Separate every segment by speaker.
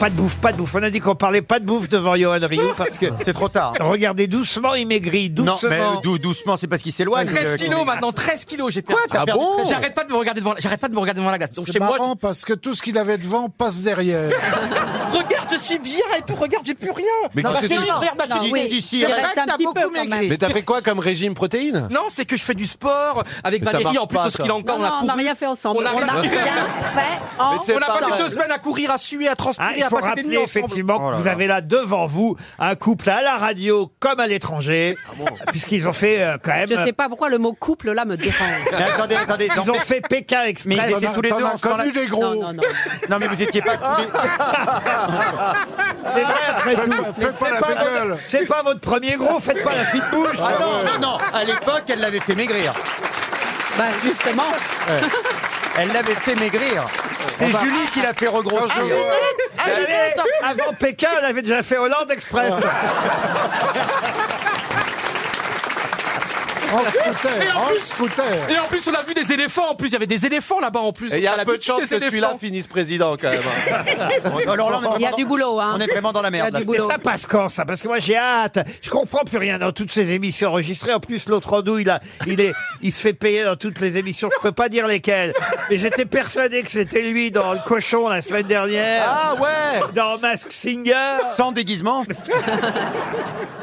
Speaker 1: Pas de bouffe, pas de bouffe. On a dit qu'on parlait pas de bouffe devant Johan Rioux parce que.
Speaker 2: C'est trop tard.
Speaker 1: Regardez doucement, il maigrit
Speaker 2: Non, mais
Speaker 1: doucement.
Speaker 2: dou- doucement, c'est parce qu'il s'éloigne.
Speaker 3: 13
Speaker 2: euh, qu'on
Speaker 3: kilos
Speaker 2: est-
Speaker 3: maintenant, 13 kilos j'ai perdu.
Speaker 2: t'as Ah perdu bon 13
Speaker 3: J'arrête pas de me regarder devant, j'arrête pas de me regarder devant la glace. Donc
Speaker 4: C'est
Speaker 3: chez moi,
Speaker 4: marrant parce que tout ce qu'il avait devant passe derrière.
Speaker 3: je- regarde, je suis bien et tout. Regarde, j'ai plus rien.
Speaker 5: Mais
Speaker 3: Ma
Speaker 5: qu'est-ce que
Speaker 3: chemise,
Speaker 5: tu-
Speaker 3: regarde, ma chemise.
Speaker 5: oui.
Speaker 6: C'est vrai que t'as beaucoup maigri.
Speaker 5: Mais t'as fait quoi comme régime protéine
Speaker 3: Non, c'est que je fais du sport avec
Speaker 5: Mais ça
Speaker 3: Valérie.
Speaker 5: marche
Speaker 3: En plus,
Speaker 5: pas,
Speaker 3: de ce qu'il
Speaker 5: ça.
Speaker 3: a encore,
Speaker 6: Non,
Speaker 3: on a
Speaker 6: non, on n'a
Speaker 3: couru.
Speaker 6: rien fait ensemble.
Speaker 3: On a rien fait.
Speaker 6: fait
Speaker 5: Mais c'est
Speaker 3: On a
Speaker 5: pas
Speaker 3: passé
Speaker 5: vrai.
Speaker 3: deux semaines à courir, à suer, à
Speaker 1: Ah,
Speaker 3: transpirer,
Speaker 1: il
Speaker 3: à
Speaker 1: faut
Speaker 3: passer des
Speaker 1: rappeler
Speaker 3: nuits ensemble.
Speaker 1: effectivement
Speaker 2: Oh
Speaker 1: que
Speaker 2: là
Speaker 1: vous
Speaker 2: là.
Speaker 1: avez là devant vous un couple à la radio comme à l'étranger, puisqu'ils ont fait euh, quand même.
Speaker 6: Je sais pas pourquoi le mot couple là me dérange.
Speaker 2: Mais attendez, attendez.
Speaker 1: Ils
Speaker 2: non,
Speaker 1: ont fait Pékin Express.
Speaker 2: Mais ils étaient
Speaker 4: T'en as-
Speaker 2: tous les
Speaker 4: t'en
Speaker 2: deux
Speaker 4: as
Speaker 2: en- dans la-
Speaker 4: connu des gros.
Speaker 6: Non, non, Ah, non.
Speaker 2: Non, mais vous étiez pas tous les-
Speaker 1: C'est vrai, après tout.
Speaker 4: Fais pas la
Speaker 1: votre-
Speaker 4: gueule.
Speaker 1: c'est pas votre premier gros, faites pas la petite bouche.
Speaker 2: Ah non, non, non. À l'époque, elle l'avait fait maigrir.
Speaker 6: Bah justement.
Speaker 2: Elle l'avait fait maigrir. C'est Julie qui l'a fait regrossir.
Speaker 1: Elle avait- avant Pékin, elle avait déjà fait Hollande Express.
Speaker 4: En scooter, en scooter.
Speaker 3: Et en plus, on a vu des éléphants. En plus, il y avait des éléphants là-bas. En plus,
Speaker 5: Et il y
Speaker 3: On
Speaker 5: a
Speaker 3: la
Speaker 5: peu de
Speaker 3: boutique
Speaker 5: chance
Speaker 3: des
Speaker 5: que celui-là
Speaker 3: éléphants.
Speaker 5: finisse président quand même. hein.
Speaker 2: Alors là, on est
Speaker 6: Il y a
Speaker 2: vraiment
Speaker 6: du
Speaker 2: dans-
Speaker 6: boulot, hein.
Speaker 2: On est vraiment dans la
Speaker 6: Il y a
Speaker 2: merde.
Speaker 6: du
Speaker 1: Et
Speaker 6: boulot.
Speaker 1: ça passe quand ça Parce que moi j'ai hâte. Je comprends plus rien dans toutes ces émissions enregistrées. En plus, l'autre andouille, il, a, il, est, il se fait payer dans toutes les émissions. Je peux pas dire lesquelles. Et j'étais persuadé que c'était lui dans Le Cochon la semaine dernière,
Speaker 5: Ah ouais
Speaker 1: dans Mask Singer.
Speaker 2: Sans déguisement.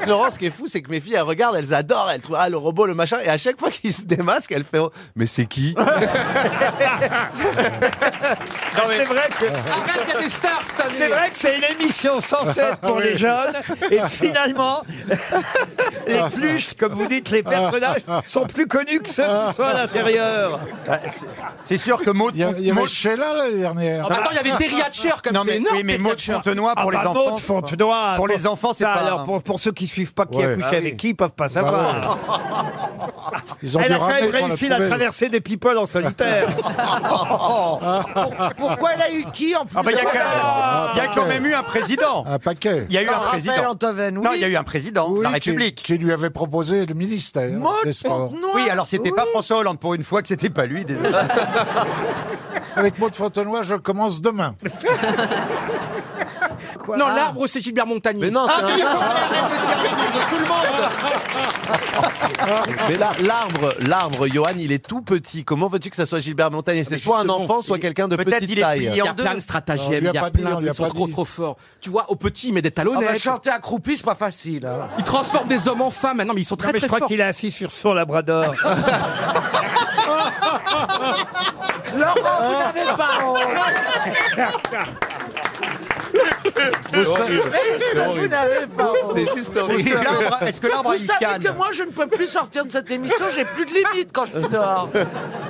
Speaker 5: Laurent, ce qui est fou, c'est que mes filles, elles regardent, elles adorent, elles trouvent ah, le robot, le machin, et à chaque fois qu'il se démasque, elles font oh, Mais c'est qui
Speaker 1: C'est vrai que
Speaker 3: Arrête, il y Ah, a des stars cette année. Ah,
Speaker 1: c'est vrai que c'est une émission sans cesse pour les jeunes. Et finalement, les plus, comme vous dites, les personnages sont plus connus que ceux qui sont à l'intérieur.
Speaker 2: Ah, c'est- C'est sûr que Maud.
Speaker 4: Il y a- il y avait
Speaker 2: Maud-
Speaker 4: Sheila l'année
Speaker 3: Ah,
Speaker 4: dernière.
Speaker 3: bah, attends, il y avait Terry Hatcher comme
Speaker 2: Non,
Speaker 3: c'est
Speaker 2: mais,
Speaker 3: énorme.
Speaker 2: oui, mais
Speaker 3: Terry
Speaker 2: Maud
Speaker 3: Hatcher.
Speaker 2: Fontenoy, pour les
Speaker 1: Ah, bah,
Speaker 2: enfants.
Speaker 1: Maud Fontenoy,
Speaker 2: Pour les enfants, c'est
Speaker 1: ça,
Speaker 2: pas-
Speaker 1: Alors, pour, pour ceux qui suivent pas qui
Speaker 4: Ouais.
Speaker 1: a couché
Speaker 5: Ah oui.
Speaker 1: avec qui, ils peuvent
Speaker 2: Bah
Speaker 1: pas savoir.
Speaker 4: Ils ont
Speaker 1: Bah Elle
Speaker 4: dû
Speaker 1: a quand
Speaker 4: ramener
Speaker 1: même
Speaker 4: pour la
Speaker 1: réussi la
Speaker 4: trouver.
Speaker 1: traversée des people en solitaire.
Speaker 7: Pourquoi elle a eu qui en plus
Speaker 2: Ah, bah, il y a quand- il y a quand
Speaker 4: parfait.
Speaker 2: même eu un président.
Speaker 4: Un paquet.
Speaker 2: Il y a eu un
Speaker 7: Raphaël
Speaker 2: président.
Speaker 7: Antoven, oui.
Speaker 2: Non, il y a eu un président de
Speaker 4: Oui,
Speaker 2: la
Speaker 4: qui-
Speaker 2: République.
Speaker 4: Qui, lui avait proposé le ministère
Speaker 7: Maud
Speaker 4: des Sports.
Speaker 7: Fontenoy.
Speaker 2: Oui, alors c'était pas François Hollande pour une fois que c'était pas lui. Désolé.
Speaker 4: Avec Maud Fontenoy, je commence demain.
Speaker 3: Non, l'arbre, c'est Gilbert Montagnier.
Speaker 5: Mais non,
Speaker 8: Ah,
Speaker 5: c'est un arbre Mais là, l'arbre, l'arbre, Johan, il est tout petit. Comment veux-tu que ça soit Gilbert Montagnier C'est soit un enfant, soit quelqu'un de
Speaker 2: Peut-être
Speaker 5: petite
Speaker 2: il est
Speaker 5: taille.
Speaker 2: plié
Speaker 3: Il y
Speaker 2: en
Speaker 3: a
Speaker 2: deux.
Speaker 3: plein de
Speaker 4: On
Speaker 3: stratagèmes,
Speaker 4: lui
Speaker 3: il
Speaker 4: a
Speaker 3: y a
Speaker 4: pas dit, on
Speaker 3: plein
Speaker 4: lui
Speaker 3: de
Speaker 4: a
Speaker 3: sont
Speaker 4: pas
Speaker 3: trop
Speaker 4: dit.
Speaker 3: trop forts. Tu vois, au petit, il met des
Speaker 7: Ah bah,
Speaker 3: talonnettes.
Speaker 7: chanter accroupi, c'est pas facile. hein.
Speaker 3: il transforme des hommes en femmes. Maintenant, mais ils sont
Speaker 1: Non,
Speaker 3: très
Speaker 1: mais je
Speaker 3: très
Speaker 1: crois
Speaker 3: forts.
Speaker 1: qu'il est assis sur son labrador.
Speaker 7: Laurent, vous n'avez pas
Speaker 2: Ah.
Speaker 5: C'est horrible. C'est
Speaker 7: honte. Vous
Speaker 5: horrible.
Speaker 7: n'avez pas honte.
Speaker 5: C'est juste
Speaker 2: Est-ce que
Speaker 5: horrible.
Speaker 2: l'arbre- Est-ce que l'arbre a
Speaker 7: Vous
Speaker 2: une
Speaker 7: savez
Speaker 2: canne
Speaker 7: que moi, je ne peux plus sortir de cette émission, j'ai plus de limite quand je dors.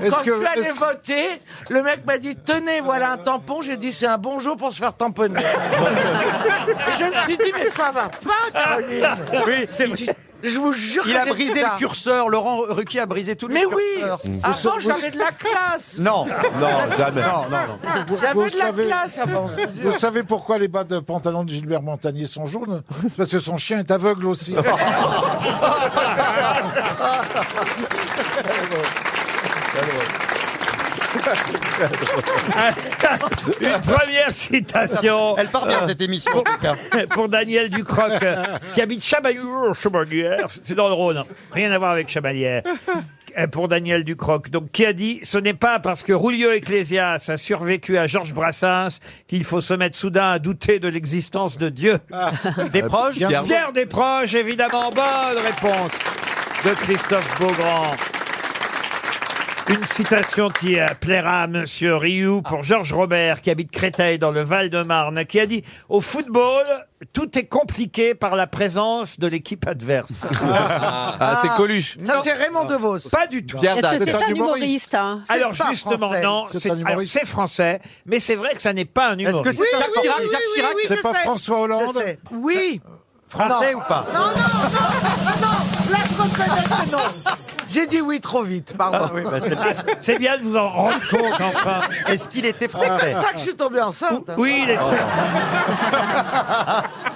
Speaker 4: Est-ce
Speaker 7: Quand
Speaker 4: que-
Speaker 7: je suis allé
Speaker 4: est-ce que-
Speaker 7: voter, le mec m'a dit Tenez, voilà un tampon. J'ai dit C'est un bon jour pour se faire tamponner. Et je me suis dit Mais ça va pas, Caroline.
Speaker 2: Oui,
Speaker 7: Je vous jure
Speaker 2: Il
Speaker 7: que
Speaker 2: a
Speaker 7: j'ai fait
Speaker 2: brisé
Speaker 7: ça.
Speaker 2: le curseur. Laurent Ruquier a brisé tous les
Speaker 7: Mais oui
Speaker 2: curseurs. C'est-
Speaker 7: Avant, j'avais de la classe
Speaker 2: Non,
Speaker 5: Non, jamais.
Speaker 2: non, non, non.
Speaker 4: Vous, vous
Speaker 7: J'avais de la
Speaker 4: savez,
Speaker 7: classe avant. je vous jure.
Speaker 4: vous savez pourquoi les bas de pantalon de Gilbert Montagnier sont jaunes C'est parce que son chien est aveugle aussi.
Speaker 1: Une première citation
Speaker 2: Elle part bien cette émission. en tout cas.
Speaker 1: pour Daniel Ducroc, euh, qui habite Chabalière. Chabalière, c'est dans le Rhône. hein. Rien à voir avec Chabalière. Euh, Pour Daniel Ducroc, donc qui a dit ce n'est pas parce que Rulio Ecclésias a survécu à Georges Brassens qu'il faut se mettre soudain à douter de l'existence de Dieu.
Speaker 2: Ah. Des proches.
Speaker 4: bien
Speaker 5: Pierre-
Speaker 1: Pierre Desproges, évidemment, bonne réponse de Christophe Beaugrand. Une citation qui euh, plaira à Monsieur Rioux pour Georges Robert, qui habite Créteil dans le Val-de-Marne, qui a dit « Au football, tout est compliqué par la présence de l'équipe adverse.
Speaker 5: Ah, c'est Coluche.
Speaker 7: Ça, c'est Raymond DeVos. »
Speaker 1: Pas du tout.
Speaker 5: Pierre
Speaker 6: Est-ce
Speaker 5: Dac.
Speaker 6: que c'est
Speaker 4: un
Speaker 6: un
Speaker 4: humoriste.
Speaker 6: humoriste hein
Speaker 7: C'est
Speaker 1: Alors
Speaker 7: pas
Speaker 1: justement,
Speaker 7: français.
Speaker 1: non,
Speaker 4: C'est
Speaker 1: c'est
Speaker 4: un
Speaker 1: alors,
Speaker 4: humoriste.
Speaker 1: c'est français, mais c'est vrai que ça n'est pas un
Speaker 2: Est-ce
Speaker 1: humoriste.
Speaker 2: que c'est un
Speaker 3: Jacques Chirac, Jacques Chirac.
Speaker 7: oui,
Speaker 4: C'est
Speaker 7: je
Speaker 4: pas
Speaker 7: sais,
Speaker 4: François
Speaker 7: je
Speaker 4: Hollande
Speaker 7: sais. Oui.
Speaker 2: français ou pas
Speaker 7: Ah, Non, non, non, non, la reconnaître que non. J'ai dit oui trop vite, pardon.
Speaker 1: Ah bah, C'est bien de vous en rendre compte, enfin.
Speaker 9: Est-ce qu'il était
Speaker 7: C'est
Speaker 9: français
Speaker 7: comme ça que je suis tombée enceinte.
Speaker 1: Oui, il est-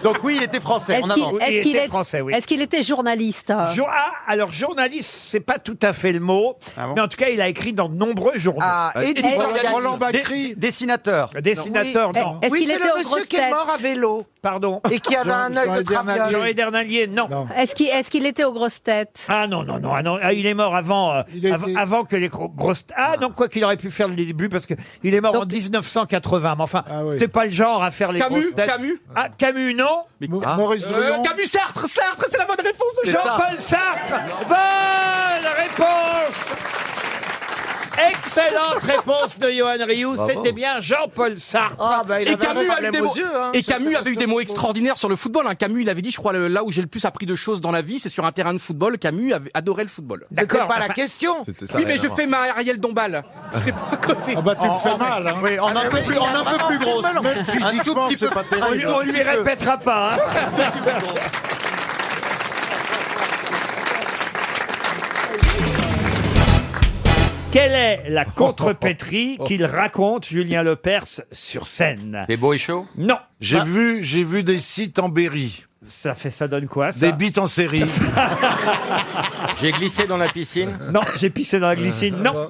Speaker 9: Donc oui, il était français. On
Speaker 10: Est-ce qu'il
Speaker 9: avance.
Speaker 1: Oui, il
Speaker 10: est-ce qu'il
Speaker 1: était
Speaker 10: est-
Speaker 1: français, oui.
Speaker 10: est-ce qu'il était journaliste
Speaker 1: Jo- ah, alors journaliste, c'est pas tout à fait le mot, mais en tout cas, il a écrit dans de nombreux journaux.
Speaker 7: Ah,
Speaker 11: Euh,
Speaker 7: Edith
Speaker 10: Edith
Speaker 7: Orgasme.
Speaker 4: Roland
Speaker 9: Dé-
Speaker 4: Bacri.
Speaker 9: Dessinateur.
Speaker 1: Dessinateur,
Speaker 10: Oui.
Speaker 1: non.
Speaker 10: Eh, Est-ce
Speaker 7: Oui, Eh,
Speaker 10: qu'il
Speaker 7: c'est
Speaker 10: était
Speaker 7: le
Speaker 10: aux
Speaker 7: monsieur
Speaker 10: grosses
Speaker 7: qui est
Speaker 10: têtes
Speaker 7: mort à vélo
Speaker 1: Pardon.
Speaker 7: et qui avait
Speaker 4: Jean-
Speaker 7: un œil de
Speaker 4: Jean-Edouard
Speaker 7: traviole.
Speaker 4: Nadier.
Speaker 1: Jean Edernalier, non.
Speaker 4: Non.
Speaker 10: Est-ce qu'il est-ce qu'il était aux grosses têtes
Speaker 1: Ah non, non, non, ah non. Ah, il est mort avant, euh,
Speaker 4: Il a
Speaker 1: av-
Speaker 4: été-
Speaker 1: avant que les gros- grosses... Ah non, quoi qu'il aurait pu faire le début, parce qu'il est mort en
Speaker 10: Donc-
Speaker 1: 1980, mais enfin,
Speaker 4: Ah oui.
Speaker 1: c'est pas le genre à faire les
Speaker 11: Camus,
Speaker 1: grosses têtes.
Speaker 11: Camus.
Speaker 1: Ah, Camus, non
Speaker 4: Mo-
Speaker 12: Ah.
Speaker 4: Maurice
Speaker 11: Euh,
Speaker 4: Druon.
Speaker 11: Camus Sartre, Sartre, c'est la bonne réponse de Jean.
Speaker 1: Jean-Paul Sartre Bonne réponse Excellente réponse de Johan Rioux,
Speaker 12: Bravo.
Speaker 1: c'était bien Jean-Paul Sartre.
Speaker 7: Ah, bah, il
Speaker 11: Et
Speaker 7: avait un
Speaker 11: Camus, a eu des
Speaker 7: problème
Speaker 11: mots,
Speaker 7: aux yeux. hein.
Speaker 11: et Camus avait eu des mots extraordinaires sur le football. hein. Camus, il avait dit, je crois, le- là où j'ai le plus appris de choses dans la vie, c'est sur un terrain de football. Camus avait adoré le football.
Speaker 7: C'était
Speaker 1: D'accord.
Speaker 7: pas la question.
Speaker 12: C'était ça,
Speaker 11: Oui,
Speaker 12: rien
Speaker 11: mais
Speaker 12: à
Speaker 11: je
Speaker 12: voir.
Speaker 11: fais ma Ariel Dombal. Je serai pas à côté.
Speaker 4: Ah bah tu me fais mal.
Speaker 9: Oui,
Speaker 12: Ah,
Speaker 9: en un peu plus, en un peu plus grosse.
Speaker 4: Même physiquement, c'est pas
Speaker 1: On,
Speaker 4: terrible.
Speaker 1: lui- on lui répétera pas. hein. Quelle est la contrepétrie qu'il raconte Julien Lepers sur scène
Speaker 13: C'est beau et chaud
Speaker 1: Non,
Speaker 4: J'ai vu, j'ai vu des sites en Berry,
Speaker 1: ça fait ça donne quoi ça
Speaker 4: des bites en série.
Speaker 13: J'ai glissé dans la piscine
Speaker 1: Non, j'ai pissé dans la glycine.
Speaker 4: Euh.
Speaker 1: Non.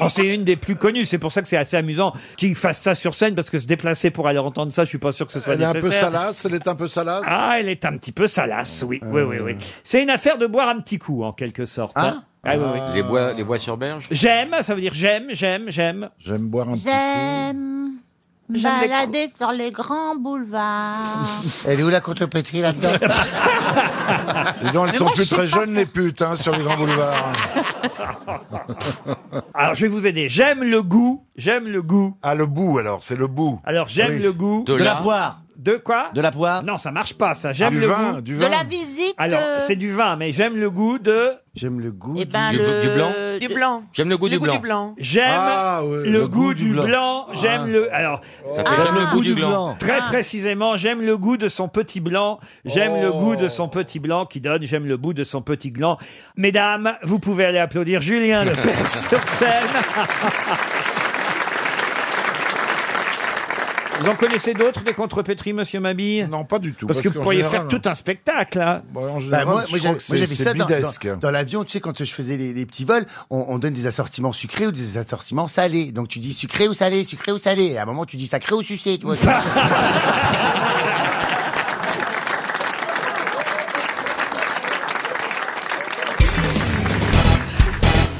Speaker 1: Oh, c'est une des plus connues, c'est pour ça que c'est assez amusant qu'il fasse ça sur scène parce que se déplacer pour aller entendre ça, je suis pas sûr que ce soit
Speaker 4: Elle est un
Speaker 1: nécessaire.
Speaker 4: peu salace, elle est un peu salace.
Speaker 1: Ah, elle est un petit peu salace,
Speaker 4: Ah.
Speaker 1: oui. Oui, oui, oui. C'est une affaire de boire un petit coup, en quelque sorte. hein. Ah, oui, oui.
Speaker 13: Les bois, les bois sur berge
Speaker 1: J'aime, ça veut dire j'aime, j'aime, j'aime.
Speaker 4: J'aime boire un petit
Speaker 6: J'aime
Speaker 10: J'aime les-
Speaker 6: balader sur les grands boulevards.
Speaker 7: Elle est où la contrepétrie là-dedans
Speaker 4: Dis donc, elles sont plus très jeunes, les putes, hein, sur les grands boulevards.
Speaker 1: Alors, je vais vous aider. J'aime le goût, j'aime le goût.
Speaker 4: Ah, le bout, alors, c'est le bout.
Speaker 1: Alors, j'aime
Speaker 4: Oui.
Speaker 1: le goût.
Speaker 13: De là
Speaker 9: poire.
Speaker 1: De quoi
Speaker 9: la poire.
Speaker 1: Non, ça marche pas, ça.
Speaker 4: Ah,
Speaker 1: J'aime
Speaker 4: du
Speaker 1: le
Speaker 4: vin,
Speaker 1: goût.
Speaker 4: du
Speaker 6: De
Speaker 4: vin.
Speaker 6: la visite.
Speaker 1: Alors,
Speaker 6: euh,
Speaker 1: c'est du vin, mais j'aime le goût de.
Speaker 9: J'aime le goût.
Speaker 6: eh ben,
Speaker 13: Du-
Speaker 6: le...
Speaker 13: du blanc
Speaker 6: du-
Speaker 2: blanc.
Speaker 13: J'aime le goût, du, blanc.
Speaker 1: J'aime
Speaker 4: Ah, ouais,
Speaker 1: le, goût, du blanc. J'aime
Speaker 4: Ah.
Speaker 1: le. Alors,
Speaker 13: Ça fait J'aime le goût du blanc.
Speaker 1: Très précisément, j'aime le goût de son petit blanc. J'aime le goût de son petit blanc qui donne, j'aime le goût de son petit gland. Mesdames, vous pouvez aller applaudir Julien Lepers sur scène. Vous en connaissez d'autres des contrepétries, monsieur Mabille
Speaker 4: Non, pas du tout.
Speaker 1: Parce, que vous
Speaker 4: qu'en
Speaker 1: pourriez
Speaker 4: général,
Speaker 1: faire tout un spectacle. hein.
Speaker 4: bah, en
Speaker 9: Bah,
Speaker 4: général,
Speaker 9: moi,
Speaker 4: je
Speaker 9: moi,
Speaker 4: crois
Speaker 9: j'avais
Speaker 4: que
Speaker 9: moi,
Speaker 4: c'est-
Speaker 9: j'avais
Speaker 4: c'est
Speaker 9: ça dans, dans-
Speaker 4: bidesque.
Speaker 9: dans l'avion, tu sais, quand je faisais les, les petits vols, on, on donne des assortiments sucrés ou des assortiments salés. Donc tu dis sucré ou salé, sucré ou salé. Et à un moment, tu dis sacré ou sucé, tu vois.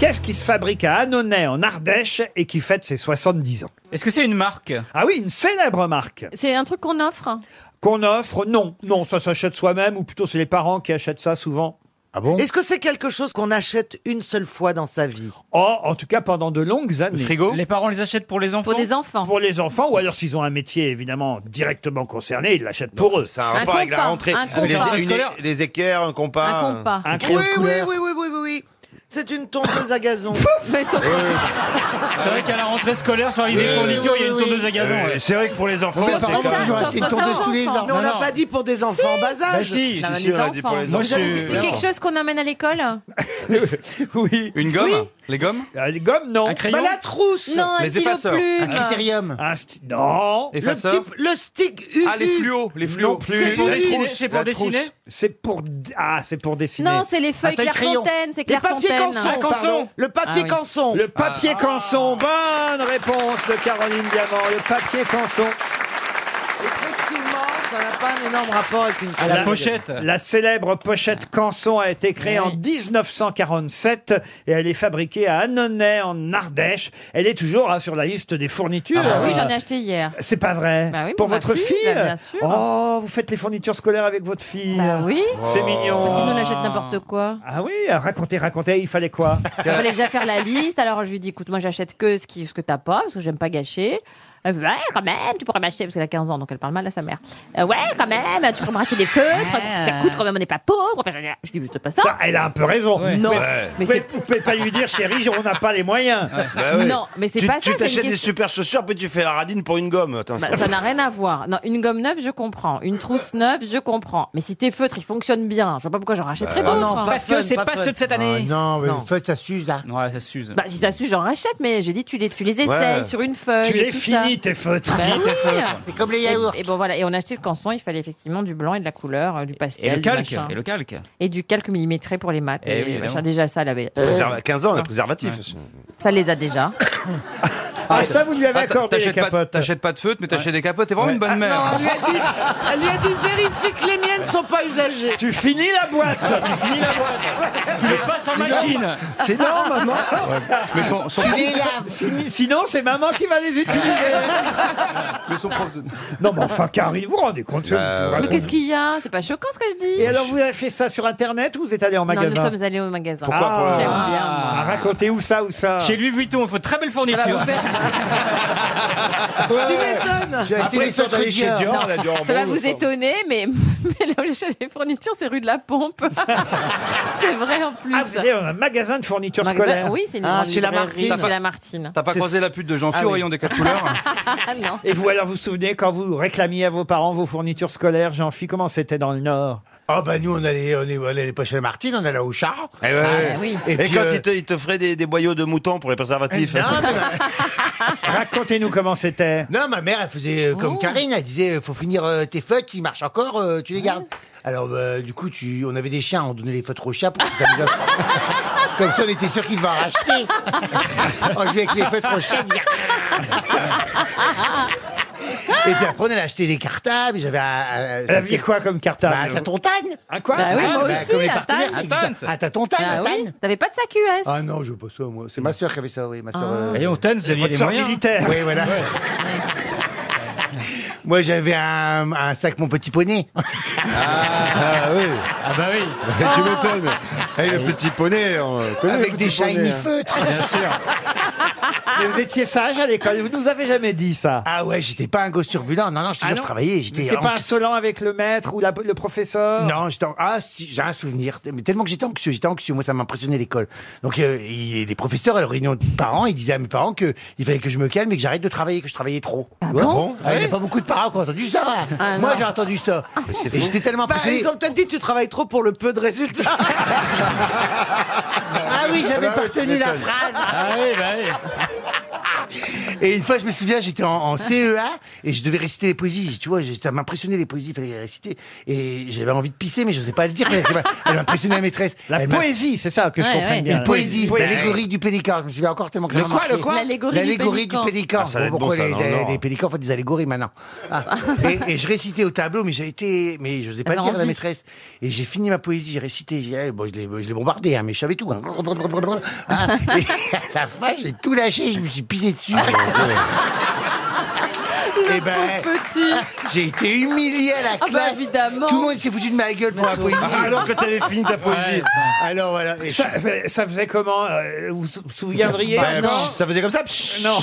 Speaker 1: Qu'est-ce qui se fabrique à Annonay en Ardèche et qui fête ses 70 ans
Speaker 2: Est-ce que c'est une marque
Speaker 1: Ah oui, une célèbre marque
Speaker 10: C'est un truc qu'on offre
Speaker 1: qu'on offre Non, non, ça s'achète soi-même ou plutôt c'est les parents qui achètent ça souvent.
Speaker 4: Ah bon
Speaker 7: Est-ce que c'est quelque chose qu'on achète une seule fois dans sa vie
Speaker 1: Oh, en tout cas pendant de longues années.
Speaker 13: frigo
Speaker 2: Les parents les achètent pour les enfants
Speaker 10: pour des enfants.
Speaker 1: Pour les enfants, ou alors s'ils ont un métier évidemment directement concerné, ils l'achètent pour eux.
Speaker 12: Ça
Speaker 10: Un
Speaker 12: a un rapport avec la
Speaker 10: compas,
Speaker 12: rentrée.
Speaker 10: un compas.
Speaker 12: Les,
Speaker 10: Un
Speaker 12: une-
Speaker 2: scolaire.
Speaker 12: les équerres, un compas.
Speaker 10: Un compas.
Speaker 1: Un
Speaker 7: oui,
Speaker 1: crayon de
Speaker 7: oui,
Speaker 1: couleur.
Speaker 7: oui, oui, oui, oui, oui. C'est une tondeuse à gazon.
Speaker 10: Mais ton-
Speaker 2: C'est vrai qu'à la rentrée scolaire, sur les
Speaker 1: Euh,
Speaker 2: fournitures, il y a une tondeuse à gazon. ouais.
Speaker 12: C'est vrai que pour les enfants,
Speaker 10: T'offres
Speaker 9: par
Speaker 10: ça-
Speaker 9: exemple, j'aurais
Speaker 10: t'offres
Speaker 9: acheté une
Speaker 10: ça aux
Speaker 9: tondeuse tous les
Speaker 10: enfants.
Speaker 9: ans.
Speaker 7: Mais on
Speaker 2: Non,
Speaker 7: n'a
Speaker 2: non.
Speaker 7: pas dit pour des enfants en bas
Speaker 2: Bah
Speaker 7: âge.
Speaker 2: si
Speaker 10: Non, mais
Speaker 12: si,
Speaker 10: les
Speaker 12: on a dit pour
Speaker 10: enfants.
Speaker 12: les
Speaker 2: Moi,
Speaker 12: enfants.
Speaker 2: je suis-
Speaker 10: C'est quelque chose qu'on emmène à l'école
Speaker 1: Oui.
Speaker 13: Une gomme Les gommes
Speaker 1: Euh, Les gommes, non.
Speaker 2: Un crayon
Speaker 7: Bah, la trousse
Speaker 10: Non, un
Speaker 13: Les
Speaker 10: stylo
Speaker 13: effaceurs.
Speaker 10: plume.
Speaker 1: Un sti- non.
Speaker 7: le,
Speaker 12: Effaceur.
Speaker 7: petit, le stick UU
Speaker 13: Ah, les fluos Les
Speaker 1: Non
Speaker 13: fluos
Speaker 1: plus.
Speaker 2: C'est pour
Speaker 12: La
Speaker 2: dessiner
Speaker 12: trousse,
Speaker 2: C'est pour
Speaker 12: la trousse.
Speaker 2: dessiner
Speaker 1: C'est pour d- ah, c'est pour dessiner.
Speaker 10: Non, c'est les feuilles
Speaker 9: taille crayon.
Speaker 10: Clairefontaine. C'est
Speaker 7: Les papiers
Speaker 10: Clairefontaine. Oh,
Speaker 7: canson,
Speaker 2: Ah, canson.
Speaker 7: pardon. Le papier
Speaker 10: Ah oui. Ah.
Speaker 7: canson.
Speaker 1: Le papier canson. Bonne réponse de Caroline Diamant. Le papier canson.
Speaker 7: Et précisément, ça n'a pas un énorme rapport avec une
Speaker 1: la-
Speaker 2: La pochette
Speaker 1: La célèbre pochette Canson a été créée en 1947 et elle est fabriquée à Annonay en Ardèche. Elle est toujours hein, sur la liste des fournitures.
Speaker 10: Ah oui, j'en ai acheté hier.
Speaker 1: C'est pas vrai.
Speaker 10: Bah oui,
Speaker 1: bah, Pour
Speaker 10: pour ma
Speaker 1: votre
Speaker 10: fille,
Speaker 1: fille,
Speaker 10: bah bien sûr.
Speaker 1: Oh, vous faites les fournitures scolaires avec votre fille.
Speaker 10: Bah oui.
Speaker 1: C'est mignon.
Speaker 10: Parce que Sinon, on achète n'importe quoi.
Speaker 1: Ah oui, racontez, racontez, il fallait quoi
Speaker 10: Il fallait déjà faire la liste. Alors, je lui dis, écoute, moi, j'achète que ce, qui, ce que t'as pas, parce que j'aime pas gâcher. Euh, ouais, quand même, tu pourrais m'acheter, parce qu'elle a 15 ans, donc elle parle mal à sa mère. Euh, ouais, quand même, tu pourrais m'acheter des feutres, ça coûte quand même, on n'est pas pauvre. Je dis, mais c'est pas ça.
Speaker 1: Elle a un peu raison.
Speaker 10: Non,
Speaker 1: Ouais.
Speaker 10: mais
Speaker 1: Vous
Speaker 10: c'est-
Speaker 1: pouvez- vous pouvez pas lui dire, chérie, on n'a pas les moyens.
Speaker 10: ouais. Non, mais c'est
Speaker 12: Bah Tu- Tu
Speaker 10: pas ça, c'est une
Speaker 12: t'achètes des
Speaker 10: question-
Speaker 12: super chaussures, puis tu fais la radine pour une gomme. Attends,
Speaker 10: Bah,
Speaker 12: ça-
Speaker 10: ça n'a rien à voir. Non, une gomme neuve, je comprends. Une trousse neuve, je comprends. Mais si tes feutres, ils fonctionnent bien, je vois pas pourquoi j'en rachèterais
Speaker 9: Bah,
Speaker 10: d'autres.
Speaker 9: non,
Speaker 2: Parce que c'est pas ceux de cette
Speaker 9: Ah,
Speaker 2: année.
Speaker 9: non, mais
Speaker 2: Non.
Speaker 9: le feu, ça s'use, là.
Speaker 2: Ouais, ça
Speaker 9: Euh,
Speaker 2: s'use.
Speaker 10: Bah, si ça suit, j'en rachète, mais j'ai dit, tu les, tu les essayes
Speaker 12: Ouais.
Speaker 10: sur une feuille.
Speaker 1: Tu
Speaker 10: et
Speaker 1: les
Speaker 10: tout
Speaker 1: finis, tes
Speaker 10: ça.
Speaker 1: feutres.
Speaker 10: Bah oui.
Speaker 9: C'est comme les
Speaker 10: Et,
Speaker 9: yaourts.
Speaker 10: et bon voilà, et on a acheté le canson, il fallait effectivement du blanc et de la couleur, euh, du pastel,
Speaker 2: Et le
Speaker 10: du
Speaker 2: calque,
Speaker 10: machin.
Speaker 2: et le calque.
Speaker 10: Et du calque millimétré pour les maths.
Speaker 2: Eh
Speaker 10: Et,
Speaker 2: oui, évidemment.
Speaker 10: machin. déjà ça, elle avait- euh,
Speaker 12: Préserva- 15 ans, on a préservatif. aussi.
Speaker 10: ça les a déjà.
Speaker 1: Ah, ça, vous lui avez
Speaker 11: Ah, t'a-
Speaker 1: accordé les
Speaker 11: t'achètes pas-
Speaker 1: capotes.
Speaker 11: T'achètes pas de feutre, mais t'achètes des capotes. T'es vraiment
Speaker 2: Ouais.
Speaker 12: Ah,
Speaker 11: une bonne mère.
Speaker 7: Non, elle lui a dit, elle lui a dit vérifie que les miennes sont pas usagées.
Speaker 1: Tu finis la boîte
Speaker 2: Tu les passes en machine.
Speaker 12: C'est énorme, maman.
Speaker 11: Mais son, son-
Speaker 9: Il est là.
Speaker 1: Sin- Sinon, c'est maman qui va les utiliser.
Speaker 11: mais son prof de-
Speaker 1: non, mais enfin, Carrie, vous vous rendez compte ça,
Speaker 12: Bah,
Speaker 1: vous vous
Speaker 12: ouais.
Speaker 10: Mais
Speaker 1: rendez-
Speaker 10: qu'est-ce qu'il y a C'est pas choquant ce que je dis.
Speaker 1: Et alors, vous avez fait ça sur Internet ou vous êtes allé en
Speaker 10: non, nous
Speaker 1: magasin
Speaker 10: sommes allés au magasin.
Speaker 12: Pourquoi pour le-
Speaker 10: J'aime
Speaker 2: Ah.
Speaker 10: bien. moi.
Speaker 1: Ah, Racontez où ça, où ça
Speaker 2: Chez Louis Vuitton, il faut de très belle
Speaker 10: Ça va
Speaker 2: fourniture.
Speaker 10: vous faire-
Speaker 7: Tu m'étonnes.
Speaker 9: J'ai acheté
Speaker 12: Après,
Speaker 9: les
Speaker 12: ils sont
Speaker 9: feutres
Speaker 12: allés chez
Speaker 9: Dior.
Speaker 12: Dior, elle a dû en
Speaker 10: Ça va
Speaker 12: vendre.
Speaker 10: vous étonner, mais, mais là où j'achète les fournitures, c'est rue de la Pompe. c'est vrai en plus.
Speaker 1: Ah, vous allez dans un magasin de fournitures
Speaker 10: Magasin-
Speaker 1: scolaires
Speaker 10: Oui, c'est une
Speaker 9: Ah,
Speaker 10: grande
Speaker 9: chez
Speaker 10: librairie,
Speaker 9: Lamartine.
Speaker 10: Chez Lamartine.
Speaker 11: T'as pas croisé la pute de jean phil
Speaker 9: Ah
Speaker 11: au
Speaker 9: oui.
Speaker 11: rayon des quatre couleurs
Speaker 10: Ah non.
Speaker 1: Et vous, alors, vous vous souvenez quand vous réclamiez à vos parents vos fournitures scolaires, Jean-Phi, comment c'était dans le Nord
Speaker 9: Ah, bah, nous, on allait, on est- on allait pas chez la Martine, on allait au char.
Speaker 12: Eh ouais, ouais.
Speaker 10: Ah, oui.
Speaker 12: Et,
Speaker 9: puis,
Speaker 12: quand
Speaker 9: euh,
Speaker 12: ils, te, ils te feraient des, des boyaux de mouton pour les préservatifs
Speaker 9: Non, mais-
Speaker 1: Racontez-nous comment c'était.
Speaker 9: Ah. Non, ma mère, elle faisait euh, comme
Speaker 10: Oh.
Speaker 9: Karine, elle disait euh, faut finir euh, tes feutres, ils marchent encore, euh, tu les gardes. Alors, bah, du coup, tu... on avait des chiens, on donnait les feutres aux chats pour qu'ils amusent. Comme ça, on était sûr qu'ils vont en racheter.
Speaker 3: Oh,
Speaker 9: on jouait avec les feutres aux chats. ils disaient- Et puis après, on allait acheter des cartables. J'avais un. un-
Speaker 1: Elle avait quoi comme
Speaker 9: Bah,
Speaker 1: cartable
Speaker 9: un tontane.
Speaker 1: Un quoi
Speaker 10: Bah oui, moi
Speaker 9: Bah, comme
Speaker 10: aussi,
Speaker 9: les
Speaker 10: à
Speaker 9: partenaires,
Speaker 10: Tannes.
Speaker 9: c'est ça.
Speaker 11: Tannes.
Speaker 9: Un ta tontane,
Speaker 10: Ah
Speaker 9: un
Speaker 10: oui
Speaker 9: tane.
Speaker 10: T'avais pas de sac US
Speaker 9: Ah non, je veux pas ça, moi. C'est ma soeur qui avait ça, oui. Ma soeur.
Speaker 2: Mm.
Speaker 9: euh,
Speaker 10: Ah.
Speaker 2: Et on t'aime, vous aviez
Speaker 1: Votre
Speaker 2: les
Speaker 1: sœur
Speaker 2: moyens. hein.
Speaker 1: militaire.
Speaker 9: Oui, voilà. Moi, j'avais un, un sac, mon petit poney.
Speaker 12: Ah oui, Ah.
Speaker 2: Ah bah oui,
Speaker 12: tu m'étonnes. Avec le petit poney, on connaît le
Speaker 9: avec
Speaker 12: petit
Speaker 9: des
Speaker 12: poney,
Speaker 9: shiny
Speaker 12: hein.
Speaker 9: feutres.
Speaker 2: bien sûr.
Speaker 1: Mais vous étiez sage à l'école, vous nous avez jamais dit ça.
Speaker 9: Ah ouais, j'étais pas un gosse turbulent. Non, non, je te
Speaker 1: Ah
Speaker 9: jure,
Speaker 1: non
Speaker 9: je travaillais.
Speaker 1: Vous
Speaker 9: J'étais
Speaker 1: n'étiez
Speaker 9: en-
Speaker 1: pas insolent avec le maître ou la- le professeur
Speaker 9: Non, j'étais en- ah si, j'ai un souvenir. Mais tellement que j'étais anxieux, j'étais anxieux. Moi, ça m'impressionnait l'école. Donc, euh, il- les professeurs à leur réunion de parents, ils disaient à mes parents que il fallait que je me calme et que j'arrête de travailler, que je travaillais trop. Ah
Speaker 10: bon
Speaker 9: Ah, Il n'y a pas beaucoup de parents qui ont entendu ça. hein.
Speaker 10: Ah,
Speaker 9: Moi,
Speaker 10: non.
Speaker 9: j'ai entendu ça. Et j'étais tellement
Speaker 7: Bah,
Speaker 9: impressionné.
Speaker 7: ils ont peut-être dit tu travailles trop pour le peu de résultats.
Speaker 9: Ah oui, j'avais pas retenu la phrase.
Speaker 2: Ah oui, bah oui.
Speaker 9: Et une fois, je me souviens, j'étais en, en CEA et je devais réciter les poésies. Tu vois, j'ai- ça m'impressionnait les poésies, il fallait les réciter. Et j'avais envie de pisser, mais je n'osais pas le dire. parce que Elle m'impressionnait la maîtresse.
Speaker 1: La
Speaker 9: Elle m'a-
Speaker 1: poésie, c'est ça que je
Speaker 10: Ouais,
Speaker 1: comprends
Speaker 10: ouais.
Speaker 1: bien.
Speaker 9: Une poésie,
Speaker 1: Poésie.
Speaker 9: l'allégorie du pélican. Je me souviens encore tellement que ça m'a marqué.
Speaker 10: L'allégorie du
Speaker 9: L'allégorie du
Speaker 10: pélican.
Speaker 9: pélican.
Speaker 12: Ah, ça va être bon,
Speaker 9: Pourquoi
Speaker 12: ça,
Speaker 9: les,
Speaker 12: dans le Nord.
Speaker 9: les pélicans font des allégories maintenant Ah. et, et je récitais au tableau, mais j'ai été, mais je n'osais pas
Speaker 10: Elle
Speaker 9: le
Speaker 10: a
Speaker 9: dire à la
Speaker 10: envie.
Speaker 9: maîtresse. Et j'ai fini ma poésie, j'ai récité. J'ai, eh, bon, je l'ai, je l'ai bombardé, hein, mais je savais tout. hein. Ah, et à la fin, j'ai tout lâché, je me suis pisé dessus. Eh ben,
Speaker 10: Petit.
Speaker 9: j'ai été humilié à la
Speaker 10: bah,
Speaker 9: classe.
Speaker 10: évidemment. Bah,
Speaker 9: Tout le monde s'est foutu de ma gueule pour la poésie.
Speaker 2: Ah,
Speaker 12: Alors que t'avais fini ta poésie.
Speaker 9: Alors voilà. Et
Speaker 1: Ça, ça faisait comment euh, Vous vous souviendriez
Speaker 12: Bah,
Speaker 1: Non.
Speaker 12: pff, Ça faisait comme ça pff.
Speaker 1: Non,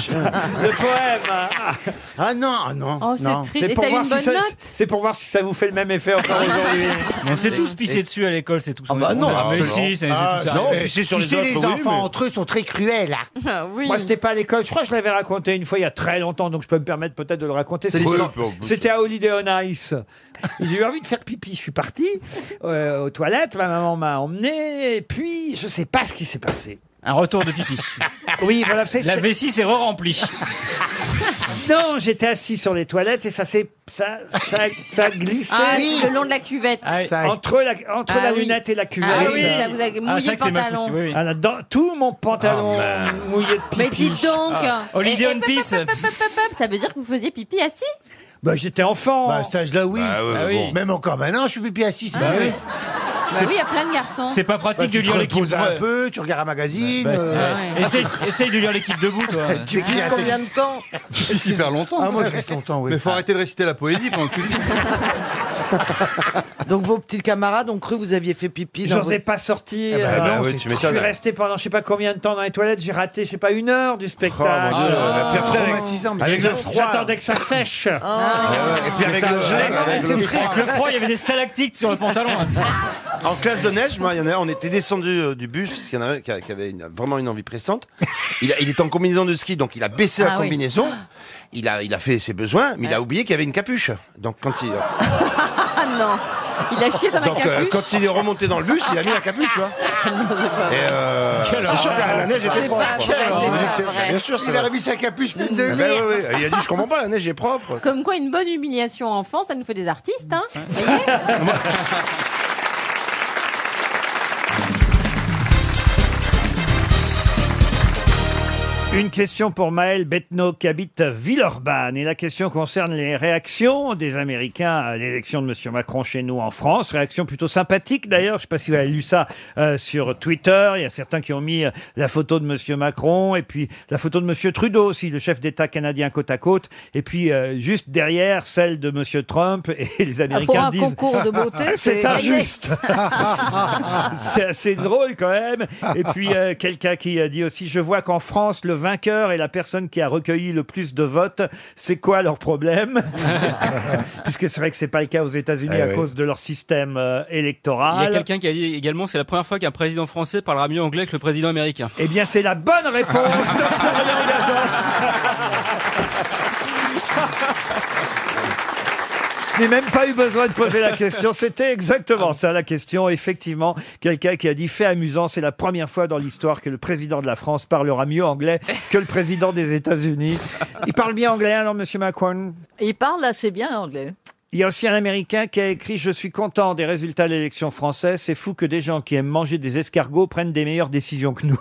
Speaker 1: le poème. ah,
Speaker 9: Ah non, ah non.
Speaker 10: Oh, c'est
Speaker 9: non.
Speaker 10: triste. Et t'as eu une bonne
Speaker 1: si ça,
Speaker 10: note
Speaker 1: c'est pour voir si ça vous fait le même effet encore aujourd'hui.
Speaker 2: Mais on s'est tous pissé dessus à l'école, c'est tout. Ah
Speaker 12: bah non,
Speaker 2: mais
Speaker 12: absolument.
Speaker 2: si, c'est
Speaker 9: Ah,
Speaker 2: c'est tout ça.
Speaker 12: non,
Speaker 1: Eh,
Speaker 9: euh,
Speaker 12: pisser sur
Speaker 9: tu
Speaker 12: les
Speaker 9: sais,
Speaker 12: autres, oui,
Speaker 9: enfants
Speaker 12: mais-
Speaker 9: entre eux sont très cruels. Là.
Speaker 10: Ah oui.
Speaker 1: Moi, c'était pas à l'école. Je crois que je l'avais raconté une fois il y a très longtemps, donc je peux me permettre peut-être de le raconter.
Speaker 12: C'est
Speaker 1: C'était-
Speaker 12: l'histoire. Oui, oui, oui.
Speaker 1: C'était à Holiday on Ice. J'ai eu envie de faire pipi. Je suis parti euh, aux toilettes. Ma maman m'a emmené. Et puis, je sais pas ce qui s'est passé.
Speaker 2: Un retour de pipi.
Speaker 1: Oui, voilà, vous savez,
Speaker 2: La
Speaker 1: c'est-
Speaker 2: vessie s'est re-remplie.
Speaker 1: Non, j'étais assis sur les toilettes et ça s'est ça ça ça glissait
Speaker 10: Ah,
Speaker 9: oui.
Speaker 10: le long de la cuvette. Ah,
Speaker 2: Ah,
Speaker 9: Ça,
Speaker 1: entre la entre
Speaker 10: Ah
Speaker 1: la
Speaker 10: oui.
Speaker 1: lunette et la Ah, cuvette.
Speaker 10: oui, ça vous a mouillé
Speaker 2: ça
Speaker 10: le
Speaker 2: que c'est mal foutu,
Speaker 10: pantalon.
Speaker 2: oui, oui.
Speaker 1: Ah, là, dans- tout mon pantalon mouillé de pipi.
Speaker 10: Mais dites donc
Speaker 2: Holiday
Speaker 10: Et- et
Speaker 2: on
Speaker 10: pop,
Speaker 2: Ah, Peace.
Speaker 10: pop, pop, pop, pop, Ça veut dire que vous faisiez pipi assis
Speaker 1: Bah, j'étais enfant.
Speaker 9: bah, à cet âge-là, oui.
Speaker 12: Ah ouais,
Speaker 2: Ah
Speaker 12: bon.
Speaker 2: oui.
Speaker 9: Même encore maintenant, je suis pipi assis. c'est
Speaker 2: Bah
Speaker 9: pas
Speaker 2: oui.
Speaker 9: vrai.
Speaker 10: Bah oui, il y a plein de garçons.
Speaker 2: C'est pas
Speaker 9: Bah,
Speaker 2: pratique de
Speaker 9: tu te
Speaker 2: lire l'équipe.
Speaker 9: reposes un
Speaker 2: Ouais.
Speaker 9: peu, tu regardes un magazine. euh,
Speaker 10: Ouais.
Speaker 2: Essaye, essaye de lire l'équipe debout, toi.
Speaker 9: tu écris un texte.
Speaker 7: Combien de temps
Speaker 11: Super longtemps.
Speaker 9: Ah, moi, je reste longtemps, oui.
Speaker 11: arrêter de réciter la poésie pendant que tu lis.
Speaker 7: Donc vos petits camarades ont cru que vous aviez fait pipi. dans
Speaker 1: J'en ai
Speaker 7: vos-
Speaker 1: pas sorti.
Speaker 7: Eh ben,
Speaker 1: euh,
Speaker 7: bah
Speaker 12: oui,
Speaker 1: c'est
Speaker 12: tu
Speaker 1: trop- je
Speaker 12: m'étonnes.
Speaker 1: suis resté pendant je sais pas combien de temps dans les toilettes. J'ai raté je sais pas une heure du spectacle.
Speaker 12: Oh, mon Dieu, la pire
Speaker 1: Après,
Speaker 12: traumatisant, mais
Speaker 1: avec
Speaker 12: c'est
Speaker 1: le
Speaker 12: froid.
Speaker 1: froid. J'attendais que ça sèche.
Speaker 10: Oh.
Speaker 3: Ah.
Speaker 12: Et puis avec le, avec le froid.
Speaker 3: Le froid, il y avait des stalactites sur le pantalon. hein.
Speaker 12: En classe de neige, moi, il y en a, un, on était descendu euh, du bus parce qu'il y en a un qui, a- qui avait une- vraiment une envie pressante. Il, a- il était en combinaison de ski, donc il a baissé la
Speaker 14: Ah oui.
Speaker 12: combinaison. Il a, il a fait ses besoins, mais il a oublié qu'il y avait une capuche. Donc quand il,
Speaker 10: Ah non Il a chié dans la
Speaker 12: donc, euh,
Speaker 10: capuche
Speaker 12: quand il est remonté dans le bus, il a mis la capuche, tu vois. Et euh, c'est sûr que la, la neige était propre.
Speaker 10: pas vrai,
Speaker 12: On
Speaker 10: c'est
Speaker 12: me dit
Speaker 10: pas
Speaker 12: que c'est-
Speaker 10: vrai.
Speaker 12: Bien sûr, c'est
Speaker 9: Il
Speaker 12: vrai.
Speaker 9: a remis sa capuche, mais de
Speaker 12: Ah ben oui, oui. Il a dit, je comprends pas, la neige est propre.
Speaker 10: Comme quoi, une bonne humiliation enfant, ça nous fait des artistes, hein Vous voyez
Speaker 1: Une question pour Maël Betno qui habite Villeurbanne. Et la question concerne les réactions des Américains à l'élection de M. Macron chez nous en France. Réaction plutôt sympathique d'ailleurs. Je ne sais pas si vous avez lu ça euh, sur Twitter. Il y a certains qui ont mis euh, la photo de M. Macron et puis la photo de M. Trudeau aussi, le chef d'État canadien côte à côte. Et puis euh, juste derrière, celle de M. Trump. Et les Américains
Speaker 6: Ah, Pour un
Speaker 1: disent...
Speaker 6: concours de beauté, Ah,
Speaker 1: C'est injuste. c'est assez drôle quand même. Et puis euh, quelqu'un qui a dit aussi, je vois qu'en France, le vainqueur est la personne qui a recueilli le plus de votes. C'est quoi leur problème Puisque c'est vrai que c'est pas le cas aux États-Unis
Speaker 12: Eh
Speaker 1: à
Speaker 12: oui.
Speaker 1: cause de leur système euh,
Speaker 3: Il y a
Speaker 1: électoral.
Speaker 3: quelqu'un qui a dit également c'est la première fois qu'un président français parlera mieux anglais que le président américain.
Speaker 1: Eh bien, c'est la bonne réponse de Florian Gazan. Je n'ai même pas eu besoin de poser la question. C'était exactement ça, la question. Effectivement, quelqu'un qui a dit fait amusant, c'est la première fois dans l'histoire que le président de la France parlera mieux anglais que le président des États-Unis. Il parle bien anglais, alors, monsieur Macron?
Speaker 6: Il parle assez bien anglais.
Speaker 1: Il y a aussi un Américain qui a écrit Je suis content des résultats de l'élection française. C'est fou que des gens qui aiment manger des escargots prennent des meilleures décisions que nous.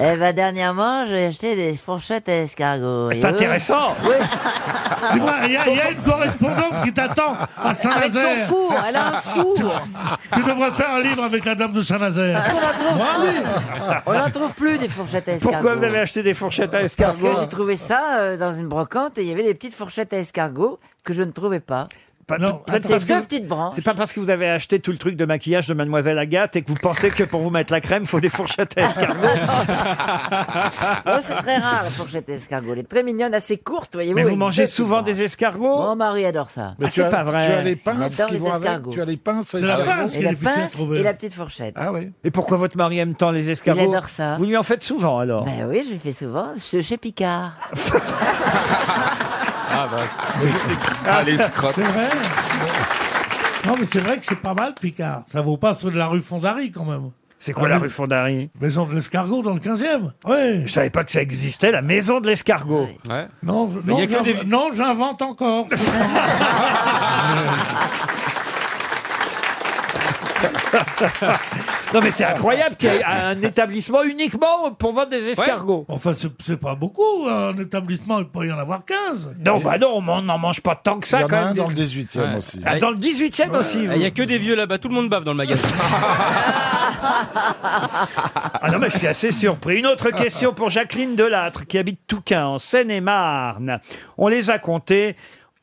Speaker 15: Eh ben, dernièrement, j'ai acheté des fourchettes à escargots.
Speaker 1: C'est intéressant.
Speaker 11: Dis-moi, il y, a- il y a une correspondante qui t'attend à Saint-Nazaire.
Speaker 6: Avec son four, elle a un four.
Speaker 11: Tu devrais faire un livre avec la dame de Saint-Nazaire.
Speaker 15: On n'en trouve
Speaker 4: Ah
Speaker 11: Moi
Speaker 15: plus. On n'en trouve plus des fourchettes à escargots.
Speaker 1: Pourquoi vous avez acheté des fourchettes à
Speaker 15: Parce
Speaker 1: escargots
Speaker 15: que j'ai trouvé ça euh, dans une brocante et il y avait des petites fourchettes à escargots que je ne trouvais pas.
Speaker 4: Ah
Speaker 1: Pas- peut-être
Speaker 15: C'était
Speaker 1: parce que
Speaker 15: deux
Speaker 1: vous-
Speaker 15: petites branches.
Speaker 1: C'est pas parce que vous avez acheté tout le truc de maquillage de Mademoiselle Agathe et que vous pensez que pour vous mettre la crème, faut des fourchettes
Speaker 15: Ah,
Speaker 1: à escargots.
Speaker 15: Oh, c'est très rare la fourchette à escargots. Elle est très mignonne, assez courte, voyez-vous.
Speaker 1: Mais vous
Speaker 15: avec
Speaker 1: mangez
Speaker 15: deux petites
Speaker 1: souvent
Speaker 15: branches.
Speaker 1: des escargots
Speaker 15: Mon mari adore ça.
Speaker 1: Mais Ah, tu c'est as- pas vrai.
Speaker 4: Tu as les
Speaker 15: Il
Speaker 4: pinces
Speaker 15: adore
Speaker 4: qui
Speaker 15: les
Speaker 4: vont avec.
Speaker 15: escargots.
Speaker 4: Tu as les pinces. à
Speaker 11: C'est la
Speaker 4: escargots.
Speaker 11: pince qui
Speaker 15: Et
Speaker 11: est
Speaker 15: la
Speaker 11: difficile à
Speaker 15: pince
Speaker 11: trouver.
Speaker 15: et la petite fourchette.
Speaker 4: Ah oui.
Speaker 1: Et pourquoi votre mari aime tant les escargots
Speaker 15: Il adore ça.
Speaker 1: Vous lui en faites souvent alors
Speaker 15: Ben oui, je lui fais souvent. Chez, chez Picard.
Speaker 2: Ah bah, j'explique. Ah, les scrottes.
Speaker 11: C'est vrai Non, mais c'est vrai que c'est pas mal, Picard. Ça vaut pas ceux de la rue Fondary, quand même. Ah
Speaker 1: C'est quoi la rue Fondary
Speaker 11: Maison de l'escargot dans le 15e Oui.
Speaker 1: Je savais pas que ça existait, la maison de l'escargot.
Speaker 3: Ouais.
Speaker 11: Non, je- non,
Speaker 3: il y a que
Speaker 11: j'inv-
Speaker 3: des-
Speaker 11: non, j'invente encore.
Speaker 1: Non mais c'est incroyable qu'il y ait un établissement uniquement pour vendre des escargots.
Speaker 11: enfin, c'est c'est pas beaucoup. hein. Un établissement, il peut y en avoir 15.
Speaker 1: Non, bah non, on n'en mange pas tant que
Speaker 4: Il y
Speaker 1: ça
Speaker 4: en
Speaker 1: quand
Speaker 4: a un
Speaker 1: même.
Speaker 4: dans le 18e
Speaker 3: Ouais.
Speaker 4: aussi.
Speaker 1: Ah, dans le 18e aussi.
Speaker 3: Ah, Il y a que des vieux là-bas, tout le monde bave dans le magasin.
Speaker 1: Ah non, mais je suis assez surpris. Une autre question pour Jacqueline Delattre, qui habite Touquin, en Seine-et-Marne. On les a comptés.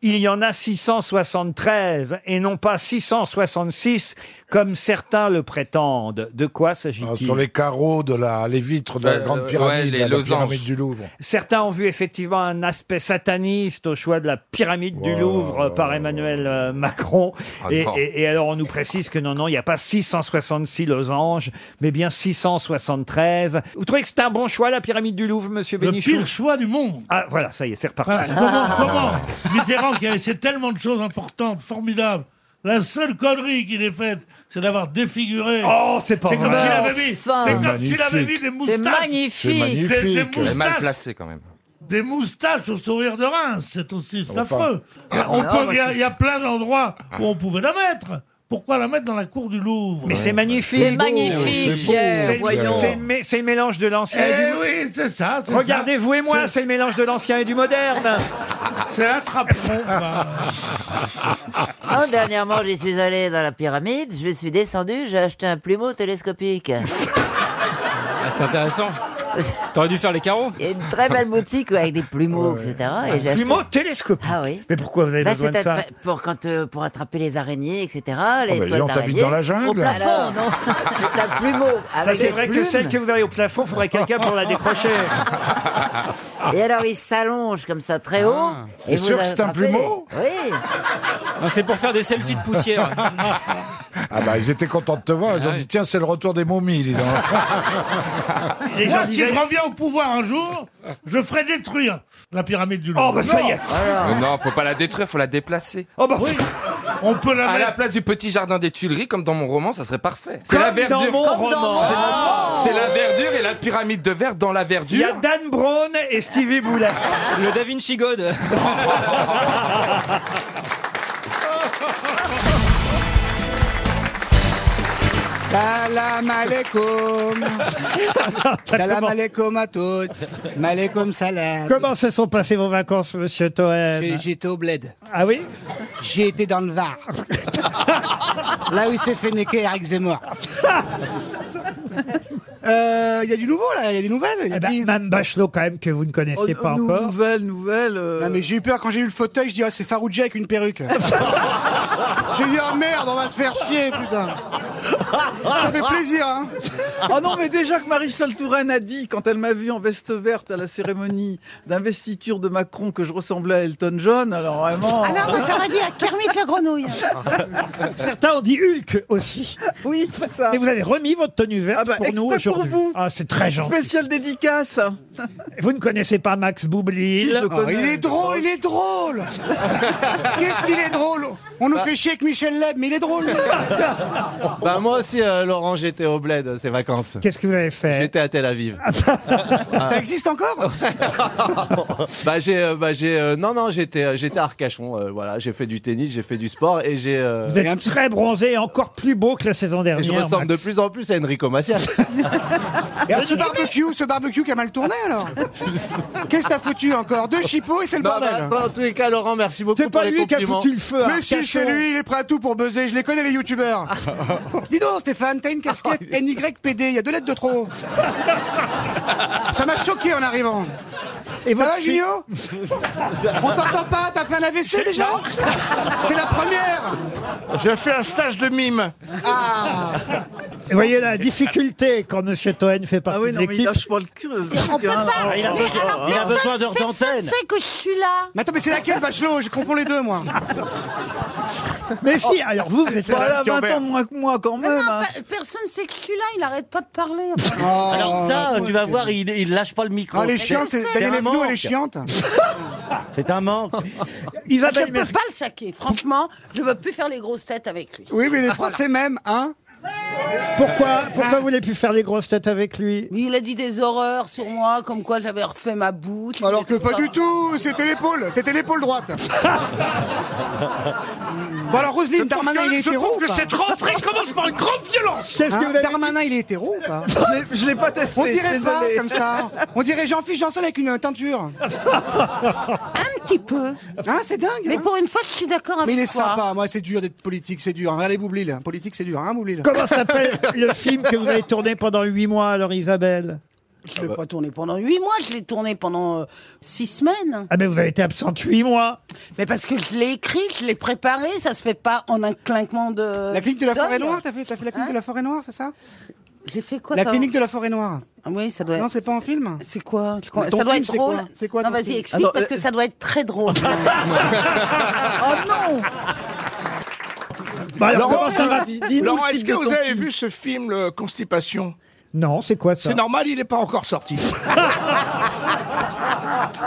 Speaker 1: Il y en a 673 et non pas 666 comme certains le prétendent. De quoi
Speaker 4: Ah,
Speaker 1: s'agit-il
Speaker 4: sur les carreaux de la, les vitres de la
Speaker 2: Euh,
Speaker 4: grande
Speaker 2: ouais,
Speaker 4: pyramide,
Speaker 2: les
Speaker 4: là, la
Speaker 2: losanges.
Speaker 4: pyramide du Louvre.
Speaker 1: Certains ont vu effectivement un aspect sataniste au choix de la pyramide du
Speaker 4: Wow.
Speaker 1: Louvre euh, par Emmanuel euh, Macron.
Speaker 2: Ah
Speaker 1: et,
Speaker 2: non.
Speaker 1: et- et alors on nous précise que non, non, il n'y a pas 666 losanges, mais bien 673. Vous trouvez que c'est un bon choix la pyramide du Louvre, monsieur
Speaker 11: Le
Speaker 1: Bénichou
Speaker 11: pire choix du monde.
Speaker 1: Ah voilà, ça y est, c'est
Speaker 11: Voilà,
Speaker 1: reparti.
Speaker 6: Ah.
Speaker 11: comment, comment Mitterrand qui a laissé tellement de choses importantes, formidables. La seule connerie qu'il ait faite, c'est d'avoir défiguré.
Speaker 1: Oh, c'est pas
Speaker 11: c'est comme s'il
Speaker 1: vrai.
Speaker 11: avait mis,
Speaker 6: Enfin.
Speaker 11: c'est
Speaker 6: C'est
Speaker 11: comme s'il avait mis
Speaker 4: magnifique.
Speaker 11: des
Speaker 6: C'est
Speaker 11: moustaches,
Speaker 6: magnifique.
Speaker 4: C'est
Speaker 11: des, des
Speaker 4: magnifique.
Speaker 2: C'est mal
Speaker 11: moustaches,
Speaker 2: placé quand même.
Speaker 11: des moustaches au sourire de Reims. C'est aussi c'est
Speaker 1: Ah,
Speaker 4: Enfin.
Speaker 11: affreux. Il y a- on peut- il y a- il y a plein d'endroits où on pouvait la mettre. Pourquoi la mettre dans la cour du Louvre
Speaker 1: Mais c'est magnifique.
Speaker 6: C'est magnifique,
Speaker 4: c'est beau.
Speaker 6: Pierre,
Speaker 1: C'est
Speaker 6: voyons.
Speaker 1: c'est le mé- c'est le mélange de l'ancien et
Speaker 11: Eh
Speaker 1: du
Speaker 11: oui, c'est ça. c'est ça.
Speaker 1: Regardez, vous et moi,
Speaker 11: C'est-
Speaker 1: c'est le mélange de l'ancien et du moderne.
Speaker 11: C'est attrapant.
Speaker 15: Oh, dernièrement, j'y suis allé dans la pyramide, je suis descendu, j'ai acheté un plumeau télescopique.
Speaker 3: Ah, c'est intéressant.
Speaker 16: T'aurais dû faire les carreaux.
Speaker 15: Il y a une très belle boutique ouais, avec des plumeaux, etc.
Speaker 16: Un
Speaker 15: j'ai
Speaker 16: plumeau
Speaker 15: acheté-
Speaker 1: télescopique.
Speaker 15: Ah oui.
Speaker 1: Mais pourquoi vous avez
Speaker 15: Bah,
Speaker 1: besoin de
Speaker 15: c'est
Speaker 1: ça
Speaker 15: attra- pour, quand, euh, pour attraper les araignées, etc. Les
Speaker 1: bah,
Speaker 15: toiles
Speaker 1: là, on t'habite
Speaker 15: d'araignée.
Speaker 1: dans la jungle.
Speaker 15: Au plafond,
Speaker 1: Alors.
Speaker 15: non C'est un plumeau.
Speaker 1: Ça,
Speaker 15: avec
Speaker 1: c'est
Speaker 15: des
Speaker 1: vrai que
Speaker 15: plumes.
Speaker 1: celle que vous avez au plafond, faudrait quelqu'un pour la décrocher.
Speaker 15: Et alors, il s'allonge comme ça,
Speaker 1: Ah.
Speaker 15: très haut.
Speaker 16: C'est
Speaker 15: et vous
Speaker 16: sûr que c'est un
Speaker 15: attrapez-
Speaker 16: plumeau
Speaker 15: Oui.
Speaker 16: Non, c'est pour faire des selfies de poussière.
Speaker 4: Ah bah, ils étaient contents de te voir. Ils ont dit, tiens, c'est le retour des momies, dis donc.
Speaker 1: Les gens
Speaker 11: Moi, si
Speaker 1: disaient-
Speaker 11: je reviens au pouvoir un jour, je ferai détruire la pyramide du Louvre.
Speaker 8: Oh, bah, ça y est.
Speaker 11: Non.
Speaker 8: Non, faut pas la détruire, faut la déplacer.
Speaker 1: Oh bah
Speaker 11: oui. On peut la
Speaker 8: À la
Speaker 11: mettre.
Speaker 8: place du petit jardin des Tuileries, comme dans mon roman, ça serait parfait.
Speaker 1: Comme
Speaker 8: la
Speaker 1: dans mon Comme dans roman. mon
Speaker 8: C'est-
Speaker 1: roman.
Speaker 8: C'est la verdure et la pyramide de verre dans la
Speaker 1: Il y a
Speaker 8: verdure.
Speaker 1: Dan Brown et Stevie Boulet.
Speaker 16: Le Da Vinci God.
Speaker 3: Salam alaikum. salam alaikum à tous. Malaikum salam.
Speaker 1: Comment se sont passées vos vacances, monsieur Toen
Speaker 3: J'ai- J'étais au bled.
Speaker 1: Ah oui
Speaker 3: J'ai été dans le Var. là où il s'est fait niquer Eric Zemmour. Euh, Il y a du nouveau là, il y a des nouvelles.
Speaker 1: Eh
Speaker 3: il Y a des-
Speaker 1: Mme Bachelot, quand même, que vous ne connaissiez
Speaker 3: Oh,
Speaker 1: pas
Speaker 3: nou-
Speaker 1: encore.
Speaker 3: Nouvelle, nouvelle. euh. Non, mais j'ai eu peur quand j'ai eu le fauteuil, je dis, ah, c'est Faroujah avec une perruque. j'ai dit, ah merde, on va se faire chier, putain. Ça fait plaisir, hein.
Speaker 17: Oh non, mais déjà que Marisol Touraine a dit, quand elle m'a vu en veste verte à la cérémonie d'investiture de Macron, que je ressemblais à Elton John, alors vraiment.
Speaker 6: Ah
Speaker 17: euh,
Speaker 6: non, moi j'aurais dit à Kermit la grenouille.
Speaker 1: Certains ont dit Hulk aussi.
Speaker 17: Oui, c'est ça.
Speaker 1: Et vous avez remis votre tenue verte
Speaker 17: Ah bah,
Speaker 1: pour nous
Speaker 17: exprès pour
Speaker 1: aujourd'hui.
Speaker 17: vous.
Speaker 1: Ah, c'est très gentil.
Speaker 17: Spécial dédicace.
Speaker 1: Vous ne connaissez pas Max Boublil Ah,
Speaker 17: Si, je le
Speaker 3: Oh, il est drôle, il est drôle Qu'est-ce qu'il est drôle On nous fait chier avec Michel Leb, mais il est drôle
Speaker 5: Bah moi aussi, euh, Laurent, j'étais au bled euh, ces vacances.
Speaker 1: Qu'est-ce que vous avez fait Ah,
Speaker 5: J'étais à Tel Aviv.
Speaker 3: Ça existe encore
Speaker 5: bah j'ai, euh, bah j'ai, euh, non non, j'étais, euh, j'étais à Arcachon. euh, voilà, j'ai fait du tennis, j'ai fait du sport et j'ai. euh,
Speaker 1: Vous êtes très bronzé et encore plus beau que la saison
Speaker 5: et
Speaker 1: dernière.
Speaker 5: je ressemble de
Speaker 1: Max.
Speaker 5: plus en plus à Enrico Macias.
Speaker 3: Et alors, ce barbecue, ce barbecue qui a mal tourné alors Qu'est-ce que t'as foutu encore Deux chipots et c'est le
Speaker 5: Non,
Speaker 3: bordel
Speaker 5: bah, attends, en tous les cas, Laurent, merci beaucoup pour les compliments.
Speaker 3: Mais si, chez lui, il est prêt à tout pour buzzer, je les connais les youtubeurs Dis donc Stéphane, t'as une
Speaker 1: Ah,
Speaker 3: casquette NYPD, il y a deux lettres de trop Ça m'a choqué en arrivant
Speaker 1: Et
Speaker 3: Ça
Speaker 1: votre
Speaker 3: va,
Speaker 1: fille-
Speaker 3: Junio On t'entend pas T'as fait un AVC déjà C'est la première
Speaker 1: Je fais un stage de mime.
Speaker 3: Ah
Speaker 1: Vous voyez la difficulté quand Monsieur Toen fait partie
Speaker 17: Ah oui,
Speaker 1: de
Speaker 17: non, mais il
Speaker 1: l'équipe.
Speaker 17: lâche pas le Ah, cul. le truc,
Speaker 6: On peut
Speaker 17: hein.
Speaker 6: pas.
Speaker 1: Ah, il a
Speaker 6: mais
Speaker 1: besoin-
Speaker 6: alors,
Speaker 1: il a
Speaker 6: personne-
Speaker 1: besoin d'heures
Speaker 6: Personne
Speaker 1: d'antenne.
Speaker 6: sait que je suis là.
Speaker 3: Mais attends, mais c'est laquelle, Bachelot Je confonds les deux, moi
Speaker 1: Mais si, alors vous, vous êtes
Speaker 17: Bah, elle a
Speaker 1: Madame
Speaker 17: 20
Speaker 1: Kiobert.
Speaker 17: ans de moins que moi quand
Speaker 6: Mais
Speaker 17: même.
Speaker 6: non,
Speaker 17: hein.
Speaker 6: pe- personne sait que je suis là, il arrête pas de parler. Oh,
Speaker 3: Alors ça, tu vas voir, il-
Speaker 5: lâche pas le micro.
Speaker 3: Ah, elle est chiante, c'est- Daniel Evenou, elle est chiante
Speaker 5: C'est un manque.
Speaker 1: Isabelle
Speaker 6: je peux pas le saquer, franchement, je veux plus faire les grosses têtes avec lui. Ah,
Speaker 3: Oui, mais les Français même, hein
Speaker 1: Pourquoi, pourquoi vous voulez plus faire les grosses têtes avec lui
Speaker 6: Mais il a dit des horreurs sur moi, comme quoi j'avais refait ma bouche.
Speaker 3: Alors que pas du tout, c'était l'épaule, c'était l'épaule droite. bon alors Roselyne, Darmanin il est hétéro ou pas
Speaker 11: rentrée commence par une grande violence.
Speaker 1: Qu'est-ce que
Speaker 3: Hein,
Speaker 1: vous avez
Speaker 3: Darmanin il est hétéro ou pas
Speaker 17: Je l'ai- Je l'ai pas testé.
Speaker 3: On dirait pas
Speaker 17: désolé.
Speaker 3: comme ça. On dirait Jean-Philippe Janssen avec une teinture.
Speaker 6: Un petit peu.
Speaker 3: Hein, c'est dingue.
Speaker 6: Mais
Speaker 3: hein.
Speaker 6: pour une fois, je suis d'accord avec
Speaker 3: Mais il est
Speaker 6: toi.
Speaker 3: sympa. Ah, Moi c'est dur d'être politique, c'est dur. Regardez Boublil, politique c'est dur, hein Boublil.
Speaker 1: Comment s'appelle le film que vous avez tourné pendant huit mois, alors Isabelle Ah
Speaker 6: Je l'ai
Speaker 1: bah.
Speaker 6: pas tourné pendant huit mois, je l'ai tourné pendant euh, six semaines.
Speaker 1: Ah, mais vous avez été absente huit mois.
Speaker 6: Mais parce que je l'ai écrit, je l'ai préparé, ça se fait pas en un clinquement de.
Speaker 3: La clinique de la
Speaker 6: d'œil.
Speaker 3: forêt noire, t'as fait, t'as fait la clinique de la forêt noire, c'est ça
Speaker 6: J'ai fait quoi
Speaker 3: La
Speaker 6: quand-
Speaker 3: clinique de la forêt noire.
Speaker 6: Ah Oui, ça doit
Speaker 3: Non,
Speaker 6: être.
Speaker 3: c'est pas en film
Speaker 6: C'est quoi Je crois-
Speaker 3: Mais
Speaker 6: Ça
Speaker 3: ton
Speaker 6: doit
Speaker 3: film,
Speaker 6: être
Speaker 3: c'est quoi
Speaker 6: drôle.
Speaker 3: C'est quoi
Speaker 6: Non,
Speaker 3: ton
Speaker 6: vas-y,
Speaker 3: film
Speaker 6: explique
Speaker 3: Attends,
Speaker 6: parce
Speaker 3: euh,
Speaker 6: que ça doit être très drôle.
Speaker 17: Oh non
Speaker 1: Bah, alors, comment ça va
Speaker 2: euh, Laurent, est-ce que vous avez vu ce film le Constipation
Speaker 1: Non, c'est quoi ça
Speaker 2: C'est normal, il n'est pas encore sorti.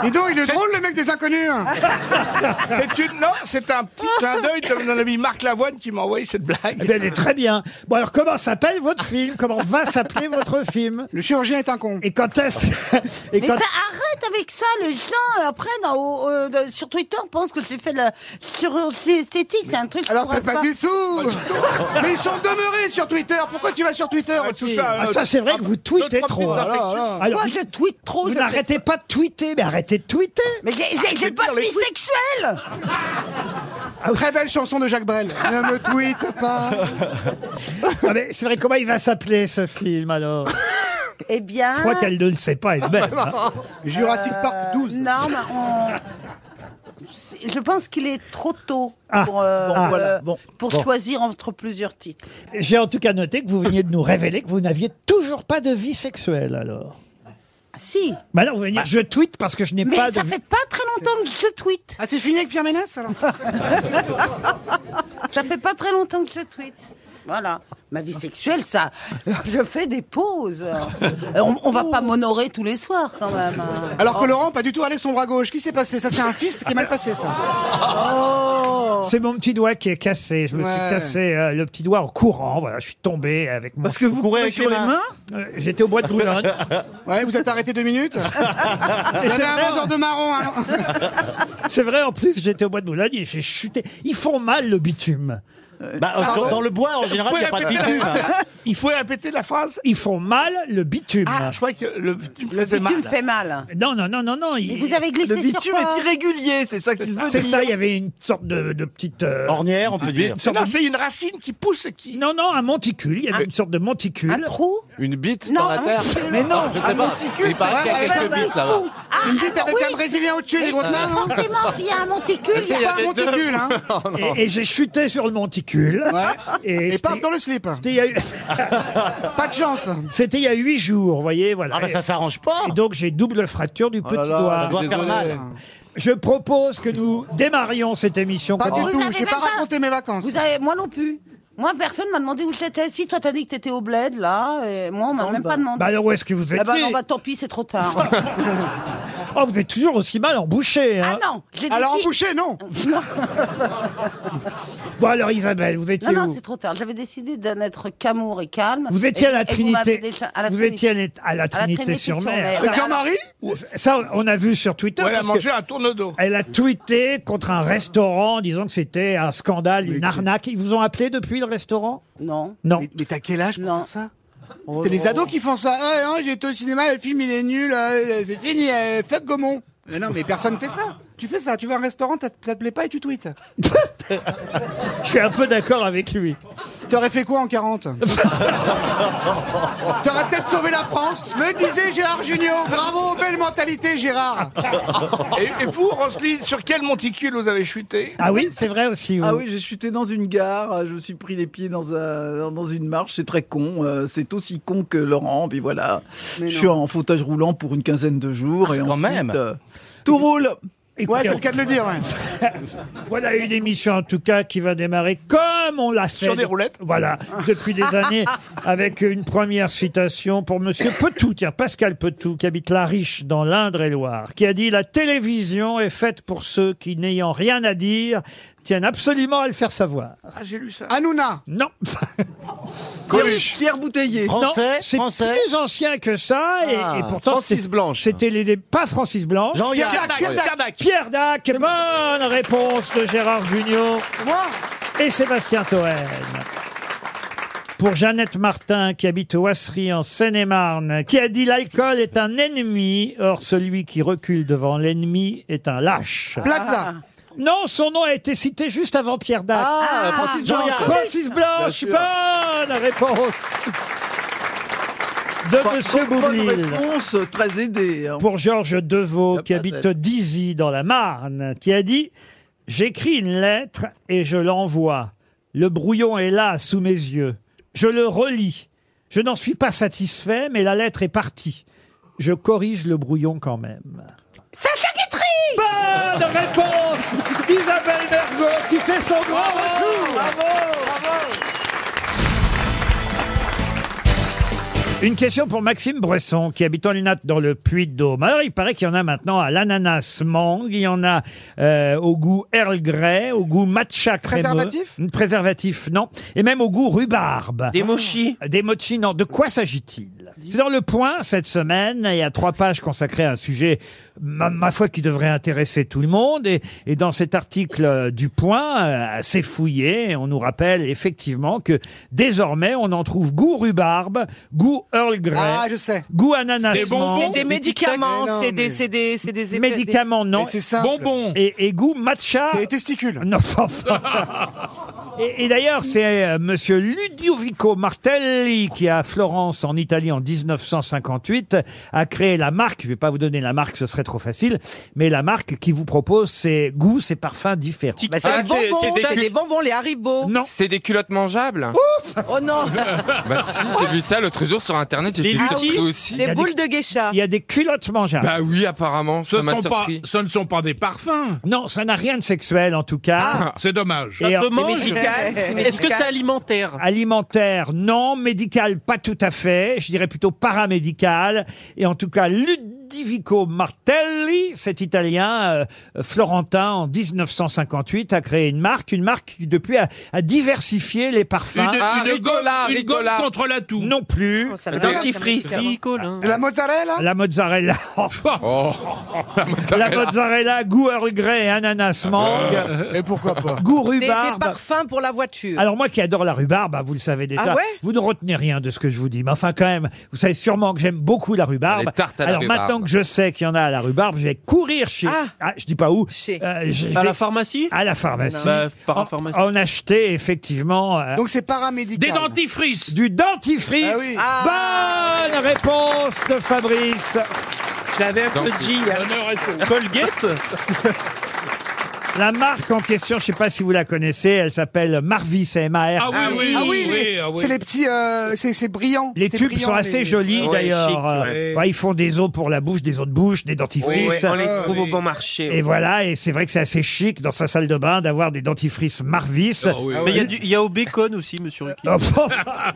Speaker 3: Dis donc, il est drôle le mec des inconnus. hein.
Speaker 2: c'est une non, c'est un petit clin d'œil de mon ami Marc Lavoine qui m'a envoyé cette blague.
Speaker 1: Eh bien, elle est très bien. Bon, alors, comment s'appelle votre film Comment va s'appeler votre film
Speaker 3: Le chirurgien est un con.
Speaker 1: Et quand est-ce et
Speaker 6: Mais
Speaker 1: quand-
Speaker 6: t'as- arrête avec ça, les gens euh, après dans- au- euh, de- sur Twitter pensent que j'ai fait de la chirurgie esthétique, c'est un truc.
Speaker 3: Alors
Speaker 6: que je
Speaker 3: c'est
Speaker 6: pourrais
Speaker 3: pas du tout Mais ils sont demeurés sur Twitter, pourquoi tu vas sur Twitter aussi
Speaker 1: Ah, ça, c'est vrai que vous tweetez trop.
Speaker 3: petites
Speaker 1: alors.
Speaker 3: infections.
Speaker 1: Alors,
Speaker 6: Moi,
Speaker 1: vous-
Speaker 6: je tweete trop.
Speaker 1: Vous
Speaker 6: je fais-
Speaker 1: n'arrêtez pas de tweeter, mais arrêtez de tweeter.
Speaker 6: Mais j'ai- j'ai j'ai pas de vie sexuelle.
Speaker 3: Très belle chanson de Jacques Brel. Ne me tweete pas.
Speaker 1: Ah, mais c'est vrai, comment il va s'appeler ce film alors
Speaker 6: Eh bien.
Speaker 1: Je crois qu'elle ne le sait pas
Speaker 6: Ah,
Speaker 1: elle-même. hein.
Speaker 3: Euh,
Speaker 6: Jurassic Park 12. Non, mais on- Je pense qu'il est trop tôt
Speaker 1: Ah,
Speaker 6: pour, euh,
Speaker 1: bon,
Speaker 6: pour,
Speaker 1: voilà,
Speaker 6: euh,
Speaker 1: bon,
Speaker 6: pour
Speaker 1: bon.
Speaker 6: choisir entre plusieurs titres.
Speaker 1: J'ai en tout cas noté que vous veniez de nous révéler que vous n'aviez toujours pas de vie sexuelle alors.
Speaker 6: Ah, Si.
Speaker 1: Bah alors vous venez dire je tweete parce que je n'ai
Speaker 6: Mais
Speaker 1: pas
Speaker 6: ça
Speaker 1: de. vie-
Speaker 6: fait pas très longtemps que je tweete. Ah, c'est fini avec Pierre Ménès alors Ça fait pas très longtemps que je tweete. Voilà. Ma vie sexuelle, ça. Je fais des pauses. Euh, On, on va pas m'honorer tous les soirs quand même. hein.
Speaker 3: Alors que Laurent, pas du tout allé son bras gauche. Qui s'est passé Ça, c'est un fist qui est mal passé, ça.
Speaker 6: Oh.
Speaker 1: C'est mon petit doigt qui est cassé. Je me
Speaker 3: Ouais.
Speaker 1: suis cassé euh, le petit doigt en courant. Voilà, je suis tombé avec mon.
Speaker 3: Parce que vous courez avec les mains
Speaker 1: Euh, J'étais au bois de Boulogne.
Speaker 3: Ouais, vous êtes arrêté deux minutes.
Speaker 1: c'est
Speaker 3: J'avais un
Speaker 1: vrai.
Speaker 3: vendeur de marron. hein.
Speaker 1: C'est vrai, en plus, j'étais au bois de Boulogne et j'ai chuté. Ils font mal le bitume.
Speaker 2: Bah, euh, sur- dans le bois, en général, il n'y a pas de bitume.
Speaker 1: Il faut répéter la phrase. Ils font mal le bitume. Ah, je croyais que le bitume
Speaker 6: faisait bitume mal. fait mal.
Speaker 1: Non, non, non, non, non. il-
Speaker 6: Mais vous avez glissé
Speaker 18: Le bitume
Speaker 6: sur quoi
Speaker 18: est irrégulier, c'est ça qui se veut
Speaker 1: C'est
Speaker 18: dire.
Speaker 1: ça, il y avait une sorte de, de petite. Ornière, on peut
Speaker 18: dire.
Speaker 19: Non,
Speaker 1: c'est une racine qui pousse. Qui... Ah. Non, non, un monticule. Il y avait une sorte de monticule. Un
Speaker 6: trou
Speaker 1: Une bite
Speaker 3: Non, un monticule. Mais non,
Speaker 1: Ah, je
Speaker 3: un
Speaker 1: sais pas.
Speaker 3: monticule,
Speaker 1: Il paraît
Speaker 3: c'est
Speaker 1: qu'il y a
Speaker 3: vrai,
Speaker 1: quelques
Speaker 3: avec un
Speaker 1: bites là-bas.
Speaker 3: trou. Une bite avec un Brésilien au-dessus,
Speaker 6: Ah, Mais
Speaker 3: des grosses mains. non
Speaker 6: Forcément, s'il y a un monticule, il
Speaker 3: Il
Speaker 6: y
Speaker 3: y
Speaker 6: a pas
Speaker 3: avait
Speaker 6: un
Speaker 3: deux.
Speaker 6: monticule. hein.
Speaker 1: Et, et j'ai chuté sur le monticule. Et,
Speaker 3: Et paf,
Speaker 1: c'était-
Speaker 3: dans le slip.
Speaker 1: c'était il y a- Pas de chance. C'était il y a huit jours, vous voyez, voilà.
Speaker 2: Ah, bah, ça Oh
Speaker 1: s'arrange pas. Et donc j'ai double fracture du petit
Speaker 2: là là,
Speaker 1: doigt.
Speaker 2: ça doit faire Désolé. mal.
Speaker 1: Je propose que nous démarrions cette émission.
Speaker 3: Pas
Speaker 1: comme-
Speaker 3: du
Speaker 6: Vous
Speaker 3: tout,
Speaker 6: avez
Speaker 3: j'ai
Speaker 6: même
Speaker 3: pas raconté mes vacances.
Speaker 6: Vous avez, moi non plus. Moi, personne m'a demandé où j'étais. Si, toi, t'as dit que t'étais au bled, là. Et moi, on m'a même pas demandé.
Speaker 1: Bah alors, où est-ce que vous
Speaker 6: Ah bah
Speaker 1: étiez
Speaker 6: non, bah tant pis, c'est trop tard.
Speaker 1: Oh, vous êtes toujours aussi mal embouché. Hein.
Speaker 6: Ah, non, j'ai dit
Speaker 3: Alors,
Speaker 6: si-
Speaker 3: embouché, non
Speaker 6: Non,
Speaker 1: Bon alors Ah, Isabelle, vous étiez
Speaker 6: non, non,
Speaker 1: où
Speaker 6: c'est trop tard. J'avais décidé d'en être qu'amour et calme.
Speaker 1: Vous étiez à
Speaker 6: Et-
Speaker 1: la
Speaker 6: et vous m'avez
Speaker 1: Trinité.
Speaker 6: déjà- à la
Speaker 1: Vous
Speaker 6: Trinité.
Speaker 1: étiez à la- à la Trinité-sur-Mer.
Speaker 6: Trinité-sur-Mer.
Speaker 1: Jean-Marie Ça, on a vu sur Twitter.
Speaker 19: Ouais, elle a
Speaker 1: parce que
Speaker 19: mangé un tourne-dos.
Speaker 1: Elle a tweeté contre un restaurant, disant que c'était un scandale, une arnaque. Ils vous ont appelé depuis le restaurant
Speaker 6: Non. Oh
Speaker 1: Non.
Speaker 3: Mais, mais t'as quel âge pour faire ça C'est
Speaker 1: là
Speaker 3: les
Speaker 1: là.
Speaker 3: ados qui font ça. Ah, non, j'ai été au cinéma, le film il est nul, euh, c'est fini, euh, fuck Gaumont. Mais non, mais personne fait ça. Tu fais ça, tu vas à un restaurant, ça te ça te plaît pas et tu tweets.
Speaker 1: Je suis un peu d'accord avec lui.
Speaker 3: T'aurais fait quoi en 40 T'aurais peut-être sauvé la France, me disait Gérard Junior. Bravo, belle mentalité, Gérard.
Speaker 19: Et, et vous, Roselyne, sur quel monticule vous avez chuté
Speaker 1: Ah oui, c'est vrai aussi.
Speaker 18: Ah oui, j'ai chuté dans une gare, euh, je me suis pris les pieds dans, un- dans une marche, c'est très con, euh, c'est aussi con que Laurent, puis voilà. Je
Speaker 3: Mais
Speaker 18: suis
Speaker 3: non.
Speaker 18: en fauteuil roulant pour une quinzaine de jours
Speaker 1: Ah,
Speaker 18: et
Speaker 2: Quand
Speaker 18: ensuite,
Speaker 2: même.
Speaker 18: euh, tout roule.
Speaker 3: Ouais,
Speaker 1: euh,
Speaker 3: c'est le cas de le dire. ouais.
Speaker 1: Voilà une émission en tout cas qui va démarrer comme on l'a fait.
Speaker 19: Sur des roulettes.
Speaker 1: Voilà, depuis des années, avec une première citation pour Monsieur Petou, tiens, Pascal Petou, qui habite La Riche dans l'Indre-et-Loire, qui a dit La télévision est faite pour ceux qui, n'ayant rien à dire, tiennent absolument à le faire savoir.
Speaker 19: Ah, j'ai lu ça.
Speaker 3: Hanouna.
Speaker 1: Non.
Speaker 18: Coluche. Pierre Bouteiller.
Speaker 1: non, c'est plus ancien que ça, et,
Speaker 20: Ah,
Speaker 1: et pourtant
Speaker 20: Francis
Speaker 1: c'est-
Speaker 20: Blanche.
Speaker 1: C'était les dé- pas Francis Blanche.
Speaker 20: Jean-Yann.
Speaker 1: Pierre Dac.
Speaker 20: Pierre Dac.
Speaker 1: Pierre Dac. Pierre Dac. Bonne réponse de Gérard Junior et Sébastien Toen. Pour Jeannette Martin, qui habite Oisserie en Seine-et-Marne, qui a dit l'alcool est un ennemi, or celui qui recule devant l'ennemi est un lâche.
Speaker 3: Plaza.
Speaker 1: Non, son nom a été cité juste avant Pierre Dac.
Speaker 20: Ah, Francis Blanche.
Speaker 1: Francis Blanche, bonne réponse de Monsieur
Speaker 18: Bonne
Speaker 1: Boublil.
Speaker 18: réponse, très aidée. hein.
Speaker 1: Pour Georges Deveau, qui habite
Speaker 18: tête.
Speaker 1: Dizy, dans la Marne, qui a dit « J'écris une lettre et je l'envoie. Le brouillon est là, sous mes yeux. Je le relis. Je n'en suis pas satisfait, mais la lettre est partie. Je corrige le brouillon quand même. »
Speaker 6: Sacha Guitry
Speaker 1: Bonne réponse Isabelle Bergot qui fait son grand retour Une question pour Maxime Bresson, qui habite en Linate dans le Puy-de-Dôme. Alors, il paraît qu'il y en a maintenant à l'ananas mangue, il y en a euh, au goût Earl Grey, au goût matcha crémeux.
Speaker 3: Préservatif
Speaker 1: Préservatif, non. Et même au goût rhubarbe. Ah.
Speaker 2: Des mochis.
Speaker 1: Des mochis, non. De quoi s'agit-il C'est dans le point cette semaine. Il y a trois pages consacrées à un sujet, ma, ma foi, qui devrait intéresser tout le monde. Et, et dans cet article euh, du point, euh, assez fouillé, on nous rappelle effectivement que désormais, on en trouve goût rhubarbe, goût Earl Grey,
Speaker 3: Ah, je sais.
Speaker 1: goût ananas. mangue,
Speaker 5: C'est des médicaments,
Speaker 3: Mais non,
Speaker 5: c'est des,
Speaker 3: mais-
Speaker 5: c'est des, c'est des épais-
Speaker 1: médicaments, non.
Speaker 3: Mais c'est ça.
Speaker 1: Et, et goût matcha.
Speaker 3: C'est les testicules.
Speaker 1: Non, enfin, enfin. Et, et d'ailleurs, c'est euh, Monsieur Ludovico Martelli qui, à Florence, en Italie, en 1958, a créé la marque. Je vais pas vous donner la marque, ce serait trop facile, mais la marque qui vous propose ses goûts, ses parfums différents.
Speaker 21: Bah, c'est Ah, les c'est- bonbons, c'est des c'est cul- les
Speaker 6: bonbons, les haribots.
Speaker 1: Non.
Speaker 21: C'est des culottes mangeables
Speaker 6: Ouf Oh non
Speaker 21: Bah si, j'ai vu ça l'autre jour sur internet, j'ai
Speaker 6: Des
Speaker 21: été
Speaker 6: litchis
Speaker 21: surpris aussi.
Speaker 6: Des boules de geisha.
Speaker 1: Il y a des culottes mangeables.
Speaker 21: Bah oui, apparemment,
Speaker 1: Ce
Speaker 21: ça m'a
Speaker 1: sont pas-
Speaker 21: surpris.
Speaker 1: ce ne sont pas des parfums. Ah. Non, ça n'a rien de sexuel en tout
Speaker 21: Ah,
Speaker 1: cas.
Speaker 5: Ah,
Speaker 17: C'est dommage.
Speaker 1: Et
Speaker 17: Ça se
Speaker 1: en-
Speaker 17: mange.
Speaker 1: C'est médical, c'est
Speaker 2: Est-ce que
Speaker 1: médical.
Speaker 2: c'est alimentaire
Speaker 1: Alimentaire, non. Médical, pas tout à fait. Je dirais plutôt paramédical. Et en tout cas, Ludovico Martelli, cet Italien euh, florentin, en 1958, a créé une marque, une marque qui depuis a, a diversifié les parfums.
Speaker 17: Une- Ah, une Ricola, gomme- une gomme Ricola. contre
Speaker 1: la toux. Oh, Non plus.
Speaker 17: va, ça Dentifrice. Oh. me fait peur.
Speaker 1: hein.
Speaker 17: Ricola. La
Speaker 1: mozzarella La mozzarella. la mozzarella, goût Earl Grey, ananas, mangue.
Speaker 3: Et pourquoi pas
Speaker 1: Goût
Speaker 6: Des, des
Speaker 1: rhubarbe.
Speaker 6: parfums pour la voiture.
Speaker 1: Alors moi qui adore la rhubarbe, bah, vous le savez déjà,
Speaker 6: Ah ouais
Speaker 1: vous ne retenez rien de ce que je vous dis. Mais enfin quand même, vous savez sûrement que j'aime beaucoup la rhubarbe.
Speaker 21: Les tartes à la
Speaker 1: Alors
Speaker 21: rhubarbe.
Speaker 1: maintenant que je sais qu'il y en a à la rhubarbe, je vais courir chez... Ah, je dis pas où. Euh, je- je
Speaker 2: À
Speaker 1: vais-
Speaker 2: la pharmacie
Speaker 1: À la pharmacie.
Speaker 2: Bah, par
Speaker 1: en,
Speaker 2: pharmacie.
Speaker 1: en acheter effectivement... euh,
Speaker 3: Donc c'est paramédical.
Speaker 2: Des dentifrices
Speaker 1: Du dentifrice
Speaker 3: Ah oui.
Speaker 1: Bonne réponse de Fabrice
Speaker 2: J'avais un hein.
Speaker 1: petit,
Speaker 21: euh,
Speaker 2: Colgate
Speaker 1: La marque en question, je ne sais pas si vous la connaissez, elle s'appelle Marvis,
Speaker 2: Ah
Speaker 1: M-A-R.
Speaker 3: Ah les-
Speaker 21: ah
Speaker 3: C'est les petits, euh, c'est c'est brillant.
Speaker 1: ah Les
Speaker 3: C'est
Speaker 1: tubes
Speaker 3: brillant,
Speaker 1: sont assez
Speaker 3: les-
Speaker 1: jolis d'ailleurs. Euh, ouais, ils font des os pour la bouche, des os de bouche, des dentifrices.
Speaker 5: Ouais, on les
Speaker 17: Ah,
Speaker 5: trouve au bon marché.
Speaker 1: Et voilà, et c'est vrai que c'est assez chic dans sa salle de bain d'avoir des dentifrices Marvis.
Speaker 21: Ah
Speaker 1: Oh,
Speaker 2: Mais il y a du- il y, a au bacon aussi, monsieur Ricky.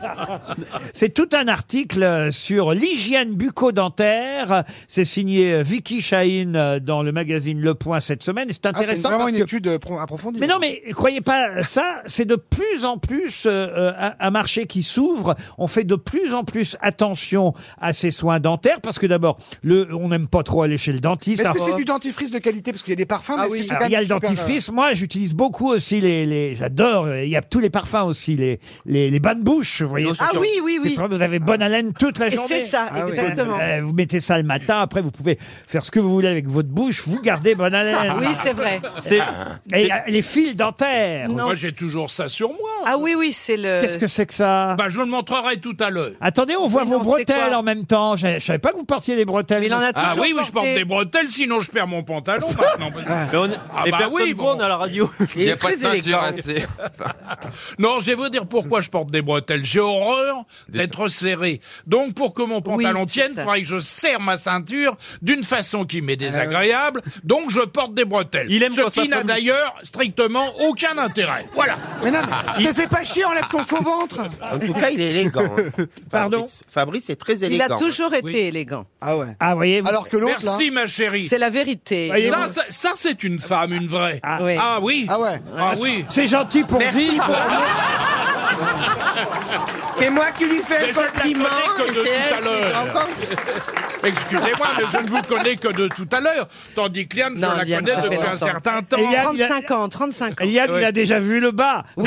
Speaker 1: C'est tout un article euh, sur l'hygiène bucco-dentaire. C'est signé euh, Vicky Chahine euh, dans le magazine Le Point cette semaine. Et C'est
Speaker 3: Ah, c'est
Speaker 1: intéressant
Speaker 3: vraiment
Speaker 1: parce
Speaker 3: une
Speaker 1: que-
Speaker 3: étude euh, pro- approfondie.
Speaker 1: mais non, mais croyez pas ça, c'est de plus en plus euh, euh, un, un marché qui s'ouvre. On fait de plus en plus attention à ses soins dentaires parce que d'abord, le, on n'aime pas trop aller chez le dentiste.
Speaker 3: Est-ce que
Speaker 1: Alors,
Speaker 3: c'est du dentifrice de qualité Parce qu'il y a des parfums, Ah, mais
Speaker 17: Ah
Speaker 6: Ah
Speaker 1: alors,
Speaker 3: est-ce que c'est quand
Speaker 1: Ah, il y a le
Speaker 3: même super, euh,
Speaker 1: dentifrice. Moi, j'utilise beaucoup aussi les, les j'adore. euh, Il y a tous les parfums aussi, les les, les bains de bouche. Vous voyez.
Speaker 6: Ah
Speaker 1: c'est-
Speaker 6: oui, oui,
Speaker 1: c'est
Speaker 6: oui.
Speaker 1: vrai, Vous avez
Speaker 3: Ah.
Speaker 1: bonne haleine toute la
Speaker 6: Et
Speaker 1: journée.
Speaker 6: c'est ça, Ah oui. exactement.
Speaker 1: Euh, Vous mettez ça le matin. Après, vous pouvez faire ce que vous voulez avec votre bouche. Vous gardez bonne haleine.
Speaker 6: Oui, c'est vrai.
Speaker 1: C'est- Et euh, les fils
Speaker 3: euh,
Speaker 1: dentaires.
Speaker 17: Moi, j'ai toujours ça sur moi.
Speaker 6: Ah oui, oui, c'est le.
Speaker 1: Qu'est-ce que c'est que ça
Speaker 17: Bah, je vous le montrerai tout à l'heure.
Speaker 1: Attendez, on voit
Speaker 17: Mais
Speaker 1: vos
Speaker 17: non, c'est
Speaker 1: bretelles
Speaker 17: quoi
Speaker 1: en même temps. Je je savais pas que vous portiez des bretelles.
Speaker 17: ah oui, oui, je porte des bretelles, sinon je perds mon pantalon maintenant. ah
Speaker 2: mais
Speaker 17: bah
Speaker 2: personne
Speaker 17: oui,
Speaker 2: voit, on est à la radio. Il y a pas de ceinture assez.
Speaker 17: non, je vais vous dire pourquoi je porte des bretelles. J'ai horreur d'être serré. Donc, pour que mon pantalon tienne, il faudrait que je serre ma ceinture d'une façon qui m'est désagréable.
Speaker 11: Euh.
Speaker 17: Donc, je porte des bretelles.
Speaker 2: Il aime
Speaker 17: Ce
Speaker 2: quand ça
Speaker 17: qui n'a
Speaker 2: fait-
Speaker 17: d'ailleurs strictement aucun intérêt. Voilà.
Speaker 3: Mais non, mais ne fais pas chier, enlève ton faux ventre.
Speaker 5: En tout cas, il est élégant. hein.
Speaker 1: Pardon
Speaker 5: Fabrice est très
Speaker 6: Il
Speaker 5: élégant.
Speaker 6: a toujours été élégant.
Speaker 3: Ah ouais.
Speaker 1: Ah, voyez, vous-
Speaker 3: Alors que l'autre, là.
Speaker 17: Merci, ma chérie.
Speaker 6: C'est la vérité.
Speaker 17: Là, ça, ça, c'est une femme, une vraie. Ah,
Speaker 6: oui.
Speaker 17: oui.
Speaker 3: Ah ouais.
Speaker 17: Ah oui.
Speaker 1: C'est gentil pour
Speaker 17: Merci
Speaker 1: Zip.
Speaker 17: pour-
Speaker 5: C'est moi qui lui fais
Speaker 17: Mais
Speaker 5: un
Speaker 17: je ne la
Speaker 5: compliment.
Speaker 17: connais que de
Speaker 5: et c'est
Speaker 17: tout à
Speaker 5: elle qui
Speaker 17: l'heure.
Speaker 5: se rend compte.
Speaker 17: Excusez-moi, mais je ne vous connais que de tout à l'heure. Tandis que Liane, je
Speaker 6: Non,
Speaker 17: la
Speaker 6: Liane,
Speaker 17: connais
Speaker 6: ça fait
Speaker 17: depuis un
Speaker 6: longtemps.
Speaker 17: certain temps.
Speaker 1: Et Liane, il a-
Speaker 6: 35 ans, 35 ans.
Speaker 1: Yann, il a déjà vu le bas.
Speaker 17: Oh.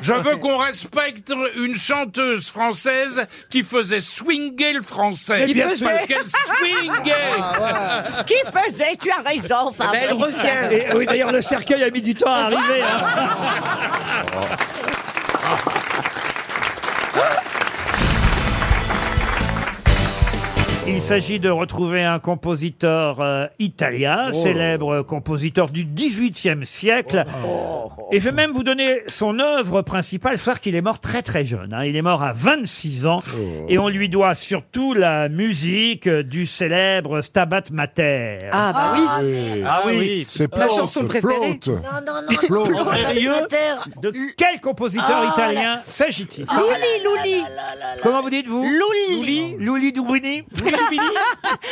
Speaker 17: Je veux qu'on respecte une chanteuse française qui faisait swinguer le français.
Speaker 6: Qui
Speaker 17: Parce
Speaker 6: faisait
Speaker 17: qu'elle
Speaker 2: Ah,
Speaker 17: swingait.
Speaker 1: Ah,
Speaker 6: Qui faisait Tu as
Speaker 2: Eh ben,
Speaker 6: raison, Fabrice.
Speaker 5: Mais elle revient.
Speaker 1: Et, oui, d'ailleurs, le cercueil a mis du temps
Speaker 6: Ah,
Speaker 1: à arriver.
Speaker 6: bah.
Speaker 1: hein. Il s'agit de retrouver un compositeur euh, italien, célèbre compositeur du XVIIIe siècle. Et je vais même vous donner son œuvre principale, faut savoir qu'il est mort très très jeune. hein. Il est mort à 26 ans et on lui doit surtout la musique euh, du célèbre Stabat Mater.
Speaker 6: Ah bah oui.
Speaker 2: Ah oui.
Speaker 4: C'est
Speaker 6: Ma
Speaker 4: Plaute,
Speaker 6: chanson préférée.
Speaker 4: Plaute.
Speaker 15: non,
Speaker 4: Plaute.
Speaker 1: De quel compositeur
Speaker 15: Ah,
Speaker 1: italien s'agit-il
Speaker 17: Ah,
Speaker 15: Louli, Louli.
Speaker 1: Comment vous dites-vous Louli. Louli Doubini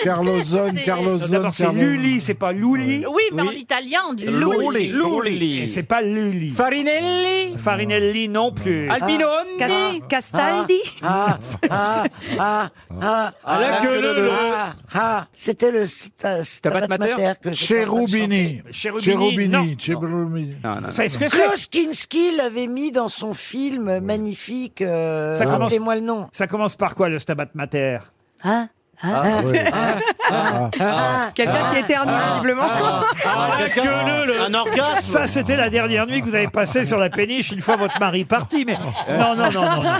Speaker 4: Carlos Zone, Carlos
Speaker 1: Non,
Speaker 4: Zone.
Speaker 1: D'abord, c'est
Speaker 4: Carlos-
Speaker 1: Luli, c'est pas Louli.
Speaker 10: Oui, mais en italien, on dit
Speaker 1: Lully.
Speaker 10: Lully.
Speaker 1: Lully. Et c'est pas Lully.
Speaker 2: Farinelli
Speaker 1: Farinelli non plus.
Speaker 2: Albinoni
Speaker 6: Cas- Castaldi.
Speaker 22: Ah, ah, ah, ah,
Speaker 2: À la queue leu leu.
Speaker 22: ah, ah, c'était le Sita- Stabat
Speaker 2: Mater
Speaker 22: Mater que j'étais en train de
Speaker 4: Cherubini.
Speaker 22: chanter.
Speaker 4: Cherubini. Cherubini.
Speaker 1: Ça, est-ce que c'est
Speaker 22: Klaus Kinski l'avait mis dans son film magnifique.
Speaker 1: Ça
Speaker 22: Euh,
Speaker 1: commence-
Speaker 22: Rappelez-moi le nom.
Speaker 1: Ça commence par quoi le Stabat Mater
Speaker 22: Hein Ah, ouais. Ah, ah, ah.
Speaker 23: Quelqu'un qui éternue,
Speaker 22: Ah,
Speaker 23: visiblement.
Speaker 22: ah, ah,
Speaker 1: Lâche-le, le- Ça, c'était la dernière nuit que vous avez passée sur la péniche une fois votre mari parti. Mais
Speaker 22: Ah.
Speaker 4: Euh.
Speaker 1: non, non, non, non. non.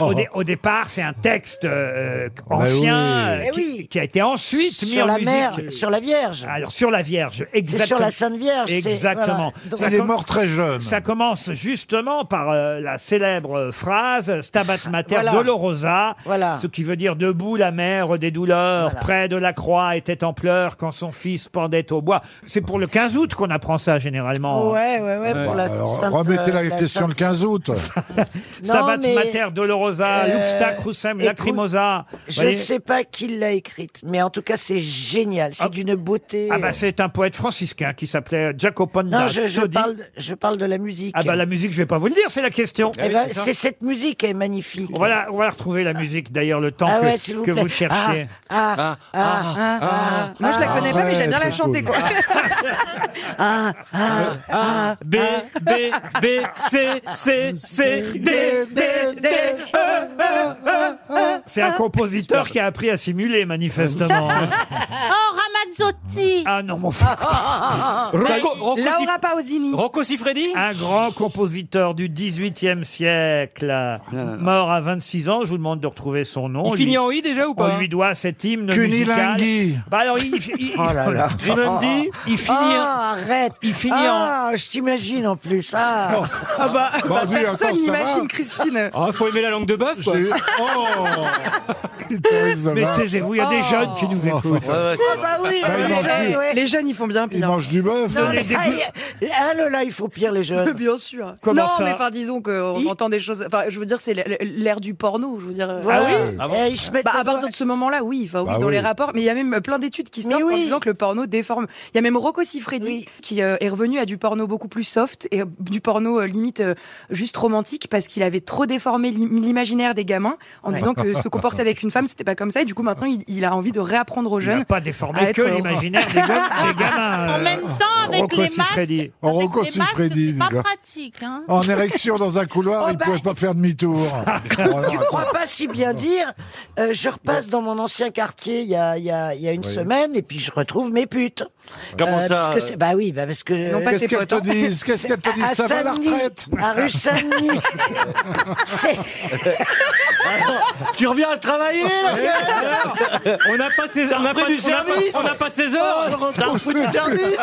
Speaker 1: Non, au, dé- au départ, c'est un texte euh, ancien euh,
Speaker 22: oui. Eh
Speaker 1: qui,
Speaker 22: oui.
Speaker 1: qui a été ensuite mis
Speaker 22: Sur
Speaker 1: en
Speaker 22: la
Speaker 1: musique.
Speaker 22: mer, sur la Vierge.
Speaker 1: Alors sur la Vierge, exactement.
Speaker 22: C'est sur la Sainte Vierge, c'est-
Speaker 1: Exactement.
Speaker 22: voilà. Donc-
Speaker 1: Ça
Speaker 22: Il est
Speaker 1: com-
Speaker 22: mort très jeune.
Speaker 1: Ça commence justement par euh, la célèbre euh, phrase Stabat Mater
Speaker 22: Voilà.
Speaker 1: Dolorosa,
Speaker 22: Voilà.
Speaker 1: ce qui veut dire debout la mère des douleurs,
Speaker 22: Voilà.
Speaker 1: près de la croix était en pleurs quand son fils pendait au bois. C'est pour le 15 août qu'on apprend ça généralement.
Speaker 22: Ouais, ouais, ouais, pour la
Speaker 4: Alors,
Speaker 22: Sainte-
Speaker 4: remettez la,
Speaker 22: euh, la
Speaker 4: question le
Speaker 22: Sainte-
Speaker 4: 15 août.
Speaker 1: Stabat
Speaker 22: Non, mais-
Speaker 1: Mater Dolorosa,
Speaker 22: Euh,
Speaker 1: Luxta Crucem
Speaker 22: écoute,
Speaker 1: Lacrimosa. Vous
Speaker 22: Je ne
Speaker 1: voyez
Speaker 22: sais pas qui l'a écrite, mais en tout cas, c'est génial. C'est d'une beauté.
Speaker 1: Ah bah c'est un poète franciscain qui s'appelait Jacopo da
Speaker 22: Non, je, je
Speaker 1: Todi.
Speaker 22: parle, je parle de la musique.
Speaker 1: Ah bah la musique, je vais pas vous le dire, c'est la question.
Speaker 22: Eh ben, c'est cette musique est magnifique.
Speaker 1: On va, la, on va la retrouver la musique d'ailleurs le temps
Speaker 22: Ah
Speaker 1: que,
Speaker 22: ouais, s'il vous
Speaker 1: que
Speaker 22: plaît.
Speaker 1: vous cherchiez.
Speaker 22: Ah, ah, ah, ah,
Speaker 23: Moi, je la connais pas, mais j'aime bien la chanter, quoi.
Speaker 22: ah,
Speaker 23: ah, ah,
Speaker 2: Euh, B, B, B, C, C, C, D, D, D, E, E, E, E.
Speaker 1: C'est un compositeur qui a appris à simuler manifestement.
Speaker 10: Oh, Ramazzotti
Speaker 1: Ah non, mon frère
Speaker 23: Laura Pausini.
Speaker 1: Rocco Siffredi Un grand compositeur du 18e siècle,
Speaker 2: Ah,
Speaker 1: mort à 26 ans. Je vous demande de retrouver son nom.
Speaker 2: Il
Speaker 1: On
Speaker 2: finit
Speaker 1: lui-
Speaker 2: en i déjà ou pas
Speaker 1: On lui doit cet hymne musical.
Speaker 2: Cunilinghi.
Speaker 1: Bah alors, il, il-
Speaker 22: Oh là là.
Speaker 1: Grimaldi,
Speaker 4: Oh,
Speaker 1: il finit
Speaker 22: Ah, arrête.
Speaker 1: Il finit Oh.
Speaker 22: ah, je t'imagine en plus. Ah,
Speaker 23: Ah bah,
Speaker 22: Bon, dis, attends, ça
Speaker 23: personne n'imagine
Speaker 22: va
Speaker 23: Christine.
Speaker 2: Ah, faut aimer la langue de bœuf, quoi.
Speaker 4: Oh.
Speaker 1: Mais taisez-vous, il y a des
Speaker 23: Oh.
Speaker 1: jeunes qui nous écoutent.
Speaker 22: Ah bah oui,
Speaker 1: Bah,
Speaker 22: les,
Speaker 1: ils mangent
Speaker 22: jeunes,
Speaker 1: du-
Speaker 22: ouais.
Speaker 23: Les jeunes, ils font bien pire.
Speaker 4: Ils mangent du bœuf.
Speaker 22: Non, mais-
Speaker 1: des
Speaker 22: ah, il- ah, là, là, il faut pire les jeunes.
Speaker 23: Bien sûr.
Speaker 22: Comment
Speaker 23: non,
Speaker 22: ça
Speaker 23: mais enfin, disons qu'on entend des choses. Enfin, je veux dire, c'est l'ère- l'ère du porno. Je veux dire. euh,
Speaker 22: Voilà.
Speaker 23: Ah
Speaker 1: Eh,
Speaker 22: Et ils se mettent
Speaker 23: Bah, à partir de ce moment-là, oui, enfin, oui,
Speaker 22: Bah
Speaker 23: dans les
Speaker 22: oui.
Speaker 23: rapports, mais il y a même plein d'études qui sortent en disant que le porno déforme. Il y a même Rocco Siffredi qui euh, est revenu à du porno beaucoup plus soft et euh, du porno euh, limite euh, juste romantique parce qu'il avait trop déformé l'im- l'imaginaire des gamins en
Speaker 1: Ouais.
Speaker 23: disant que se comporter avec une femme, c'était pas comme ça et du coup maintenant il, il a envie de réapprendre aux
Speaker 1: Il n'a
Speaker 23: jeunes.
Speaker 1: pas
Speaker 23: à
Speaker 1: déformé
Speaker 23: Ah, être
Speaker 1: que
Speaker 23: heureux.
Speaker 1: l'imaginaire des, gam- des gamins. euh,
Speaker 23: En même
Speaker 10: temps, avec les masques,
Speaker 1: Siffredi.
Speaker 4: Rocco
Speaker 10: les masques,
Speaker 4: Siffredi,
Speaker 10: c'est pas
Speaker 4: dis-le.
Speaker 10: pratique, hein.
Speaker 4: En érection dans un couloir, il ne pouvait pas faire demi-tour. Oh là,
Speaker 22: Tu crois pas si bien dire Euh, Je repasse dans mon ancien quartier il y a, il y a- il y a une
Speaker 4: Oui.
Speaker 22: semaine et puis je retrouve mes putes.
Speaker 4: Comment ça,
Speaker 22: parce que
Speaker 4: euh
Speaker 22: c'est- Bah oui, bah parce
Speaker 2: Euh,
Speaker 22: que.
Speaker 4: Non, pas Qu'est-ce ses qu'elles potes, te hein. disent Qu'est-ce qu'elles te disent
Speaker 22: À
Speaker 4: Ça va, la
Speaker 22: Saint-Denis,
Speaker 4: retraite
Speaker 22: À rue Saint-Denis. C'est-
Speaker 2: Ah,
Speaker 5: Tu reviens à travailler, là
Speaker 2: On n'a pas ses
Speaker 5: T'as
Speaker 2: on n'a
Speaker 5: repris
Speaker 2: pas-
Speaker 5: du
Speaker 2: on n'a pas-
Speaker 5: service
Speaker 2: on n'a pas ses heures.
Speaker 5: Oh, T'as repris du service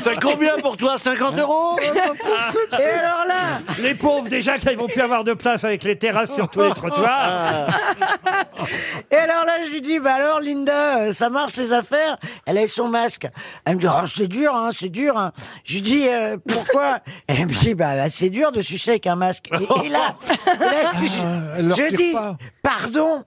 Speaker 5: Ça combien pour toi
Speaker 1: Hein
Speaker 5: 50 euros
Speaker 22: euh,
Speaker 5: euh
Speaker 22: Et alors là
Speaker 1: Les pauvres, déjà, qu'ils vont plus avoir de place avec les terrasses sur tous les
Speaker 5: Ah.
Speaker 1: trottoirs.
Speaker 22: Et alors là, je lui dis, bah alors Linda, euh, ça marche ces affaires Elle a eu son masque. Elle me dit, oh, c'est dur, hein, c'est dur. hein. Je lui dis, euh, pourquoi Elle me dit, bah, bah, c'est dur de sucer avec un masque. Et, et là, et là, je,
Speaker 4: Ah, leur
Speaker 22: je
Speaker 4: tire
Speaker 22: dis,
Speaker 4: pas.
Speaker 22: pardon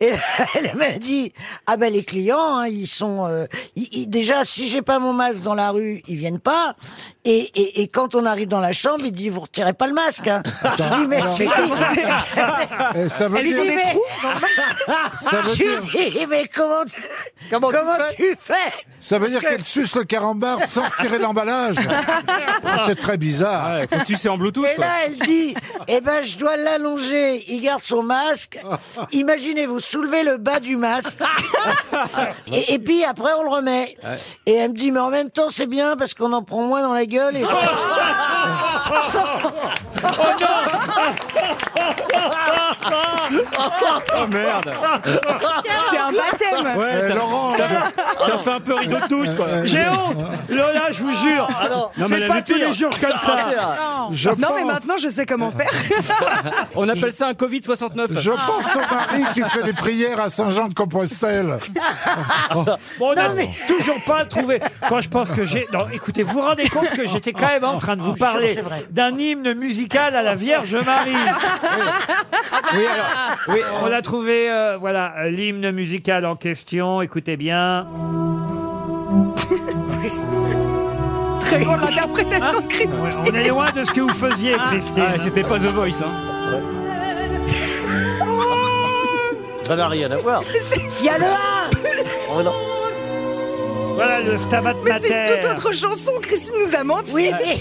Speaker 22: et là, elle m'a dit ah ben les clients hein, ils sont euh, ils- ils- déjà si j'ai pas mon masque dans la rue ils viennent pas et, et, et quand on arrive dans la chambre il dit vous retirez pas le masque hein. je dis mais,
Speaker 4: alors- Eh, ça veut
Speaker 22: Elle lui
Speaker 4: dire-
Speaker 22: dit, mais-
Speaker 4: Ça veut
Speaker 22: Ah, je
Speaker 4: dire-
Speaker 22: dis, mais comment tu, comment tu fais,
Speaker 4: Ça veut
Speaker 22: Parce
Speaker 4: dire
Speaker 22: que-
Speaker 4: qu'elle suce le carambar sans retirer l'emballage. Ah, C'est très bizarre.
Speaker 2: faut sucer en Bluetooth.
Speaker 22: Et là, elle dit, eh ben, je dois l'allonger. Il garde son masque. Imaginez, vous soulevez le bas du masque. et, et puis après, on le remet. Et elle me dit, mais en même temps, c'est bien parce qu'on en prend moins dans la gueule. Et...
Speaker 2: Oh merde.
Speaker 23: C'est un baptême.
Speaker 4: Eh,
Speaker 2: Ouais, ça, ça- ça fait un peu rideau de touche, quoi.
Speaker 1: J'ai honte Lola, je vous jure
Speaker 2: Ah
Speaker 23: Ah,
Speaker 2: Non, mais
Speaker 1: C'est
Speaker 2: la
Speaker 1: pas
Speaker 2: lutine.
Speaker 1: tous les jours comme ça
Speaker 23: Non,
Speaker 4: Je
Speaker 23: Non, mais
Speaker 4: pense-
Speaker 23: maintenant Ah, je sais comment faire.
Speaker 2: On appelle ça un Covid 69.
Speaker 4: Je pense au mari qui fait des prières à Saint-Jean-de-Compostelle.
Speaker 1: Bon, on n'a toujours pas trouvé. Quand je pense que j'ai. Non, écoutez, vous vous rendez compte que j'étais quand même en train de vous
Speaker 22: Je suis sûr,
Speaker 1: parler
Speaker 22: Ah, c'est vrai.
Speaker 1: d'un hymne musical à la Vierge Marie. On a trouvé, euh, voilà, euh, l'hymne musical en question. Écoutez bien.
Speaker 23: Très grande interprétation de
Speaker 10: Ah.
Speaker 1: Ouais,
Speaker 23: Christine.
Speaker 1: on est loin de ce que vous faisiez, Christine.
Speaker 2: Ah, c'était pas The Voice, hein.
Speaker 5: Ça n'a rien à voir.
Speaker 22: Il y a le A
Speaker 5: Oh, non.
Speaker 1: Voilà le Stabat
Speaker 23: Mais
Speaker 1: Mater.
Speaker 23: c'est toute autre chanson, Christine nous a menti.
Speaker 22: Oui, mais-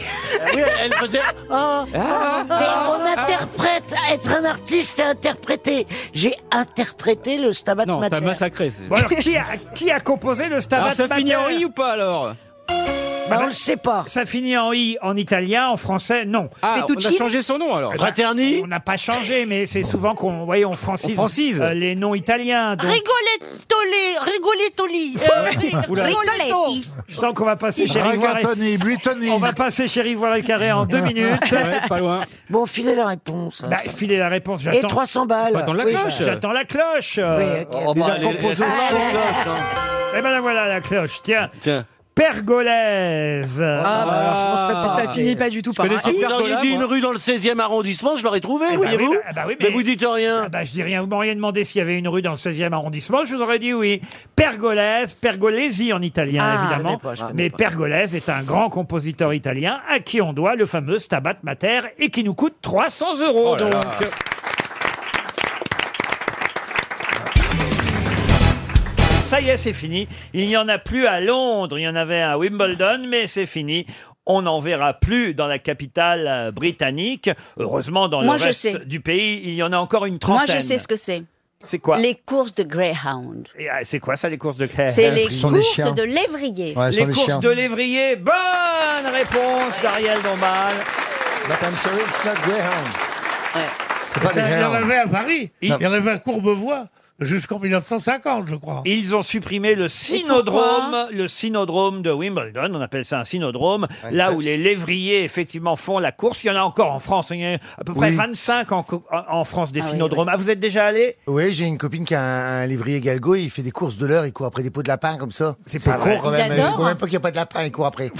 Speaker 5: Oui, elle faisait.
Speaker 22: Ah, ah, mais on interprète, être un artiste, c'est interpréter. J'ai interprété le Stabat
Speaker 2: Non,
Speaker 22: Mater.
Speaker 2: t'as massacré. c'est-
Speaker 1: Bon, alors, qui a, qui a composé le Stabat
Speaker 2: Alors, ça finit en
Speaker 1: Mater
Speaker 2: i ou pas alors
Speaker 1: Bah, on le sait pas. Ça finit en i en italien, en français, non.
Speaker 2: Ah, on a changé son nom alors.
Speaker 1: Fraterni On n'a pas changé, mais c'est souvent qu'on voyez, on francise,
Speaker 2: On francise.
Speaker 1: euh, les noms italiens. donc-
Speaker 6: Rigolettole, rigolettoli, euh,
Speaker 1: Oula.
Speaker 6: rigoletti.
Speaker 1: Je sens qu'on va passer chez Rivoire.
Speaker 4: Rigatoni, Buitoni.
Speaker 1: On va passer chez Rivoire le Carré en deux minutes.
Speaker 2: pas loin.
Speaker 22: Bon, filez la réponse.
Speaker 23: hein,
Speaker 1: Bah, filez la réponse, j'attends.
Speaker 22: Et 300 balles.
Speaker 1: Faut attendre
Speaker 22: Oui,
Speaker 23: bah.
Speaker 1: J'attends la cloche.
Speaker 22: Oui, ok.
Speaker 1: Oh, bah, les- Eh ben la voilà la cloche, tiens. Pergolaise.
Speaker 23: Ah, bah alors, je penserais pas.
Speaker 1: Ah.
Speaker 23: Ça finit pas du tout par un
Speaker 5: Si
Speaker 23: i.
Speaker 5: vous auriez dit une rue dans le 16e arrondissement, je l'aurais trouvé,
Speaker 1: Eh ben
Speaker 5: voyez-vous
Speaker 1: oui, bah- bah oui,
Speaker 5: mais... vous dites rien.
Speaker 1: Ah bah, je dis rien. Vous m'auriez demandé s'il y avait une rue dans le 16e arrondissement, je vous aurais dit oui. Pergolese, Pergolesi en italien,
Speaker 22: Ah, je
Speaker 1: évidemment.
Speaker 22: connais pas, je connais
Speaker 1: Mais Pergolese est un grand compositeur italien à qui on doit le fameux Stabat Mater et qui nous coûte 300 euros.
Speaker 2: Oh là là.
Speaker 1: donc. Ça y est, c'est fini. Il n'y en a plus à Londres. Il y en avait à Wimbledon, mais c'est fini. On n'en verra plus dans la capitale euh, britannique. Heureusement, dans
Speaker 10: Moi,
Speaker 1: le
Speaker 10: je
Speaker 1: reste
Speaker 10: sais.
Speaker 1: du pays, il y en a encore une
Speaker 10: Moi,
Speaker 1: trentaine.
Speaker 10: je sais ce que c'est.
Speaker 1: C'est quoi
Speaker 10: Les courses de Greyhound.
Speaker 1: Et, ah, C'est quoi ça, les courses de Greyhound
Speaker 10: C'est les courses de lévrier.
Speaker 1: les courses de lévrier. Bonne réponse d'Ariel Dombal.
Speaker 11: C'est
Speaker 1: pas des
Speaker 11: Il y en
Speaker 1: Greyhounds.
Speaker 11: avait à Paris. Il y en avait à Courbevoie jusqu'en 1950, je crois.
Speaker 1: Ils ont supprimé le synodrome, le synodrome de Wimbledon. On appelle ça un synodrome.
Speaker 11: Ouais,
Speaker 1: là
Speaker 11: une
Speaker 1: où
Speaker 11: course.
Speaker 1: les lévriers, effectivement, font la course. Il y en a encore en France. Il y en a à peu près
Speaker 9: Oui.
Speaker 1: 25 en, co- en- en France des
Speaker 9: Ah oui,
Speaker 1: synodromes. Ah, vous êtes déjà allé
Speaker 9: Oui, j'ai une copine qui a un, un lévrier galgo, il fait des courses de l'heure, il court après des pots de lapin comme ça. C'est
Speaker 1: pas vrai.
Speaker 9: con quand
Speaker 1: Ils
Speaker 9: même,
Speaker 1: adorent.
Speaker 9: je même pas qu'il n'y a pas de lapin, il court après.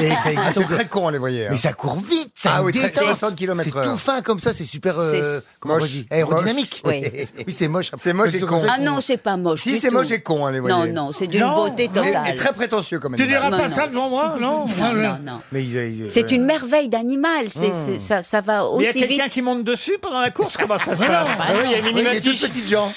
Speaker 9: Et ça existe.
Speaker 8: c'est très con, les voyez.
Speaker 9: Mais ça court vite, ça
Speaker 8: Ah
Speaker 9: a
Speaker 8: oui,
Speaker 9: une
Speaker 8: très-
Speaker 9: détente.
Speaker 8: 60 kilomètres
Speaker 9: C'est tout
Speaker 8: heure.
Speaker 9: fin comme ça, c'est super euh,
Speaker 8: C'est
Speaker 9: comment on
Speaker 8: moche.
Speaker 9: dit, aérodynamique.
Speaker 8: Moche.
Speaker 9: Oui, c'est moche.
Speaker 8: C'est moche et con.
Speaker 10: Ah non, c'est pas moche.
Speaker 8: Si,
Speaker 10: du
Speaker 8: c'est
Speaker 10: tout.
Speaker 8: moche et con, hein, les
Speaker 10: Non,
Speaker 8: voyez.
Speaker 10: non, c'est d'une
Speaker 8: Non,
Speaker 10: beauté
Speaker 8: mais-
Speaker 10: totale.
Speaker 8: mais très prétentieux, comme
Speaker 10: Tu diras
Speaker 8: animal.
Speaker 10: pas Non, ça non. devant moi, non Non, non, non. C'est une merveille d'animal. C'est,
Speaker 8: Hmm.
Speaker 10: c'est- ça, ça va
Speaker 1: Il Euh. y a
Speaker 10: aussi
Speaker 1: quelqu'un
Speaker 10: vite.
Speaker 1: qui monte dessus pendant la course Comment ça se
Speaker 8: Mais non,
Speaker 1: passe
Speaker 2: Ah
Speaker 8: bah oui, il y a une Oui, les mimatiche. toutes petites gens.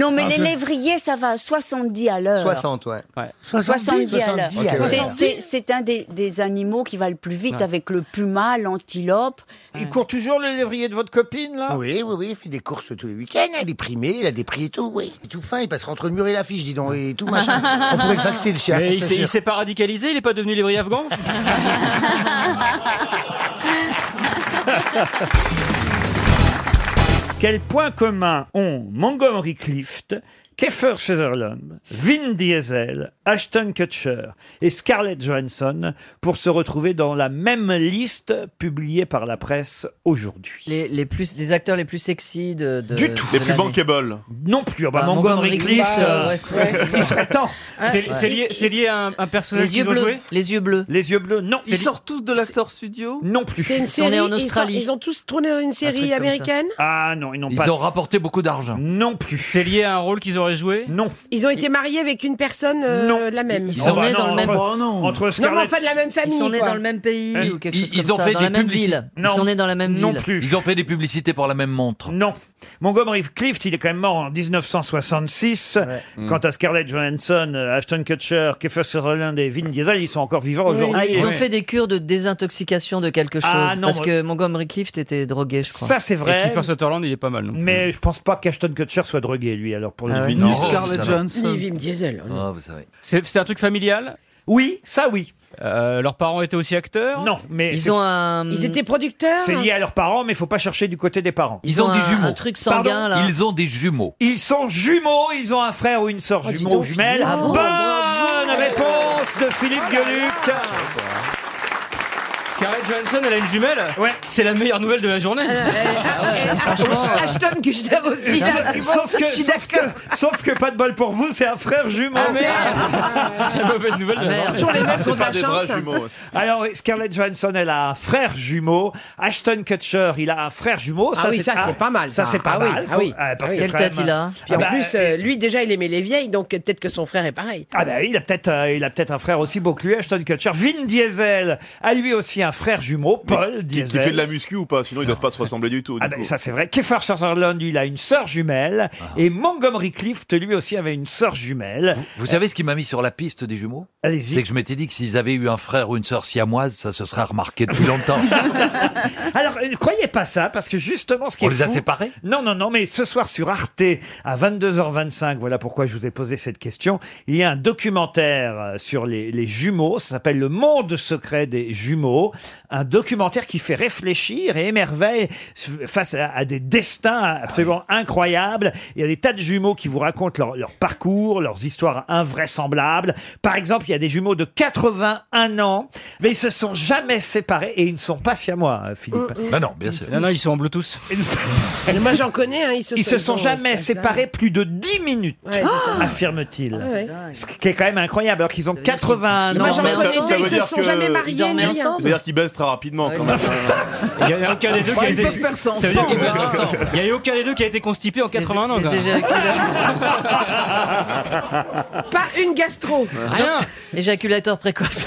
Speaker 10: Non, mais
Speaker 8: Ah,
Speaker 10: les
Speaker 8: je-
Speaker 10: lévriers, ça va à 70 à l'heure.
Speaker 8: 60, ouais.
Speaker 10: 70, à l'heure.
Speaker 8: 70, ouais.
Speaker 10: C'est-
Speaker 8: Ok, ouais.
Speaker 10: c'est- C'est un des, des animaux qui va le plus vite
Speaker 8: Ouais.
Speaker 10: avec le puma, l'antilope.
Speaker 1: Il court toujours le lévrier de votre copine, là
Speaker 9: Oui, oui, oui, il fait des courses tous les week-ends, il est primé, il a des prix et tout, oui. Il est tout fin, il passe entre le mur et la fiche, dis donc, et tout machin. On pourrait le faxer, le chien.
Speaker 11: Mais
Speaker 9: je
Speaker 11: il
Speaker 9: te
Speaker 11: s'est- il
Speaker 9: jure.
Speaker 11: s'est pas radicalisé, il est pas devenu lévrier afghan
Speaker 1: Quel point commun ont Montgomery Clift, Kiefer Sutherland, Vin Diesel, Ashton Kutcher et Scarlett Johansson pour se retrouver dans la même liste publiée par la presse aujourd'hui
Speaker 24: Les, les plus, les acteurs les plus sexy de. de-
Speaker 1: Du tout.
Speaker 17: Les
Speaker 1: de
Speaker 17: plus
Speaker 1: l'année.
Speaker 17: bankable.
Speaker 1: Non plus. Ah bah,
Speaker 24: Bah,
Speaker 1: Montgomery,
Speaker 24: Montgomery
Speaker 1: Clift,
Speaker 24: Clift,
Speaker 1: euh,
Speaker 24: ouais, c'est-
Speaker 1: il serait temps.
Speaker 24: C'est- c'est lié- c'est lié
Speaker 11: à un, personnage
Speaker 24: Les yeux bleus. Les yeux bleus.
Speaker 1: Les yeux bleus, non.
Speaker 24: Ils sortent
Speaker 1: tous de l'acteur studio Non plus.
Speaker 24: C'est une série, Tourné en ils Australie. sortent- ils
Speaker 25: Ils ont tous tourné une série américaine
Speaker 1: Ah non, ils n'ont
Speaker 24: Ils
Speaker 1: pas.
Speaker 24: ont
Speaker 1: rapporté beaucoup d'argent. Non plus. C'est lié à un rôle qu'ils auraient joué Non.
Speaker 25: Ils ont été mariés avec une personne euh, de la même.
Speaker 1: Ils sont Oh bah nés non, dans le même- entre- entre
Speaker 25: Non, mais
Speaker 1: Scarlett-
Speaker 25: enfin de la même famille.
Speaker 24: Ils sont nés
Speaker 25: quoi.
Speaker 24: dans le même pays
Speaker 2: Hein
Speaker 1: Euh,
Speaker 24: ou quelque
Speaker 1: ils-
Speaker 24: chose
Speaker 1: ils
Speaker 24: comme
Speaker 1: ont
Speaker 24: ça,
Speaker 1: fait
Speaker 24: dans
Speaker 1: des
Speaker 24: la même
Speaker 1: publicités.
Speaker 24: ville.
Speaker 1: Non.
Speaker 24: Ils sont nés dans la même
Speaker 1: Non
Speaker 24: ville.
Speaker 1: plus.
Speaker 26: Ils ont fait des publicités pour la même montre.
Speaker 1: Non. Montgomery Clift, il est quand même mort en 1966. Quant à Scarlett Johansson, euh, Ashton Kutcher, Kiefer Sutherland et Vin Diesel, ils sont encore vivants aujourd'hui.
Speaker 24: Ah, ils ont
Speaker 1: Oui.
Speaker 24: fait des cures de désintoxication de quelque chose.
Speaker 1: Ah, non,
Speaker 24: parce
Speaker 1: moi-
Speaker 24: que Montgomery Clift était drogué, je crois.
Speaker 1: Ça, c'est vrai.
Speaker 24: Et Kiefer
Speaker 1: Sutherland, il est pas mal. Mais je pense pas qu'Ashton Kutcher soit drogué, lui, alors pour le
Speaker 24: Ah ouais.
Speaker 1: coup.
Speaker 24: Ni Scarlett
Speaker 1: ça va.
Speaker 25: Ni Vim Diesel.
Speaker 26: Oh, vous savez.
Speaker 11: C'est c'est un truc familial Euh,
Speaker 1: Oui, ça oui.
Speaker 11: leurs parents étaient aussi acteurs
Speaker 1: Non, mais c'est-
Speaker 24: Ils ont un.
Speaker 25: Ils étaient producteurs
Speaker 1: C'est lié à leurs parents, mais il faut pas chercher du côté des parents.
Speaker 26: Ils ont des jumeaux. Pardon Ils ont des jumeaux.
Speaker 1: Ils sont jumeaux, ils ont un frère ou une sœur jumeau ou jumelle.
Speaker 26: Ah bon,
Speaker 1: Bonne réponse de Philippe Gueluc.
Speaker 11: Scarlett Johansson, elle a une jumelle
Speaker 1: Ouais.
Speaker 11: C'est la meilleure nouvelle de la journée. Ah euh,
Speaker 25: Ashton Kutcher aussi. Ah,
Speaker 1: Sauf- Sauf que, sauf, que, sauf que pas de bol pour vous, c'est un frère jumeau.
Speaker 25: Ah,
Speaker 11: C'est la mauvaise nouvelle de la journée.
Speaker 1: Alors, oui, Scarlett Johansson, elle a un frère jumeau. Ashton Kutcher, il a un frère jumeau.
Speaker 25: Ah oui, ça, c'est pas mal,
Speaker 1: Ça,
Speaker 25: ça.
Speaker 1: c'est pas
Speaker 25: Ah oui,
Speaker 1: mal.
Speaker 25: ah oui.
Speaker 1: euh, parce
Speaker 25: Ah oui.
Speaker 1: que
Speaker 25: Quelle
Speaker 1: quand même-
Speaker 25: tête il a Puis en
Speaker 1: Ah bah,
Speaker 25: plus, euh, lui déjà, il aimait les vieilles, donc euh, peut-être que son frère est pareil.
Speaker 1: ben Ah bah oui, il a peut-être euh, il a peut-être un frère aussi beau que lui, Ashton Kutcher. Vin Diesel a lui aussi aussi un frère jumeau, Paul
Speaker 12: Qui,
Speaker 1: Diesel.
Speaker 12: qui fait de la muscu ou pas Sinon, ils doivent pas se ressembler du tout. du
Speaker 1: Ah ben
Speaker 12: coup. Ah.
Speaker 1: ça c'est vrai. Kiefer Sutherland, lui, il a une sœur jumelle. Et Montgomery Clift, lui aussi, avait une sœur jumelle.
Speaker 2: Euh.
Speaker 26: Vous savez ce qui m'a mis sur la piste des jumeaux
Speaker 1: Allez-y.
Speaker 26: C'est que je m'étais dit que s'ils avaient eu un frère ou une sœur siamoise, ça se serait remarqué depuis longtemps.
Speaker 1: Alors, ne croyez pas ça, parce que justement, ce qui
Speaker 26: On
Speaker 1: est
Speaker 26: les a
Speaker 1: fou-
Speaker 26: séparés
Speaker 1: Non, non, non, mais ce soir sur Arte, à 22h25, voilà pourquoi je vous ai posé cette question, il y a un documentaire euh, sur les, les jumeaux, ça s'appelle Le monde secret des jumeaux, un documentaire qui fait réfléchir et émerveille s- face à, à des destins absolument
Speaker 26: Ah
Speaker 1: incroyables. Il y a des tas de jumeaux qui vous racontent leur, leur parcours, leurs histoires invraisemblables. Par exemple, il y a des jumeaux de 81 ans, mais ils se sont jamais séparés et ils ne sont pas siamois, euh, Philippe.
Speaker 26: Bah non, bien sûr. Non, non, ils sont en Bluetooth.
Speaker 25: Mmh, Mais Moi, j'en connais. hein, ils se,
Speaker 1: Ils se sont
Speaker 25: ont-
Speaker 1: jamais
Speaker 25: cet âge-là.
Speaker 1: séparés plus de 10 minutes,
Speaker 25: Ouais, c'est ça.
Speaker 1: affirme-t-il.
Speaker 25: Ah, c'est
Speaker 1: Ce qui est quand même incroyable, alors qu'ils ont 81 ans.
Speaker 12: Non, mais ça- ça veut dire que-
Speaker 25: ni rien.
Speaker 12: Ça veut dire qu'ils baissent très rapidement quand même.
Speaker 2: Il y a aucun des deux qui a
Speaker 12: Ils
Speaker 2: été.
Speaker 12: peuvent faire ça
Speaker 2: Ça veut dire qu'il-
Speaker 12: ensemble.
Speaker 2: Il y a eu aucun des deux qui a été constipé en 80 ans.
Speaker 25: mais
Speaker 2: quoi.
Speaker 25: c'est Pas une gastro.
Speaker 24: Rien. Ah Éjaculateur précoce.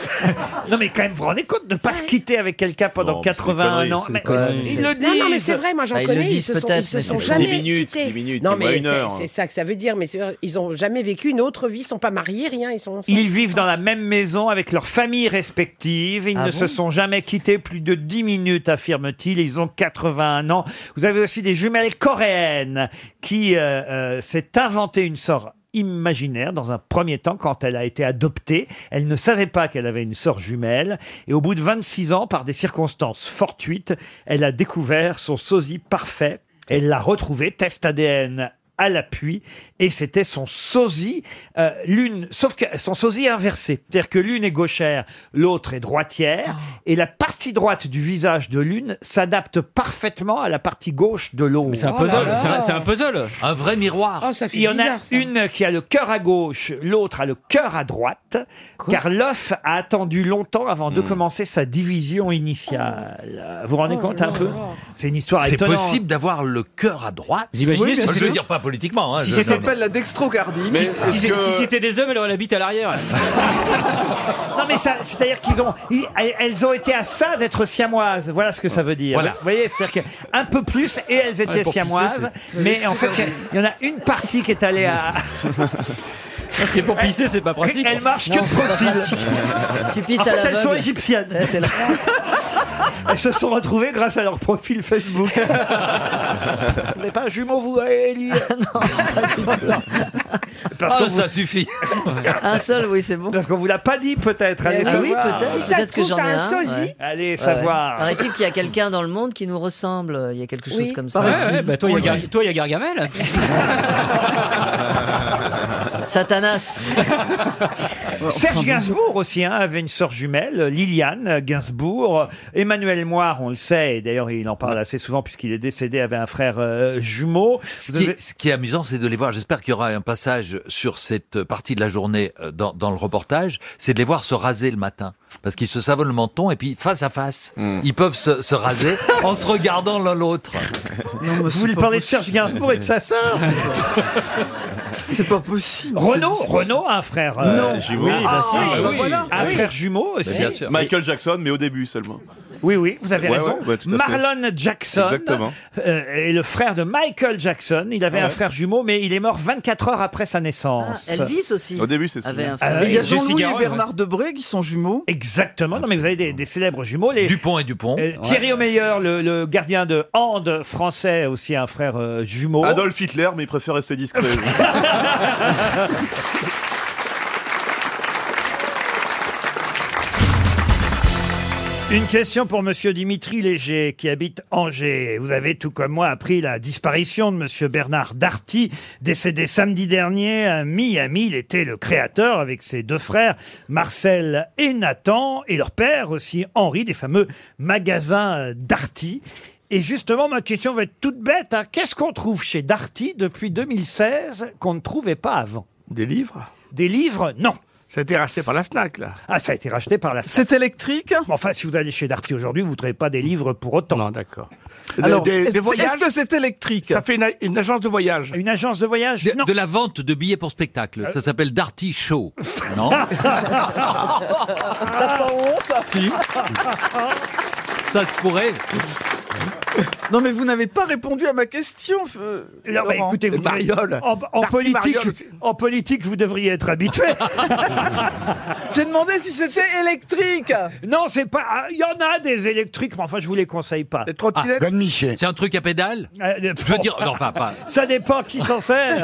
Speaker 1: Non, mais quand même, vous vous rendez compte de ne pas se quitter avec quelqu'un pendant
Speaker 12: c'est des
Speaker 1: 81
Speaker 12: conneries,
Speaker 1: ans
Speaker 12: c'est
Speaker 1: Mais
Speaker 12: des conneries.
Speaker 1: Ils le disent
Speaker 25: Non, non, mais c'est vrai, moi j'en
Speaker 12: Bah, ils le
Speaker 25: connais, ils
Speaker 12: disent
Speaker 25: se sont,
Speaker 12: peut-être,
Speaker 25: ils se
Speaker 12: mais
Speaker 25: sont
Speaker 12: c'est-
Speaker 25: jamais.
Speaker 12: Dix minutes,
Speaker 25: quittés.
Speaker 12: dix minutes,
Speaker 25: Non,
Speaker 12: ou
Speaker 25: mais
Speaker 12: une
Speaker 25: c'est-
Speaker 12: heure.
Speaker 25: c'est ça que ça veut dire, mais c'est- ils ont jamais vécu une autre vie, ils sont pas mariés, rien, ils sont ensemble.
Speaker 1: Ils vivent dans la même maison avec leurs familles respectives. Ils
Speaker 25: Ah
Speaker 1: ne
Speaker 25: bon
Speaker 1: se sont jamais quittés plus de 10 minutes, affirme-t-il. Ils ont 81 ans. Vous avez aussi des jumelles coréennes qui euh, euh, s'est inventé une sœur imaginaire dans un premier temps quand elle a été adoptée. Elle ne savait pas qu'elle avait une sœur jumelle et au bout de 26 ans, par des circonstances fortuites, elle a découvert son sosie parfait. Elle l'a retrouvé, test ADN à l'appui et c'était son sosie euh, l'une sauf que son sosie inversé c'est-à-dire que l'une est gauchère l'autre est droitière et la partie droite du visage de l'une s'adapte parfaitement à la partie gauche de l'autre
Speaker 24: Oh
Speaker 2: C'est un
Speaker 26: Oh
Speaker 2: puzzle, c'est un- c'est un puzzle.
Speaker 26: Un vrai miroir.
Speaker 1: il y en a
Speaker 26: une
Speaker 1: une qui a le cœur à gauche, l'autre a le cœur à droite, car l'œuf a attendu longtemps avant
Speaker 26: Hmm.
Speaker 1: de commencer sa division initiale. Vous vous rendez compte un peu C'est une histoire
Speaker 26: C'est
Speaker 1: étonnante.
Speaker 26: possible d'avoir le cœur à droite.
Speaker 2: Vous imaginez
Speaker 26: Oui,
Speaker 2: si
Speaker 26: bien
Speaker 2: c'est-
Speaker 26: sûr. Je veux dire pas politiquement. hein,
Speaker 2: Si
Speaker 26: je-
Speaker 2: c'est-
Speaker 26: non,
Speaker 2: ça
Speaker 26: non.
Speaker 2: s'appelle
Speaker 18: la dextrocardie.
Speaker 2: Si, si- si-
Speaker 26: que-
Speaker 2: si c'était des hommes, elle aurait la bite à l'arrière.
Speaker 1: Non mais ça, c'est-à-dire qu'ils ont, ils- elles ont été à ça d'être siamoises. Voilà ce que ça veut dire.
Speaker 2: Voilà.
Speaker 1: Vous voyez, c'est-à-dire qu'un peu plus et elles
Speaker 2: Ouais,
Speaker 1: étaient
Speaker 2: pour
Speaker 1: siamoises,
Speaker 2: pisser, c'est-
Speaker 1: mais en fait, il y en a une partie qui est allée à.
Speaker 2: Parce que pour pisser, c'est pas pratique.
Speaker 1: Elle marche que de profil.
Speaker 24: Tu pisses
Speaker 1: en
Speaker 24: à
Speaker 1: fait, elles
Speaker 24: l'aveugle.
Speaker 1: sont égyptiennes. Elles se sont retrouvées grâce à leur profil Facebook. vous n'avez pas un jumeau, vous, Ellie
Speaker 24: Ah,
Speaker 1: Parce
Speaker 26: Ah,
Speaker 1: que vous-
Speaker 26: ça suffit.
Speaker 24: Un seul, oui, c'est bon.
Speaker 1: Parce qu'on vous l'a pas dit, peut-être. Allez
Speaker 24: Ah oui,
Speaker 1: savoir.
Speaker 24: peut-être. peut-être que j'en ai un. ouais.
Speaker 1: Allez
Speaker 24: Ouais, ouais.
Speaker 1: savoir.
Speaker 24: Paraît-il qu'il y a quelqu'un dans le monde qui nous ressemble. Il y a quelque chose
Speaker 25: Oui.
Speaker 24: comme
Speaker 2: Ouais,
Speaker 24: ça.
Speaker 2: ouais, bah toi, il y a Gar- toi, il y a Gargamel.
Speaker 24: Satanas.
Speaker 1: Serge Gainsbourg aussi hein, avait une sœur jumelle, Liliane Gainsbourg. Emmanuel Moir, on le sait, et d'ailleurs il en parle assez souvent puisqu'il est décédé, avait un frère euh, jumeau.
Speaker 26: Ce
Speaker 1: Vous
Speaker 26: qui,
Speaker 1: avez-
Speaker 26: ce qui est amusant, c'est de les voir. J'espère qu'il y aura un passage sur cette partie de la journée euh, dans, dans le reportage. C'est de les voir se raser le matin. Parce qu'ils se savonnent le menton et puis face à face, ils peuvent se, se raser en se regardant l'un l'autre.
Speaker 1: Vous voulez parler de Serge Gainsbourg et de sa sœur
Speaker 18: C'est pas possible.
Speaker 1: Renaud, Renaud a un frère. euh,
Speaker 12: Non.
Speaker 1: jumeau.
Speaker 12: Oui, bah si,
Speaker 1: Ah,
Speaker 12: bah
Speaker 1: oui.
Speaker 12: oui. voilà.
Speaker 1: Un
Speaker 12: Oui.
Speaker 1: frère jumeau
Speaker 12: Mais
Speaker 1: aussi.
Speaker 12: bien sûr. Michael Jackson, mais au début seulement.
Speaker 1: Oui, oui, vous avez
Speaker 12: Ouais,
Speaker 1: raison.
Speaker 12: ouais, ouais, tout à fait.
Speaker 1: Marlon Jackson
Speaker 12: Exactement. Ah
Speaker 1: euh, est le frère de Michael Jackson. Il avait
Speaker 12: Ouais.
Speaker 1: un frère jumeau, mais il est mort 24 heures après sa naissance.
Speaker 24: Ah, Elvis aussi.
Speaker 12: Au début, c'est ça.
Speaker 24: Avait un frère.
Speaker 1: Ah,
Speaker 18: Il y a
Speaker 1: Jessica
Speaker 18: Jean-Louis et
Speaker 1: Roy,
Speaker 18: Bernard Debré qui sont jumeaux.
Speaker 1: Exactement. Non, mais vous avez des, des célèbres jumeaux. Les,
Speaker 26: Dupont et Dupont.
Speaker 1: euh, Thierry Omeyer, le, le gardien de Hand français, aussi un frère euh, jumeau.
Speaker 12: Adolf Hitler, mais il préfère rester discret.
Speaker 1: Une question pour Monsieur Dimitri Léger, qui habite Angers. Vous avez, tout comme moi, appris la disparition de Monsieur Bernard Darty, décédé samedi dernier à Miami. Il était le créateur, avec ses deux frères, Marcel et Nathan, et leur père aussi, Henri, des fameux magasins euh, Darty. Et justement, ma question va être toute bête. hein. Qu'est-ce qu'on trouve chez Darty depuis 2016 qu'on ne trouvait pas avant
Speaker 2: Des livres
Speaker 1: Des livres Non. Ça a été racheté par la FNAC, là. Ah, ça a été racheté par la FNAC.
Speaker 17: C'est électrique
Speaker 1: Enfin, si vous allez chez Darty aujourd'hui, vous ne trouvez pas des livres pour autant. Non, d'accord.
Speaker 17: Alors, est-ce- est-ce que c'est électrique
Speaker 1: Ça fait une, agence de voyage. Une agence de voyage
Speaker 26: De, de la vente de billets pour spectacle. Ça s'appelle Darty Show. Non
Speaker 17: T'as pas honte
Speaker 26: Si. Ça se pourrait.
Speaker 17: Non mais vous n'avez pas répondu à ma question. euh,
Speaker 1: Non, mais
Speaker 17: Laurent.
Speaker 1: écoutez, vous En, en
Speaker 17: Darty
Speaker 1: politique,
Speaker 17: Mariole.
Speaker 1: en politique, vous devriez être habitué.
Speaker 17: J'ai demandé si c'était électrique.
Speaker 1: Non, c'est pas. ah, Il y en a des électriques, mais enfin, je vous les conseille pas. Les
Speaker 17: Ah,
Speaker 1: trottinettes.
Speaker 26: Ah. C'est un truc à pédale Je veux dire, non, enfin, pas.
Speaker 1: Ça dépend qui s'en sert.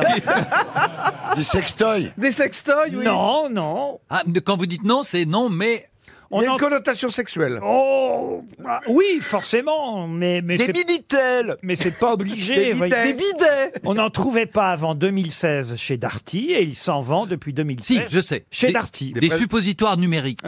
Speaker 26: Des sextoys.
Speaker 17: Des sextoys,
Speaker 1: oui. Non, non.
Speaker 26: Ah, mais quand vous dites non, c'est non, mais.
Speaker 1: On en-
Speaker 26: connotation sexuelle.
Speaker 1: Oh, ah, oui, forcément, mais mais
Speaker 26: Des
Speaker 1: minitel. Mais c'est pas obligé.
Speaker 17: Des bidets. Des bidets.
Speaker 1: On n'en trouvait pas avant 2016 chez Darty et il s'en vend depuis 2016.
Speaker 26: Si, je sais.
Speaker 1: Chez
Speaker 26: Des-
Speaker 1: Darty.
Speaker 26: Des suppositoires numériques.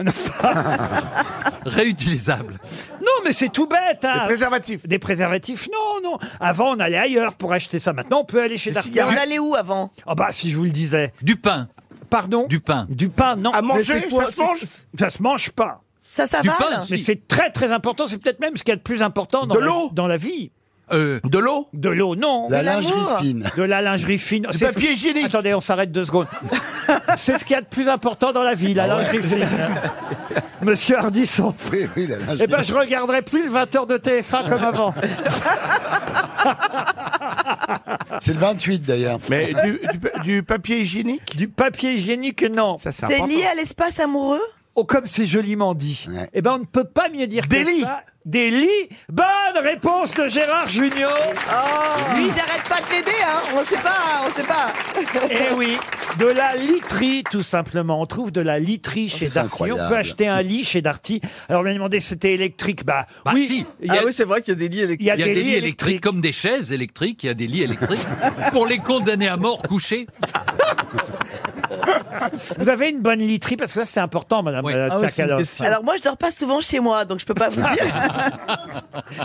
Speaker 26: Réutilisables.
Speaker 1: Non, mais c'est tout bête. Des
Speaker 2: préservatifs.
Speaker 1: Des préservatifs, non, non. Avant, on allait ailleurs pour acheter ça. Maintenant, on peut aller chez Darty.
Speaker 6: On allait où avant
Speaker 1: Ah bah, si je vous le disais.
Speaker 26: Du pain.
Speaker 1: Pardon
Speaker 26: Du pain.
Speaker 1: Du pain, non.
Speaker 6: À manger,
Speaker 1: Mais c'est quoi,
Speaker 6: ça se
Speaker 1: c'est-
Speaker 6: mange
Speaker 1: Ça se mange pas.
Speaker 6: Ça s'avale Du pain,
Speaker 1: Mais
Speaker 6: si.
Speaker 1: c'est très très important. C'est peut-être même ce qu'il y a de plus important dans,
Speaker 6: De
Speaker 1: la-
Speaker 6: l'eau
Speaker 1: dans la vie.
Speaker 26: de
Speaker 1: l'eau De l'eau, non.
Speaker 6: La De lingerie l'amour fine.
Speaker 1: De la lingerie fine. C'est papier hygiénique. Attendez, on s'arrête deux secondes. c'est ce qu'il y a de plus important dans la vie, la
Speaker 3: Ah ouais.
Speaker 1: lingerie fine. Monsieur Hardisson.
Speaker 3: Oui, oui, la lingerie.
Speaker 1: Eh ben, je regarderai plus le 20h de TF1 comme avant.
Speaker 3: C'est le 28 d'ailleurs.
Speaker 2: Mais du, papier hygiénique
Speaker 1: Du papier hygiénique, non.
Speaker 6: C'est lié à l'espace amoureux
Speaker 1: Oh, comme c'est joliment dit. Eh ben, on ne peut pas mieux dire
Speaker 6: Des
Speaker 1: que
Speaker 6: lits.
Speaker 1: ça. Des lits. Bonne réponse de Gérard Junior.
Speaker 6: Lui, ils arrêtent pas de l'aider, hein Oh. On sait pas, on sait pas
Speaker 1: Eh oui, de la literie, tout simplement. On trouve de la literie
Speaker 17: Oh,
Speaker 1: chez
Speaker 6: c'est
Speaker 1: Darty. On
Speaker 6: incroyable.
Speaker 1: peut acheter un lit chez Darty. Alors, on m'a demandé si c'était électrique. Bah, oui. il y a-
Speaker 17: Ah oui, c'est vrai qu'il y a des lits électriques.
Speaker 1: Il y a
Speaker 26: Il y a
Speaker 1: des
Speaker 26: des,
Speaker 1: lits
Speaker 26: lits électriques, comme des chaises électriques, il y a des lits électriques pour les condamnés à mort couchés.
Speaker 1: Ah Vous avez une bonne literie, parce que ça, c'est important, madame euh,
Speaker 17: Ah
Speaker 1: Tchakaloff.
Speaker 6: Alors moi, je dors pas souvent chez moi, donc je peux pas vous dire.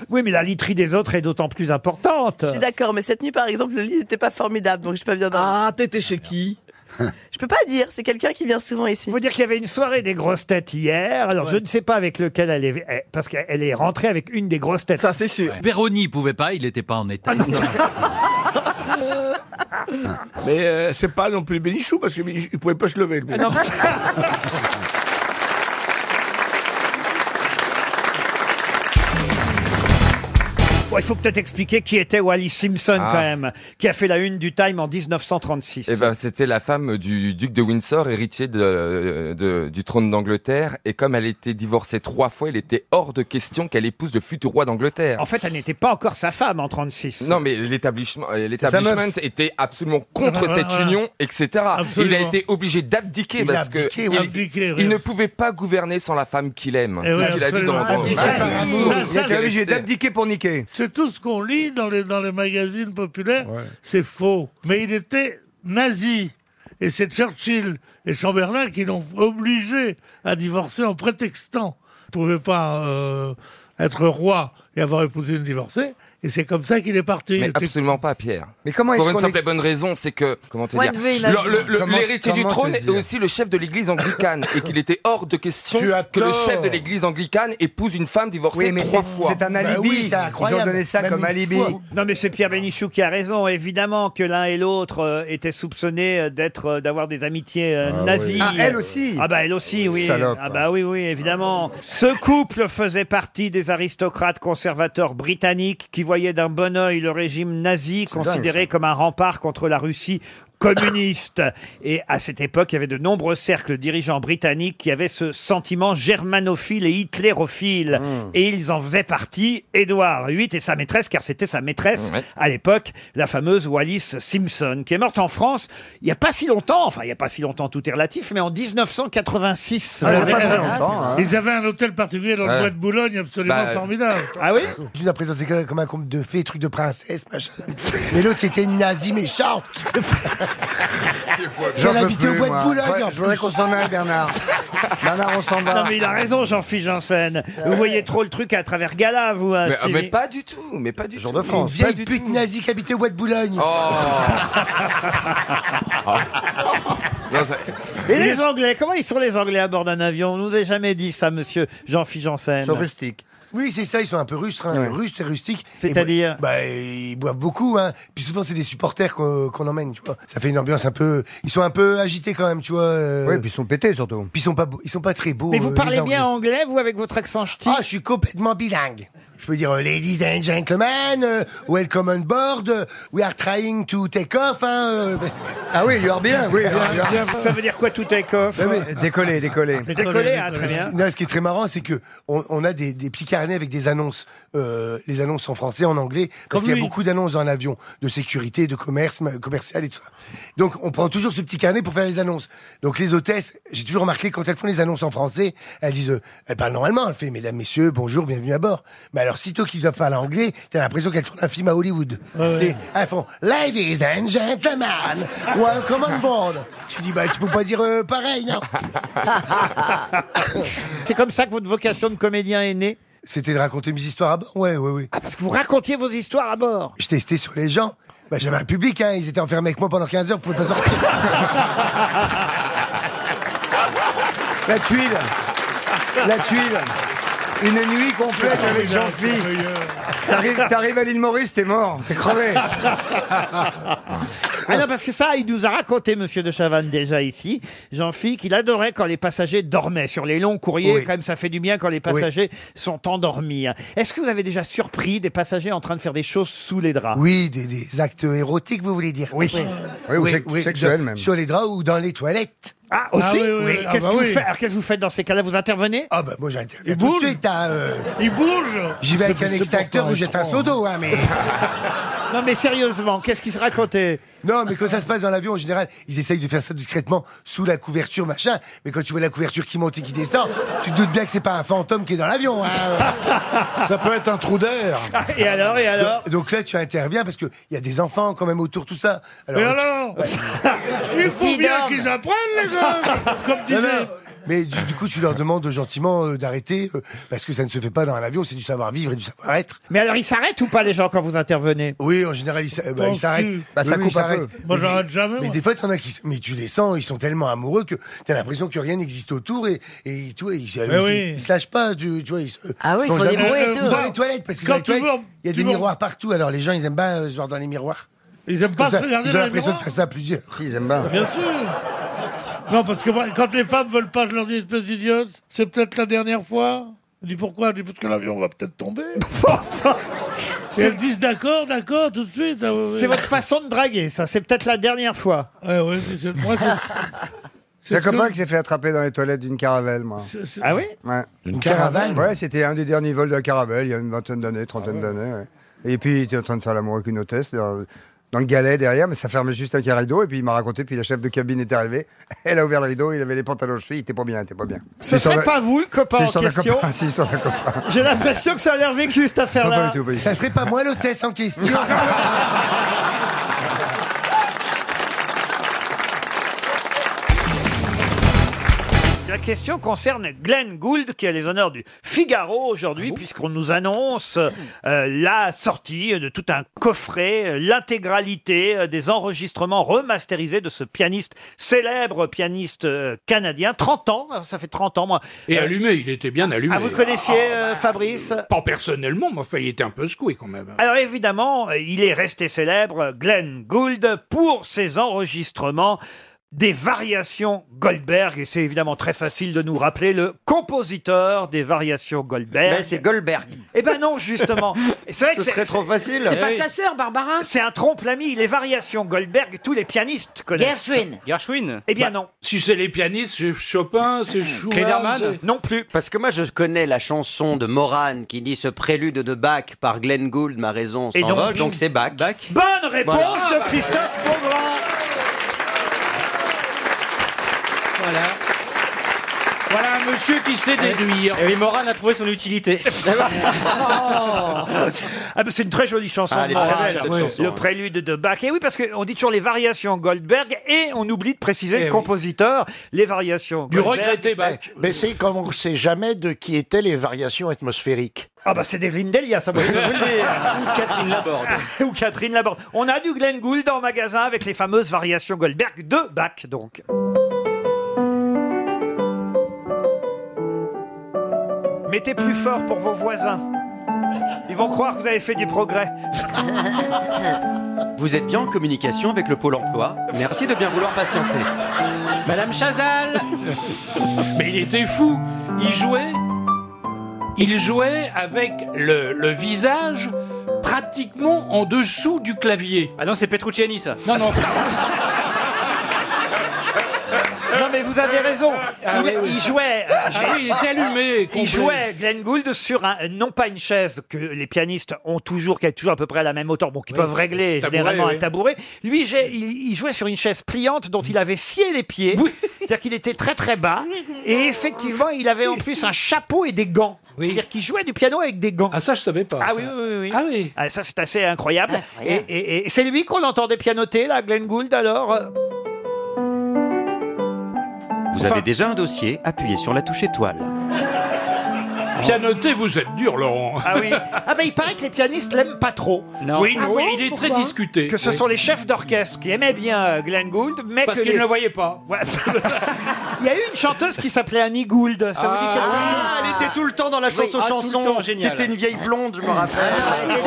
Speaker 1: Oui, mais la literie des autres est d'autant plus importante.
Speaker 6: Je suis d'accord, mais cette nuit, par exemple, le lit n'était pas formidable, donc je peux pas bien dormir.
Speaker 17: Ah, t'étais chez qui
Speaker 6: Je peux pas dire, c'est quelqu'un qui vient souvent ici.
Speaker 1: Faut dire qu'il y avait une soirée des grosses têtes hier. Alors, je ne sais pas avec lequel elle est, eh, parce qu'elle est rentrée avec une des grosses têtes. Ça,
Speaker 17: c'est sûr.
Speaker 26: Péroni pouvait pas, il n'était pas en
Speaker 1: Ah
Speaker 26: état.
Speaker 2: Mais euh, c'est pas non plus Bénichou, parce qu'il ne pouvait pas se lever. Le
Speaker 1: Ah non. Bon, il faut peut-être expliquer qui était Wally Simpson,
Speaker 8: Ah.
Speaker 1: quand même, qui a fait la une du Time en 1936.
Speaker 8: Eh ben, c'était la femme du duc de Windsor, héritier de- de- du trône d'Angleterre. Et comme elle était divorcée trois fois, il était hors de question qu'elle épouse le futur roi d'Angleterre.
Speaker 1: En fait, elle n'était pas encore sa femme en 36.
Speaker 8: Non, mais l'établissement, euh,
Speaker 1: C'est sa meuf.
Speaker 8: l'établissement était absolument contre
Speaker 1: Voilà,
Speaker 8: cette
Speaker 1: voilà.
Speaker 8: union, etc.
Speaker 1: Absolument.
Speaker 8: Il a été obligé d'abdiquer
Speaker 1: Il a
Speaker 8: parce que
Speaker 1: abdiqué,
Speaker 8: il,
Speaker 1: oui. Abdiqué, oui.
Speaker 8: il ne pouvait pas gouverner sans la femme qu'il aime.
Speaker 11: Eh
Speaker 8: C'est
Speaker 11: oui,
Speaker 8: ce qu'il a dit dans
Speaker 11: absolument. Abdiquer par
Speaker 3: Ah,
Speaker 11: amour. Ça, ça, c'est-
Speaker 3: pour niquer.
Speaker 11: C'est tout ce qu'on lit dans les, dans les magazines populaires, c'est faux. Mais il était nazi. Et c'est Churchill et Chamberlain qui l'ont obligé à divorcer en prétextant. Il ne pouvait pas euh, être roi et avoir épousé une divorcée. Et c'est comme ça qu'il est parti. Il
Speaker 8: Mais
Speaker 11: était-
Speaker 8: absolument pas, Pierre.
Speaker 3: Mais comment
Speaker 8: Pour
Speaker 3: est-ce
Speaker 8: une
Speaker 3: qu'on
Speaker 8: simple
Speaker 3: est-
Speaker 8: et bonne raison, c'est que comment te
Speaker 3: Ouais,
Speaker 8: dire,
Speaker 3: je vais imaginer.
Speaker 8: le- le- le-
Speaker 3: Comment-
Speaker 8: l'héritier du
Speaker 3: comment te
Speaker 8: trône est
Speaker 3: dire
Speaker 8: aussi le chef de l'Église anglicane et qu'il était hors de question
Speaker 3: Tu as
Speaker 8: que le
Speaker 3: tort.
Speaker 8: chef de l'Église anglicane épouse une femme divorcée
Speaker 3: Oui, mais
Speaker 8: trois
Speaker 3: c'est-
Speaker 8: fois.
Speaker 3: c'est un alibi, Bah oui, c'est incroyable. Ils ont donné ça Même comme une alibi. fois.
Speaker 1: Non, mais c'est Pierre Bénichou qui a raison. Évidemment que l'un et l'autre euh, étaient soupçonnés euh, d'être, euh, d'avoir des amitiés euh,
Speaker 3: Ah
Speaker 1: nazies.
Speaker 3: oui. Ah, elle aussi.
Speaker 1: Ah bah elle aussi, oui.
Speaker 3: Salope.
Speaker 1: Ah bah oui, oui, évidemment. Ce couple faisait partie des aristocrates conservateurs britanniques qui voyaient d'un bon oeil le régime nazi
Speaker 3: dingue,
Speaker 1: considéré comme un rempart contre la Russie communiste. Et à cette époque, il y avait de nombreux cercles dirigeants britanniques qui avaient ce sentiment germanophile et hitlérophile. Et ils en faisaient partie, Édouard VIII et sa maîtresse, car c'était sa maîtresse
Speaker 8: Ouais.
Speaker 1: à l'époque, la fameuse Wallis Simpson, qui est morte en France il n'y a pas si longtemps, enfin il n'y a pas si longtemps, tout est relatif, mais en 1986.
Speaker 11: Ah, mais-
Speaker 3: hein.
Speaker 11: Ils avaient un hôtel particulier dans
Speaker 1: Ouais.
Speaker 11: le bois de Boulogne absolument
Speaker 1: Bah,
Speaker 11: formidable.
Speaker 1: Ah oui
Speaker 9: Tu l'as présenté comme comme un conte de fées, truc de princesse, machin. Mais l'autre, c'était une nazie méchante.
Speaker 3: J'en
Speaker 9: Elle
Speaker 3: peux
Speaker 9: habitait au
Speaker 3: plus,
Speaker 9: bois de
Speaker 3: moi.
Speaker 9: Boulogne.
Speaker 3: Ouais,
Speaker 9: en
Speaker 3: je voudrais
Speaker 9: plus.
Speaker 3: qu'on s'en aille, Bernard. Bernard, on s'en va.
Speaker 1: Non mais il a raison, Jean-Philippe Janssen. Vous voyez trop le truc à travers Gala, vous. hein,
Speaker 8: Mais,
Speaker 1: Stevie.
Speaker 8: ah, mais pas du tout, mais pas du tout.
Speaker 9: C'est une vieille pute nazie qui habitait au bois de Boulogne.
Speaker 8: Oh.
Speaker 21: Non, ça-
Speaker 1: Et les Anglais, comment ils sont les Anglais à bord d'un avion On nous a jamais dit ça, monsieur Jean-Philippe Janssen.
Speaker 9: Ils sont rustiques. Oui, c'est ça, ils sont un peu rustres, hein,
Speaker 1: Ouais.
Speaker 9: rustes et rustiques.
Speaker 1: C'est-à-dire
Speaker 9: Et bo- bah, Ils boivent beaucoup, hein. puis souvent c'est des supporters qu'on qu'on emmène, tu vois. Ça fait une ambiance un peu... Ils sont un peu agités quand même, tu vois. euh. Oui, puis ils sont pétés surtout. Puis ils sont pas, beaux- ils sont pas très beaux.
Speaker 1: Mais vous
Speaker 9: euh,
Speaker 1: parlez
Speaker 9: les
Speaker 1: bien anglais, vous, avec votre accent ch'ti
Speaker 9: Ah, je suis complètement bilingue. Je peux dire, euh, ladies and gentlemen, euh, welcome on board, euh, we are trying to take off. hein, euh,
Speaker 13: Ah oui, you are bilingue.
Speaker 9: Oui,
Speaker 13: You are bilingue.
Speaker 1: Ça veut dire quoi, to take off
Speaker 13: Décoller, décoller.
Speaker 9: Décoller,
Speaker 11: ah,
Speaker 9: Non, ce qui est très marrant, c'est que on, on a des, des petits carnets avec des annonces, euh, les annonces en français, en anglais, parce
Speaker 11: Comme
Speaker 9: qu'il y a
Speaker 11: lui.
Speaker 9: beaucoup d'annonces dans un avion, de sécurité, de commerce, ma- commercial et tout ça. Donc, on prend toujours ce petit carnet pour faire les annonces. Donc, les hôtesses, j'ai toujours remarqué quand elles font les annonces en français, elles disent, euh, elles parlent normalement, elles font, mesdames, messieurs, bonjour, bienvenue à bord. Mais alors, sitôt qu'ils doivent parler anglais, t'as l'impression qu'elles tournent un film à Hollywood. C'est- Elles font, ladies and gentlemen, welcome on board. Tu dis, bah, tu peux pas dire euh, pareil, non?
Speaker 1: C'est comme ça que votre vocation de comédien est née
Speaker 9: C'était de raconter mes histoires à bord Ouais, ouais, ouais.
Speaker 1: Ah, parce que vous racontiez vos histoires à bord
Speaker 9: Je testais sur les gens. Bah, J'avais un public, hein, ils étaient enfermés avec moi pendant 15 heures, vous pouvez pas sortir.
Speaker 13: La tuile. La tuile. Une nuit complète avec Jean-Philippe. T'arrives t'arrives à l'île Maurice, t'es mort, t'es crevé.
Speaker 1: Ah non, parce que ça, il nous a raconté, monsieur de Chavannes, déjà ici, Jean-Philippe, qu'il adorait quand les passagers dormaient. Sur les longs courriers,
Speaker 9: Oui.
Speaker 1: quand même, ça fait du bien quand les passagers sont endormis. hein. Est-ce que vous avez déjà surpris des passagers en train de faire des choses sous les draps
Speaker 9: Oui, des, des actes érotiques, vous voulez dire
Speaker 1: Oui.
Speaker 9: Oui,
Speaker 1: ou sex- sexuels,
Speaker 9: dans-
Speaker 1: même.
Speaker 9: Sur les draps ou dans les toilettes.
Speaker 1: Ah, aussi
Speaker 9: Ah oui, oui, oui.
Speaker 1: Qu'est-ce
Speaker 9: Ah bah
Speaker 1: que vous
Speaker 9: oui.
Speaker 1: faites- alors, qu'est-ce que vous faites dans ces cas-là Vous intervenez
Speaker 9: Ah bah moi j'interviens tout de suite. hein, euh,
Speaker 11: Il bouge
Speaker 9: J'y vais avec
Speaker 1: C'est-
Speaker 9: un
Speaker 1: c'est
Speaker 9: extincteur
Speaker 1: pourtant
Speaker 9: ou jette un
Speaker 1: étrange.
Speaker 9: seau d'eau, hein, mais...
Speaker 1: Non mais sérieusement, qu'est-ce qui se racontait
Speaker 9: Non, mais quand ça se passe dans l'avion, en général, ils essayent de faire ça discrètement sous la couverture, machin. Mais quand tu vois la couverture qui monte et qui descend, tu te doutes bien que c'est pas un fantôme qui est dans l'avion. hein.
Speaker 4: Ça peut être un trou d'air.
Speaker 1: Et alors, et alors
Speaker 9: donc, donc là, tu interviens parce qu'il y a des enfants quand même autour, tout ça.
Speaker 11: Et
Speaker 9: tu-
Speaker 11: alors Il faut
Speaker 9: S'ils
Speaker 11: bien
Speaker 9: dorment.
Speaker 11: qu'ils apprennent, les gars Comme disait...
Speaker 9: Non, non, Mais du, du coup, tu leur demandes gentiment euh, d'arrêter euh, parce que ça ne se fait pas dans un avion, c'est du savoir-vivre et du savoir-être.
Speaker 1: Mais alors, ils s'arrêtent ou pas les gens quand vous intervenez
Speaker 9: Oui, en général, ils s'a- euh, bah, ils
Speaker 1: Pense
Speaker 9: s'arrêtent.
Speaker 1: plus.
Speaker 9: Bah,
Speaker 1: ça
Speaker 9: oui,
Speaker 1: coupe
Speaker 9: ils
Speaker 1: un
Speaker 9: s'arrêtent.
Speaker 1: peu. Moi,
Speaker 9: Mais
Speaker 1: j'arrête
Speaker 9: des-
Speaker 1: jamais,
Speaker 9: Mais
Speaker 1: moi.
Speaker 9: des fois, t'en as qui. s- Mais tu les sens, ils sont tellement amoureux que t'as l'impression que rien n'existe autour et, et tu vois, ils,
Speaker 11: Mais
Speaker 9: ils-
Speaker 11: oui.
Speaker 9: ils se lâchent pas, tu, tu vois. Ils, se-
Speaker 11: Ah oui,
Speaker 9: se font
Speaker 11: il faut des
Speaker 9: jamais-
Speaker 11: brouettes,
Speaker 9: Ou
Speaker 11: eux.
Speaker 9: dans les toilettes, parce que
Speaker 11: Quand
Speaker 9: dans les
Speaker 11: tu
Speaker 9: toilettes,
Speaker 11: vois-
Speaker 9: il y a
Speaker 11: tu
Speaker 9: des
Speaker 11: vois-
Speaker 9: miroirs partout, alors les gens, ils aiment pas euh, se voir dans les miroirs.
Speaker 11: Ils aiment pas
Speaker 9: Comme
Speaker 11: se
Speaker 9: ça,
Speaker 11: regarder
Speaker 9: Ils ont
Speaker 11: dans les
Speaker 9: l'impression de
Speaker 11: miroirs.
Speaker 9: faire ça à plusieurs.
Speaker 13: ils aiment bien.
Speaker 11: Bien sûr Non, parce que moi, quand les femmes veulent pas, je leur dis espèce d'idiote, c'est peut-être la dernière fois. Je dis pourquoi Je dis parce que l'avion va peut-être tomber. Et elles disent d'accord, d'accord, tout de suite. Ah, ouais, ouais.
Speaker 1: C'est votre façon de draguer, ça. C'est peut-être la dernière fois.
Speaker 3: Eh
Speaker 11: Ouais, ouais, c'est- c'est- moi, c'est-
Speaker 13: J'ai un
Speaker 1: ce que-
Speaker 13: copain qui s'est fait attraper dans les toilettes d'une caravelle, moi.
Speaker 11: c'est-
Speaker 1: Ah oui
Speaker 13: Ouais.
Speaker 9: D'une caravelle
Speaker 13: Ouais, c'était un des derniers vols de la caravelle, il y a une vingtaine d'années, trentaine
Speaker 1: Ah
Speaker 13: d'années. ouais. Et puis il était en train de faire l'amour avec une hôtesse dans, dans le galet derrière, mais ça fermait juste un carré d'eau. Et puis il m'a raconté, puis la chef de cabine est arrivée, elle a ouvert le rideau, il avait les pantalons aux chevilles, il était pas bien, il était pas bien.
Speaker 1: Ce
Speaker 13: C'est
Speaker 1: serait
Speaker 13: son-
Speaker 1: pas vous, le copain
Speaker 13: c'est
Speaker 1: en
Speaker 13: l'histoire d'un
Speaker 1: question
Speaker 13: copain, C'est l'histoire d'un copain.
Speaker 1: J'ai l'impression que ça a l'air vécu, cette
Speaker 13: Non, pas
Speaker 1: affaire-là.
Speaker 13: du tout, pas du tout.
Speaker 9: Ça serait pas moi l'hôtesse en question.
Speaker 1: La question concerne Glenn Gould, qui a les honneurs du Figaro
Speaker 17: Ah
Speaker 1: aujourd'hui, puisqu'on nous annonce euh, la sortie de tout un coffret, euh, l'intégralité euh, des enregistrements remasterisés de ce pianiste, célèbre pianiste euh, canadien, 30 ans, hein, ça fait 30 ans, moi.
Speaker 17: Et
Speaker 1: Euh,
Speaker 17: allumé, il était bien allumé. bah,
Speaker 1: Ah, vous connaissiez, euh, Fabrice
Speaker 17: Pas personnellement, mais enfin, il était un peu secoué quand même.
Speaker 1: Alors évidemment, euh, il est resté célèbre, euh, Glenn Gould, pour ses enregistrements des variations Goldberg. Et c'est évidemment très facile de nous rappeler le compositeur des variations Goldberg.
Speaker 8: Ben, c'est Goldberg.
Speaker 1: Eh ben non, justement. Et c'est vrai
Speaker 8: Ce
Speaker 1: que c'est-
Speaker 8: serait trop facile.
Speaker 1: c'est-
Speaker 8: C'est pas sa
Speaker 1: sœur, Barbara C'est un trompe-l'ami. Les variations Goldberg, tous les pianistes connaissent.
Speaker 24: Gershwin.
Speaker 1: Gershwin Eh
Speaker 3: Bah,
Speaker 1: bien non.
Speaker 17: Si c'est les pianistes, c'est Chopin, c'est Schumann. c'est-
Speaker 1: Non plus.
Speaker 8: Parce que moi, je connais la chanson de Moran qui dit ce prélude de Bach par Glenn Gould, ma raison
Speaker 1: Et donc- Ah, bah,
Speaker 8: s'envole, donc c'est Bach.
Speaker 1: Bonne réponse
Speaker 8: Voilà.
Speaker 1: de Christophe Beaugrand.
Speaker 2: Voilà.
Speaker 17: Voilà un monsieur qui
Speaker 1: Eh
Speaker 17: sait déduire.
Speaker 2: Et oui, Moran a trouvé son utilité.
Speaker 1: Oh. Ah ben c'est une très jolie chanson.
Speaker 8: Ah, elle est très
Speaker 1: Bach.
Speaker 8: belle, cette
Speaker 1: Oui.
Speaker 8: chanson,
Speaker 1: Le
Speaker 8: hein.
Speaker 1: prélude de Bach. Et oui, parce qu'on dit toujours les variations Goldberg et on oublie de préciser
Speaker 8: Eh
Speaker 1: le compositeur. Les variations
Speaker 17: Du
Speaker 1: Goldberg.
Speaker 17: regretté Bach.
Speaker 26: Mais c'est comme on ne sait jamais de qui étaient les variations atmosphériques.
Speaker 1: Ah bah c'est des Grindelia, ça moi, je peux vous le dire.
Speaker 26: Ou Catherine Laborde.
Speaker 1: Ou Catherine Laborde. On a du Glenn Gould en magasin avec les fameuses variations Goldberg de Bach donc. Mettez plus fort pour vos voisins. Ils vont croire que vous avez fait du progrès.
Speaker 8: Vous êtes bien en communication avec le Pôle emploi. Merci de bien vouloir patienter.
Speaker 2: Madame Chazal Mais il était fou Il jouait Il jouait avec le, le visage pratiquement en dessous du clavier. Ah non, c'est Petrucciani ça. Non, non.
Speaker 1: Non mais vous avez raison.
Speaker 2: Ah
Speaker 1: il,
Speaker 2: oui, oui.
Speaker 1: il jouait. euh,
Speaker 2: Ah oui, il était allumé, complet.
Speaker 1: Il jouait Glenn Gould sur un, non pas une chaise que les pianistes ont toujours, qui est toujours à peu près à la même hauteur, bon, qui
Speaker 2: Oui.
Speaker 1: peuvent régler
Speaker 2: Tabouret,
Speaker 1: généralement
Speaker 2: oui.
Speaker 1: un tabouret. Lui, j'ai- il, il jouait sur une chaise pliante dont il avait scié les pieds. C'est-à-dire qu'il était très très bas. Et effectivement, il avait en plus un chapeau et des gants. C'est-à-dire qu'il jouait du piano avec des gants. Ah ça, je savais pas. Ah oui, oui, oui, Ah oui. ça, c'est assez incroyable.
Speaker 2: Incroyable.
Speaker 1: Et, et- et c'est lui qu'on entendait pianoter, là, Glenn Gould, alors Euh,
Speaker 8: Vous avez déjà un dossier, appuyez sur la touche étoile.
Speaker 2: Pianoté, vous êtes dur, Laurent.
Speaker 1: Ah oui. Ah ben il paraît que les pianistes l'aiment pas trop.
Speaker 2: Non.
Speaker 3: Ah
Speaker 2: Oui,
Speaker 8: Ah
Speaker 2: non, il est très discuté.
Speaker 1: Que ce
Speaker 2: Oui.
Speaker 1: sont les chefs d'orchestre qui aimaient bien euh, Glenn Gould, mais
Speaker 2: Parce
Speaker 1: que
Speaker 2: qu'ils
Speaker 1: les-
Speaker 2: ne le voyaient pas.
Speaker 1: Ouais. il y a eu une chanteuse qui s'appelait Annie Gould. Ça vous dit
Speaker 8: Ah,
Speaker 1: quelque
Speaker 8: ah, elle était tout le temps dans la
Speaker 3: Ah,
Speaker 8: chanson chanson. C'était une vieille blonde, je me rappelle.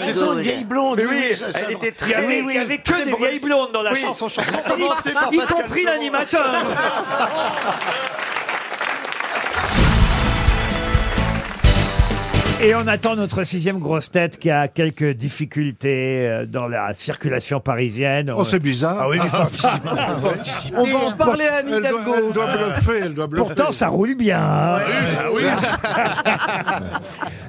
Speaker 1: C'était une
Speaker 8: vieille blonde. Mais oui, elle était
Speaker 1: Il y
Speaker 8: très.
Speaker 1: avait, il y avait que des vieilles blondes dans la
Speaker 8: Oui.
Speaker 1: chanson chanson.
Speaker 8: Commencez par
Speaker 1: y
Speaker 8: Pascal
Speaker 1: compris
Speaker 8: Sevran.
Speaker 1: l'animateur. Et on attend notre sixième grosse tête qui a quelques difficultés euh, dans la circulation parisienne.
Speaker 4: Oh, c'est bizarre.
Speaker 1: Ah oui, mais
Speaker 4: Ah,
Speaker 1: faut anticiper.
Speaker 4: ah,
Speaker 1: Faut
Speaker 4: ouais.
Speaker 1: anticiper.
Speaker 4: On va en parler à Anne Elle doit- Hidalgo. elle doit bluffer, elle doit bluffer.
Speaker 1: Pourtant, ça roule bien. hein.
Speaker 4: oui.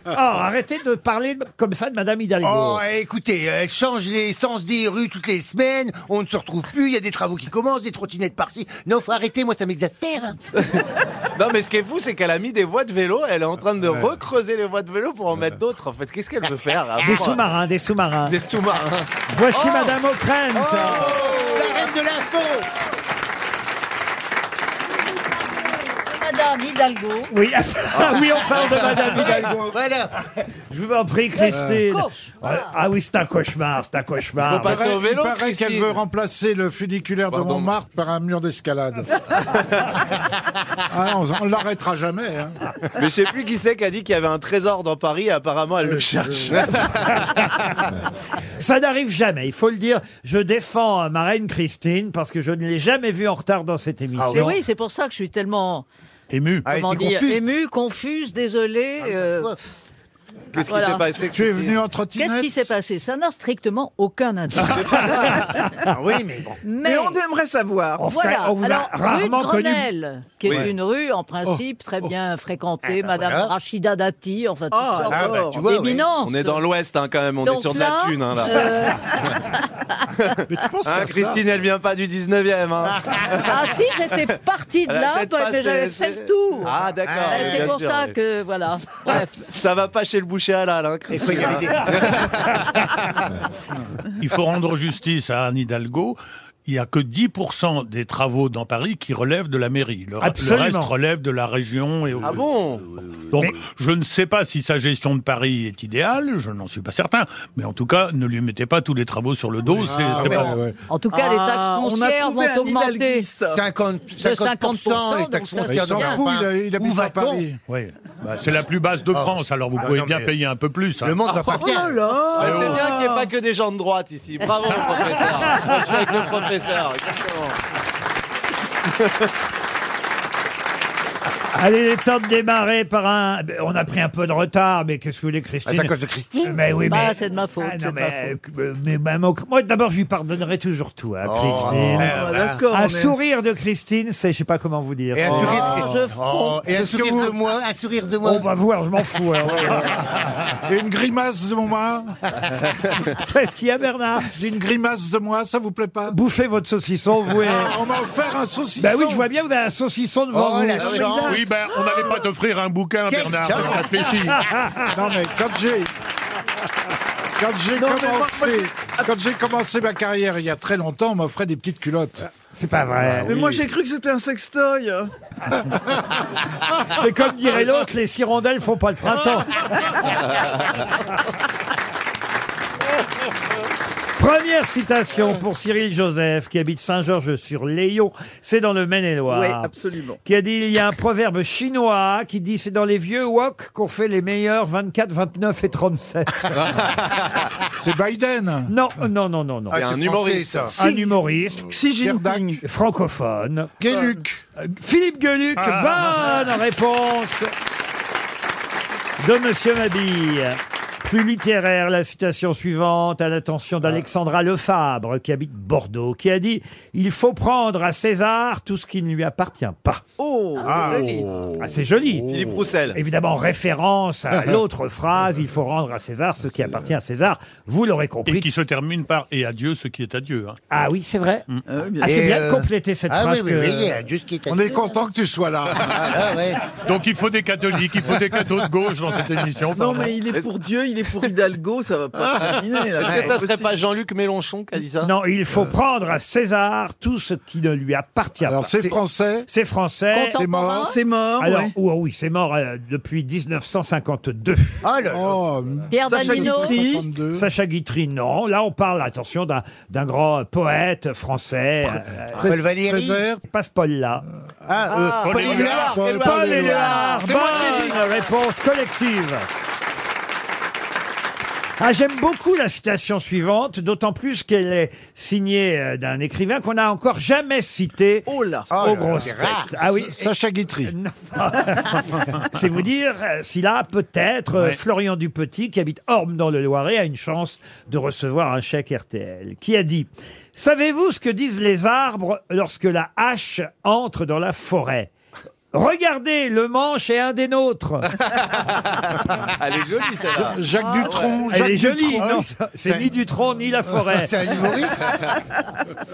Speaker 4: Ah,
Speaker 1: Alors, arrêtez de parler comme ça de Madame Hidalgo.
Speaker 9: Oh, écoutez, elle change les sens des rues toutes les semaines, on ne se retrouve plus, il y a des travaux qui commencent, des trottinettes par-ci. Non, faut arrêter, moi ça m'exaspère.
Speaker 5: Non, mais ce qui est fou, c'est qu'elle a mis des voies de vélo, elle est en train de recreuser les voies de vélo pour en mettre d'autres. En fait, qu'est-ce qu'elle veut faire à
Speaker 1: Ah, Des
Speaker 5: part-
Speaker 1: sous-marins, des sous-marins.
Speaker 5: Ah, Des sous-marins.
Speaker 1: Voici
Speaker 5: Oh
Speaker 1: Madame O'Krent.
Speaker 9: La reine de l'info
Speaker 26: Madame Hidalgo.
Speaker 1: Oui, ah oui, on parle de Madame Hidalgo.
Speaker 9: Voilà.
Speaker 1: Je vous en prie, Christine.
Speaker 5: Euh.
Speaker 26: Cauchemar.
Speaker 1: Ah oui, c'est un cauchemar, c'est un cauchemar.
Speaker 4: Il paraît- Il paraît qu'elle veut remplacer le funiculaire de Montmartre par un mur d'escalade. Ah, on on l'arrêtera jamais. hein.
Speaker 5: Mais je sais plus qui c'est qui a dit qu'il y avait un trésor dans Paris, apparemment elle le cherche.
Speaker 1: Ça n'arrive jamais, il faut le dire. Je défends ma reine Christine parce que je ne l'ai jamais vue en retard dans cette émission.
Speaker 5: Ah
Speaker 24: Mais Ah, oui, c'est pour ça que je suis tellement
Speaker 1: ému.
Speaker 4: Ah,
Speaker 24: comment dire, émue, confuse, désolée. euh,
Speaker 4: Qu'est-ce qui
Speaker 24: voilà.
Speaker 4: s'est passé Ah, Tu es venu en trottinette
Speaker 24: Qu'est-ce qui s'est passé Ça n'a strictement aucun intérêt.
Speaker 9: oui, mais bon.
Speaker 24: Mais-
Speaker 18: Et on aimerait savoir.
Speaker 24: voilà.
Speaker 18: on vous a
Speaker 24: Alors,
Speaker 18: rarement
Speaker 24: rue
Speaker 18: connu.
Speaker 24: de
Speaker 18: Oh.
Speaker 24: Grenelle, qui est
Speaker 18: Oui.
Speaker 24: une rue en principe très bien fréquentée,
Speaker 18: Eh ben
Speaker 24: Madame Rachida Dati, enfin toutes
Speaker 6: Oh,
Speaker 18: Ah,
Speaker 24: sortes
Speaker 5: Ah, bah, tu vois, ouais.
Speaker 24: d'éminences.
Speaker 5: On est dans l'Ouest hein, quand même, on est
Speaker 24: Donc
Speaker 5: sur de
Speaker 24: là,
Speaker 5: la thune. Hein, là.
Speaker 24: euh,
Speaker 5: Hein, Christine, elle vient pas du 19e. Hein.
Speaker 24: ah si, j'étais partie de
Speaker 5: Elle
Speaker 24: là,
Speaker 5: achète
Speaker 24: bah,
Speaker 5: pas
Speaker 24: mais
Speaker 5: ses-
Speaker 24: j'avais
Speaker 5: ses-
Speaker 24: fait le tour.
Speaker 5: Ah, d'accord,
Speaker 24: Bah,
Speaker 5: oui,
Speaker 24: C'est
Speaker 5: bien
Speaker 24: pour
Speaker 5: sûr,
Speaker 24: ça
Speaker 5: oui.
Speaker 24: que, voilà. Bref.
Speaker 5: Ça va pas chez le boucher à l'âle, hein, Christine. hein.
Speaker 27: Il faut rendre justice à Anne Hidalgo. Il n'y a que 10% des travaux dans Paris qui relèvent de la mairie. Le, le
Speaker 1: Absolument.
Speaker 27: reste relève de la région. Et,
Speaker 5: Ah bon
Speaker 27: Donc, je ne sais pas si sa gestion de Paris est idéale, je n'en suis pas certain. Mais en tout cas, ne lui mettez pas tous les travaux sur le dos.
Speaker 9: Ah,
Speaker 27: c'est- c'est pas-
Speaker 24: En tout cas, les
Speaker 18: Ah,
Speaker 24: taxes
Speaker 18: on a
Speaker 24: foncières
Speaker 18: trouvé un
Speaker 24: vont augmenter.
Speaker 18: hidalguiste.
Speaker 9: 50,
Speaker 24: De 50%,
Speaker 9: les taxes
Speaker 27: Ouais,
Speaker 9: foncières.
Speaker 27: il s'en
Speaker 9: donc,
Speaker 27: fout,
Speaker 9: enfin,
Speaker 27: il, a- il
Speaker 9: où
Speaker 27: habite à
Speaker 9: va-t-on
Speaker 27: Paris. Oui. Bah, c'est la plus basse de France, alors vous
Speaker 9: Ah,
Speaker 27: pouvez
Speaker 9: non,
Speaker 27: bien
Speaker 9: mais-
Speaker 27: payer un peu plus. hein.
Speaker 9: Le monde va pas
Speaker 5: Oh
Speaker 9: bien.
Speaker 5: là là Ouais, C'est bien qu'il n'y ait pas que des gens de droite ici. Bravo, le professeur. Je suis avec le professeur. exactement.
Speaker 1: Allez, il est temps de démarrer par un. On a pris un peu de retard, mais qu'est-ce que vous voulez, Christine
Speaker 9: Ah, c'est à cause de Christine
Speaker 1: Mais oui, mais.
Speaker 24: Bah, c'est de ma faute.
Speaker 1: Ah,
Speaker 24: c'est
Speaker 1: non,
Speaker 24: de ma
Speaker 1: mais,
Speaker 24: faute.
Speaker 1: euh, mais même au- moi d'abord je lui pardonnerai toujours tout à
Speaker 9: Oh,
Speaker 1: Christine.
Speaker 9: ah, d'accord,
Speaker 1: un
Speaker 9: on est-
Speaker 1: sourire de Christine, c'est je sais pas comment vous dire.
Speaker 9: Et un
Speaker 1: Oh.
Speaker 9: sourire,
Speaker 1: Oh,
Speaker 9: oh, et un sourire de moi, un sourire de moi.
Speaker 1: Oh, bah vous, alors je m'en fous. alors.
Speaker 4: Et une grimace de moi
Speaker 1: Qu'est-ce qu'il y a, Bernard
Speaker 4: J'ai une grimace de moi, ça vous plaît pas
Speaker 1: Bouffez votre saucisson, vous et.
Speaker 4: Ah, on m'a offert un saucisson. Ah,
Speaker 1: Bah oui, je vois bien, vous avez un saucisson
Speaker 9: Oh,
Speaker 1: devant vous.
Speaker 27: Oui, ben, on n'allait pas t'offrir un bouquin,
Speaker 1: Quelle
Speaker 27: Bernard.
Speaker 1: chance.
Speaker 27: Réfléchis.
Speaker 4: Non mais quand j'ai quand j'ai
Speaker 27: Non, mais moi,
Speaker 4: commencé quand j'ai commencé ma carrière il y a très longtemps, on m'offrait des petites culottes.
Speaker 1: C'est pas vrai.
Speaker 18: Ah Mais moi j'ai cru que c'était un sextoy.
Speaker 1: Mais comme
Speaker 17: Ah,
Speaker 1: dirait l'autre, les hirondelles font
Speaker 24: Ah,
Speaker 1: pas le printemps. Première citation pour Cyril Joseph, qui habite Saint-Georges-sur-Layon, c'est dans le Maine-et-Loire.
Speaker 18: Oui, absolument.
Speaker 1: Qui a dit il y a un proverbe chinois qui dit c'est dans les vieux wok qu'on fait les meilleurs 24, 29 et 37. c'est Biden. Non, non, non, non, non.
Speaker 4: Ah, c'est un humoriste.
Speaker 1: Un humoriste. Xi Jinping. Francophone.
Speaker 4: Gueluc.
Speaker 1: Euh, Philippe Gueluc.
Speaker 4: Ah.
Speaker 1: Bonne réponse de Monsieur Mabille. Plus littéraire, la citation suivante à l'attention d'Alexandra Lefabre, qui habite Bordeaux, qui a dit « Il faut prendre à César tout ce qui ne lui appartient pas ».
Speaker 18: Oh, joli.
Speaker 1: Ah, c'est joli.
Speaker 5: Philippe Roussel.
Speaker 1: Évidemment, référence à l'autre phrase, il faut rendre à César ce qui appartient à César. Vous l'aurez compris.
Speaker 27: Et qui se termine par et adieu ce qui est à Dieu. hein.
Speaker 1: Ah oui, c'est vrai.
Speaker 4: Mm.
Speaker 27: oui,
Speaker 1: Ah, c'est
Speaker 27: et,
Speaker 1: bien de
Speaker 27: euh,
Speaker 1: compléter cette
Speaker 27: ah
Speaker 1: phrase.
Speaker 27: oui, oui,
Speaker 1: que...
Speaker 27: oui, adieu ce qui est Ah, à On est Dieu. content
Speaker 1: que tu sois là.
Speaker 27: Donc il faut des catholiques, il faut des cathos de gauche dans cette émission.
Speaker 18: Non,
Speaker 27: pardon.
Speaker 18: mais il est pour Dieu, il est pour Hidalgo, ça va pas terminer. là.
Speaker 5: Ah. Est-ce que ça serait pas Jean-Luc Mélenchon qui a dit ça
Speaker 1: Non, il faut prendre à César tout ce qui ne lui appartient pas.
Speaker 4: c'est français
Speaker 1: C'est français.
Speaker 4: C'est mort C'est mort,
Speaker 1: Alors,
Speaker 4: ouais.
Speaker 1: ou- oh oui, c'est mort euh, depuis 1952.
Speaker 27: Ah,
Speaker 4: Pierre Sacha Danino. Guitry.
Speaker 1: 62. Sacha Guitry, non. Là, on parle, attention, d'un d'un grand euh, poète français.
Speaker 9: Pré- Paul Valéry.
Speaker 1: Prévert. Pas ce Paul-là.
Speaker 9: Ah, euh, Paul Éluard.
Speaker 1: Paul Éluard. Bonne réponse collective. Ah, j'aime beaucoup la citation suivante, d'autant plus qu'elle est signée euh, d'un écrivain qu'on n'a encore jamais cité oh là,
Speaker 4: Oh là
Speaker 1: aux
Speaker 4: là,
Speaker 1: grosses
Speaker 4: c'est
Speaker 1: têtes.
Speaker 4: rare.
Speaker 1: Ah oui,
Speaker 4: Sacha Guitry.
Speaker 1: c'est vous dire euh, si là, peut-être, euh,
Speaker 4: Ouais.
Speaker 1: Florian Dupetit, qui habite Orme dans le Loiret, a une chance de recevoir un chèque RTL, qui a dit « Savez-vous ce que disent les arbres lorsque la hache entre dans la forêt ?» Regardez, le manche est un des nôtres.
Speaker 5: Elle est jolie, celle-là.
Speaker 18: Ah.
Speaker 1: Jacques Dutronc. Ah Elle
Speaker 5: Jacques
Speaker 1: est jolie.
Speaker 5: Dutronc.
Speaker 1: Non, ça- c'est ni Dutronc ni La Forêt.
Speaker 5: C'est un humoriste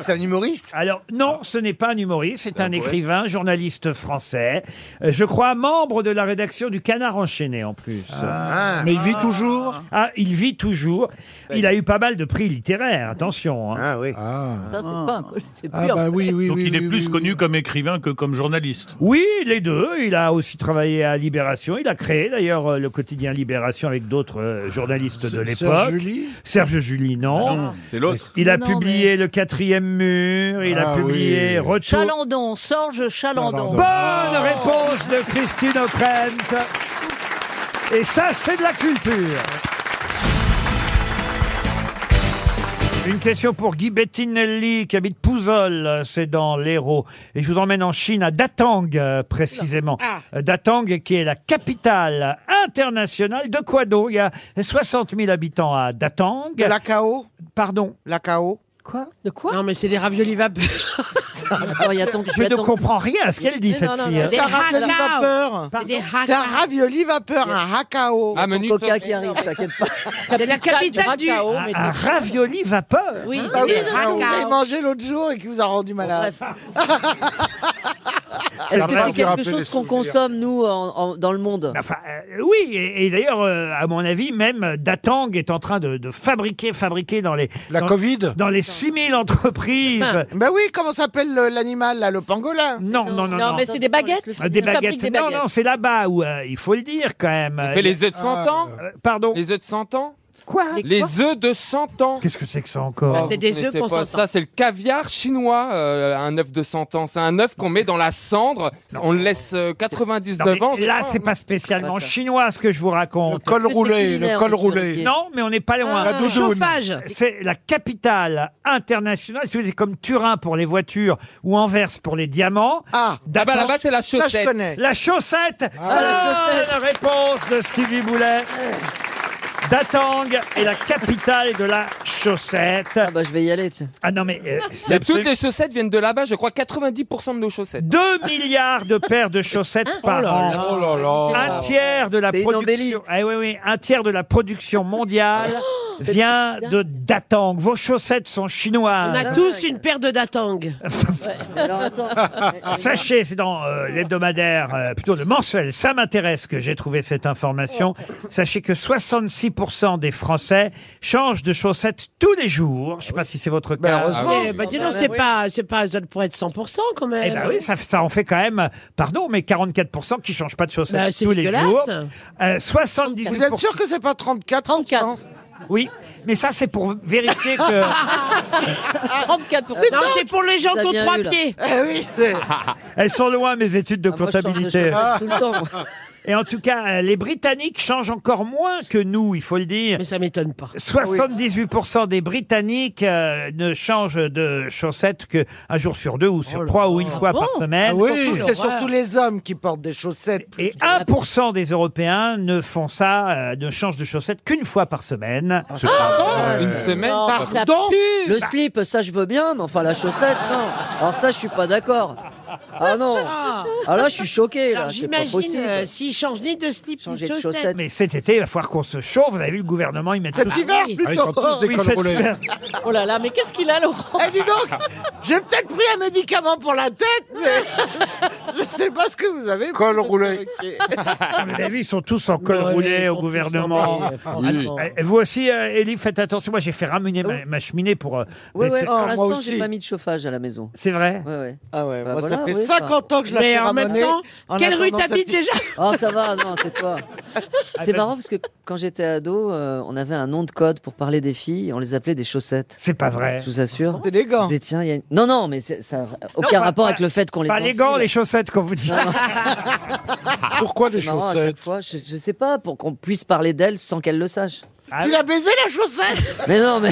Speaker 1: C'est un humoriste Alors non, ce n'est pas un humoriste. C'est un
Speaker 5: poète.
Speaker 1: écrivain, journaliste français. Euh, Je crois membre de la rédaction du Canard enchaîné en plus.
Speaker 4: Ah. Mais il vit
Speaker 1: toujours Ah, il vit toujours. Il a eu pas mal de prix littéraires. Attention. Ah oui.
Speaker 24: Ça, c'est pas un col- c'est
Speaker 1: Ah,
Speaker 24: plus un-
Speaker 1: bah oui, oui,
Speaker 27: Donc
Speaker 1: oui,
Speaker 27: il est
Speaker 1: oui,
Speaker 27: plus
Speaker 1: oui,
Speaker 27: connu comme écrivain que comme journaliste.
Speaker 1: Oui, les deux. Il a aussi travaillé à Libération. Il a créé d'ailleurs euh, le quotidien Libération avec d'autres euh, journalistes de
Speaker 4: Ah, Serge
Speaker 1: l'époque.
Speaker 4: July
Speaker 1: Serge Julie, non.
Speaker 12: Ah C'est l'autre.
Speaker 1: Il a
Speaker 24: Non,
Speaker 1: publié Le Quatrième Mur. Il a
Speaker 4: Ah
Speaker 1: publié
Speaker 4: oui.
Speaker 1: Retour.
Speaker 24: Chalandon, Sorge Chalandon.
Speaker 1: Bonne réponse de Christine O'Krent. Et ça, c'est de la culture. Une question pour Guy Bettinelli qui habite Pouzol, euh, c'est dans l'Hérault. Et je vous emmène en Chine, à Datang euh, précisément.
Speaker 25: Ah.
Speaker 1: Euh, Datang qui est la capitale internationale de quoi donc Il y a 60 000 habitants à Datang. De la
Speaker 25: KO
Speaker 1: Pardon
Speaker 25: La KO
Speaker 1: Quoi
Speaker 25: De quoi Non, mais c'est des raviolis vapeur.
Speaker 1: Je ne comprends rien à ce qu'elle dit, cette fille. hein.
Speaker 25: C'est un ravioli vapeur. C'est un ravioli vapeur, un hakao.
Speaker 1: Ah, menu Coca
Speaker 25: qui arrive, t'inquiète pas.
Speaker 24: C'est la capitale du hakao, mais-
Speaker 1: Un ravioli vapeur
Speaker 7: Ah
Speaker 25: Oui,
Speaker 7: bah
Speaker 24: c'est des
Speaker 25: c'est que vous
Speaker 24: hakao.
Speaker 25: avez mangé l'autre jour et qui vous a rendu malade.
Speaker 1: Ça va
Speaker 6: Est-ce que c'est
Speaker 1: vous rappeler
Speaker 6: quelque
Speaker 1: des
Speaker 6: chose qu'on
Speaker 1: souvenirs.
Speaker 6: consomme, nous, en- en- dans le monde
Speaker 24: Bah,
Speaker 1: Enfin, euh, oui, et, et d'ailleurs, euh, à mon avis, même euh, Datang est en train de, de fabriquer, fabriquer dans les... La
Speaker 4: Covid
Speaker 1: Dans les 6000 entreprises.
Speaker 25: Ben oui, comment s'appelle le- l'animal, là, le pangolin
Speaker 1: Non, non, non.
Speaker 25: Non, mais c'est des baguettes
Speaker 1: Euh, Des
Speaker 25: Ils fabriquent
Speaker 1: baguettes.
Speaker 25: des
Speaker 1: Non,
Speaker 25: baguettes.
Speaker 1: non, c'est là-bas où euh, il faut le dire quand même.
Speaker 8: Mais les œufs de 100
Speaker 25: Ah,
Speaker 8: ans
Speaker 1: Euh, Pardon
Speaker 8: Les œufs de 100 ans
Speaker 1: Quoi
Speaker 8: Les œufs de 100 ans
Speaker 1: Qu'est-ce que c'est que ça encore
Speaker 25: Bah,
Speaker 8: Ah, vous connaissez pas Ça, c'est le caviar chinois, euh, un œuf de 100 ans. C'est un œuf qu'on met dans la cendre. On le laisse euh, 99
Speaker 1: Non,
Speaker 8: ans.
Speaker 1: mais là, c'est pas spécialement chinois ce que je vous raconte. Le
Speaker 8: col Est-ce que c'est roulé, le culinaire, col monsieur roulé. Ruquier
Speaker 1: Non, mais on n'est pas loin.
Speaker 8: Ah, La doudoune.
Speaker 6: chauffage.
Speaker 1: C'est la capitale internationale. Si vous voulez, comme Turin pour les voitures ou Anvers pour les diamants. Ah,
Speaker 8: Ah bah, là-bas, c'est la chaussette. Ça, je connais.
Speaker 1: La chaussette.
Speaker 8: la
Speaker 1: Voilà la réponse de Stevie Boulet. Datang est la capitale de la chaussette. Ah
Speaker 6: bah je vais y aller, tiens.
Speaker 1: Ah non mais euh, c'est
Speaker 8: Et toutes
Speaker 1: absolument-
Speaker 8: les chaussettes viennent de là-bas. Je crois 90% de nos chaussettes.
Speaker 1: 2 milliards de paires de chaussettes
Speaker 6: Hein
Speaker 1: par
Speaker 8: là
Speaker 1: an.
Speaker 8: là. Oh
Speaker 6: Ah,
Speaker 8: là là.
Speaker 1: Un tiers de la
Speaker 8: C'est une
Speaker 1: production. Ah oui, oui, un tiers de la production mondiale
Speaker 6: Oh,
Speaker 1: vient de Datang. Vos chaussettes sont chinoises.
Speaker 6: On
Speaker 24: Ah,
Speaker 6: a tous une paire de datang. Alors attends.
Speaker 1: Sachez, c'est dans euh, l'hebdomadaire, euh, plutôt le mensuel, ça m'intéresse que j'ai trouvé cette information.
Speaker 6: Oh,
Speaker 1: Sachez que 66% des Français changent de chaussettes tous les jours. Je ne sais pas si c'est votre
Speaker 8: Ben,
Speaker 1: cas.
Speaker 24: Ah,
Speaker 1: Ah,
Speaker 6: Eh,
Speaker 25: ben,
Speaker 6: bah, dis donc, c'est pas, c'est pas, ça pourrait être 100% quand même.
Speaker 25: Euh,
Speaker 1: Eh ben oui, ça, ça en fait quand même, euh, pardon, mais 44% qui changent pas de chaussettes
Speaker 6: Bah, c'est
Speaker 1: tous les
Speaker 6: dégueulasse.
Speaker 1: jours. Euh, 78%.
Speaker 25: Vous êtes sûr que c'est pas 34
Speaker 6: 34.
Speaker 1: Oui. Mais ça, c'est pour vérifier que.
Speaker 24: Ah,
Speaker 6: 34 pour
Speaker 25: Non, c'est pour les gens qui ont trois pieds.
Speaker 3: Eh
Speaker 1: Ah Elles sont loin, mes études de
Speaker 25: Ah, moi, je change de
Speaker 1: comptabilité.
Speaker 25: chaussures tout le temps.
Speaker 1: Et en tout cas, euh, les Britanniques changent encore moins que nous, il faut le dire. Mais ça m'étonne pas. 78% des Britanniques euh, ne changent de chaussettes qu'un jour sur deux ou sur trois ou une fois par semaine.
Speaker 7: Ah c'est surtout les hommes qui portent des chaussettes.
Speaker 1: Et 1% des Européens ne font ça, euh, ne changent de chaussettes qu'une fois par semaine.
Speaker 7: C'est pas Ah, vrai. une semaine, Non, ça ça pardon. pue.
Speaker 24: Le slip, ça je veux bien, mais enfin la chaussette, non. Alors ça, je suis pas d'accord. Ah non. Ah là, je suis choqué.
Speaker 25: Alors
Speaker 24: Là, c'est pas
Speaker 25: j'imagine
Speaker 24: possible.
Speaker 25: euh, s'ils changent ni de slip ni de chaussettes.
Speaker 1: Mais cet été, il va falloir qu'on se chauffe. Vous avez vu, le gouvernement, ils mettent
Speaker 25: Cet
Speaker 1: tous-
Speaker 25: hiver, plutôt.
Speaker 1: Ah, ils sont tous des
Speaker 7: Oui,
Speaker 1: cols
Speaker 7: cet
Speaker 1: roulés.
Speaker 7: hiver.
Speaker 6: Oh là là, mais qu'est-ce qu'il a, Laurent
Speaker 7: Eh, dis donc, j'ai peut-être pris un médicament pour la tête, mais je sais pas ce que vous avez. Col roulé.
Speaker 1: Ah, À mon avis, ils sont tous en col
Speaker 7: Non, mais ils
Speaker 1: roulé
Speaker 7: sont
Speaker 1: au
Speaker 7: tous
Speaker 1: gouvernement.
Speaker 7: embêtés, franchement. Oh.
Speaker 1: Ah, euh, Vous aussi, euh, Élie, faites attention. Moi, j'ai fait ramener ma, ma cheminée pour. euh,
Speaker 24: Oui,
Speaker 1: laisser-
Speaker 24: ouais, pour l'instant, j'ai pas mis de chauffage à la maison.
Speaker 1: C'est vrai
Speaker 24: Ouais, ouais.
Speaker 7: Ah ouais,
Speaker 24: Bah
Speaker 7: moi,
Speaker 24: voilà,
Speaker 7: ça fait
Speaker 24: oui,
Speaker 7: 50 ans que je la
Speaker 24: Mais
Speaker 7: fais
Speaker 24: en même
Speaker 7: ramener.
Speaker 24: temps,
Speaker 7: En
Speaker 24: quelle rue
Speaker 7: attendant, ça
Speaker 24: t'habites
Speaker 7: fait-
Speaker 24: déjà Oh, ça va, non, tais-toi.
Speaker 1: Ah,
Speaker 24: C'est marrant parce que quand j'étais ado, euh, on avait un nom de code pour parler des filles, on les appelait des chaussettes.
Speaker 1: C'est pas vrai.
Speaker 24: Je vous assure.
Speaker 7: C'est élégant.
Speaker 24: tiens, il y a une- Non, non, mais c'est- ça n'a aucun
Speaker 1: pas-
Speaker 24: rapport
Speaker 1: pas-
Speaker 24: avec le fait qu'on les
Speaker 1: Pas les gants,
Speaker 24: enfile.
Speaker 1: les chaussettes, quand vous dites. Pourquoi
Speaker 24: C'est marrant, à chaque fois, je, je sais pas, pour qu'on puisse parler d'elles sans qu'elles le sachent.
Speaker 1: Ah
Speaker 7: Tu l'as baisé la chaussette
Speaker 24: Mais non, mais.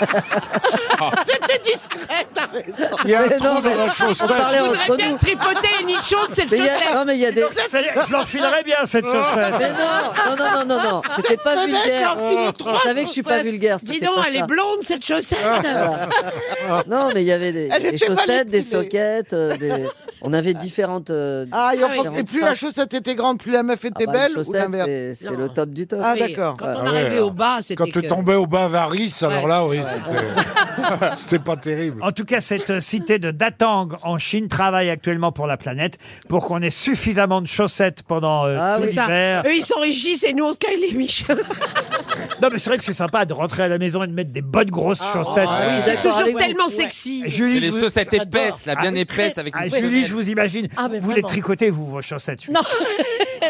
Speaker 7: C'était discret, t'as raison.
Speaker 24: Ah. Il y a un Mais trou non, dans mais- la chaussette. on parlait entre
Speaker 25: voudrais bien
Speaker 24: nous.
Speaker 25: tripoter les nids chaudes, c'est le
Speaker 24: Mais il y a-
Speaker 25: chaussette.
Speaker 24: non, mais il y a des-
Speaker 1: Ça y est, je l'enfilerais bien, cette chaussette.
Speaker 24: Mais non, non, non, non, non, non. C'était pas
Speaker 25: Ce mec
Speaker 24: vulgaire.
Speaker 25: leur file
Speaker 24: Vous
Speaker 25: trois
Speaker 24: savez que je suis pas
Speaker 25: chaussettes.
Speaker 24: vulgaire.
Speaker 25: Dis
Speaker 24: c'était
Speaker 25: donc,
Speaker 24: pas
Speaker 25: elle
Speaker 24: ça. Ah,
Speaker 25: est blonde, cette chaussette.
Speaker 24: Voilà. Non, mais il y avait des,
Speaker 7: Elle
Speaker 24: des
Speaker 7: était mal
Speaker 24: chaussettes, des
Speaker 7: épilée.
Speaker 24: soquettes, euh, des... on avait différentes. euh,
Speaker 7: Ah, et, enfin,
Speaker 24: différentes
Speaker 7: et plus la
Speaker 24: strates.
Speaker 7: chaussette était grande, plus la meuf
Speaker 24: Ah
Speaker 7: était
Speaker 24: bah,
Speaker 7: belle
Speaker 24: les
Speaker 7: ou
Speaker 24: chaussettes,
Speaker 7: l'inverse
Speaker 24: c'est- C'est le top du top.
Speaker 7: Ah, d'accord.
Speaker 24: Quand on
Speaker 4: Ah ouais, alors. Quand tu tombais au bas varice, alors
Speaker 24: Ouais.
Speaker 4: là, oui,
Speaker 24: Ouais.
Speaker 4: c'était- c'était pas terrible.
Speaker 1: En tout cas, cette euh, cité de Datang en Chine travaille actuellement pour la planète pour qu'on ait suffisamment de chaussettes pendant euh,
Speaker 25: Ah
Speaker 1: tout
Speaker 25: oui, ça.
Speaker 1: l'hiver.
Speaker 25: Eux, ils s'enrichissent et nous, on se caille les miches.
Speaker 1: Non, mais c'est vrai que c'est sympa de rentrer à la maison et de mettre des bonnes grosses chaussettes.
Speaker 24: ah oui, d'accord,
Speaker 25: Toujours
Speaker 24: allez, oui.
Speaker 25: tellement
Speaker 24: Ouais.
Speaker 25: sexy.
Speaker 24: Et les chaussettes épaisses, là, bien
Speaker 1: Ah,
Speaker 24: épaisses, avec
Speaker 1: ah,
Speaker 24: une
Speaker 1: Julie,
Speaker 24: semelle.
Speaker 1: je vous imagine.
Speaker 24: Ah, mais
Speaker 1: vous les
Speaker 24: vraiment.
Speaker 1: tricotez, vous, vos chaussettes.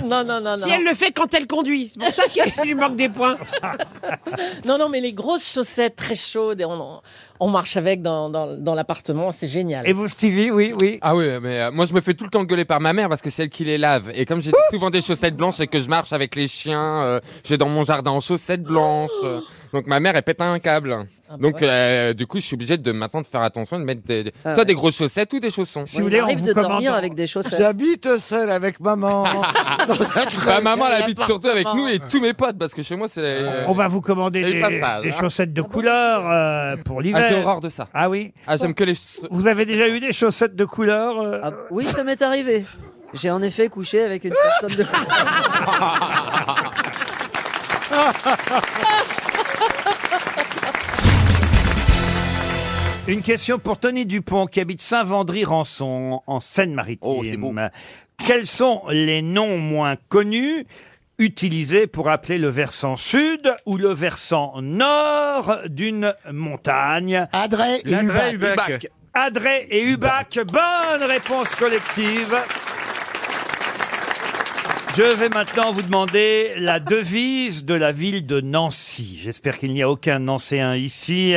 Speaker 24: Non. non, non, non,
Speaker 25: Si elle le fait quand elle conduit. C'est pour ça qu'il lui manque des points.
Speaker 6: Non, non, mais les grosses chaussettes très chaudes, et on, on marche avec dans, dans, dans l'appartement, c'est génial.
Speaker 1: Et vous, Stevie, oui, oui.
Speaker 8: Ah oui, mais euh, moi je me fais tout le temps gueuler par ma mère parce que c'est elle qui les lave. Et comme j'ai souvent des chaussettes blanches et que je marche avec les chiens, euh, j'ai dans mon jardin en chaussettes blanches. euh, donc ma mère elle pète un
Speaker 1: Ah
Speaker 8: câble.
Speaker 1: bah
Speaker 8: Donc euh, du coup je suis obligé de maintenant de faire attention de mettre des, des-
Speaker 24: Ah
Speaker 8: soit
Speaker 24: ouais.
Speaker 8: des grosses chaussettes ou des chaussons.
Speaker 1: Si vous voulez, on vous commande.
Speaker 24: avec des chaussettes.
Speaker 7: J'habite seule avec maman.
Speaker 8: Bah, maman elle habite surtout avec nous et tous mes potes parce que chez moi c'est. euh,
Speaker 1: On va vous commander
Speaker 8: il y a eu
Speaker 1: des,
Speaker 8: pas ça,
Speaker 1: des
Speaker 8: là.
Speaker 1: chaussettes
Speaker 24: Ah
Speaker 1: de couleur euh, pour l'hiver.
Speaker 8: Ah, j'ai horreur de ça.
Speaker 1: Ah oui
Speaker 8: Ah
Speaker 24: Oh.
Speaker 8: j'aime que les.
Speaker 1: Vous avez déjà eu des chaussettes de couleur euh,
Speaker 24: Ah, oui, ça m'est arrivé. J'ai en effet couché avec une personne de.
Speaker 7: Ah,
Speaker 1: Une question pour Tony Dupont qui habite Saint-Vendry-Rançon en Seine-Maritime. Quels sont les noms moins connus utilisés pour appeler le versant sud ou le versant nord d'une montagne Adré
Speaker 2: et Ubac. Ubac.
Speaker 1: Adré et Ubac. Bonne réponse collective. Je vais maintenant vous demander la devise de la ville de Nancy. J'espère qu'il n'y a aucun Nancéen ici,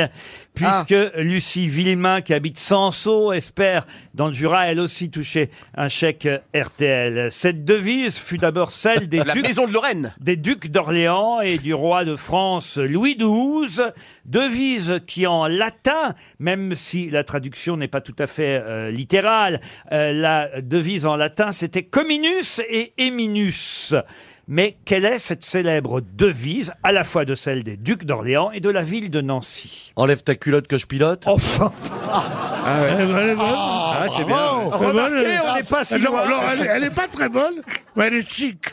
Speaker 1: puisque
Speaker 12: Ah.
Speaker 1: Lucie Villemain, qui habite Sanso, espère, dans le Jura, elle aussi toucher un chèque RTL. Cette devise fut d'abord celle des
Speaker 12: La
Speaker 1: ducs,
Speaker 12: maison de Lorraine.
Speaker 1: des ducs d'Orléans et du roi de France Louis XII. Devise qui en latin, même si la traduction n'est pas tout à fait euh, littérale, euh, la devise en latin c'était Cominus et Eminus. Mais quelle est cette célèbre devise, à la fois de celle des ducs d'Orléans et de la ville de Nancy Oh,
Speaker 3: Enlève ta culotte que je pilote.
Speaker 1: Enfin
Speaker 3: Ah ouais. Ah, c'est bien. ouais.
Speaker 1: Remarquez, on n'est pas si
Speaker 11: non,
Speaker 1: loin.
Speaker 11: non, elle, elle est pas très bonne, mais elle est chic.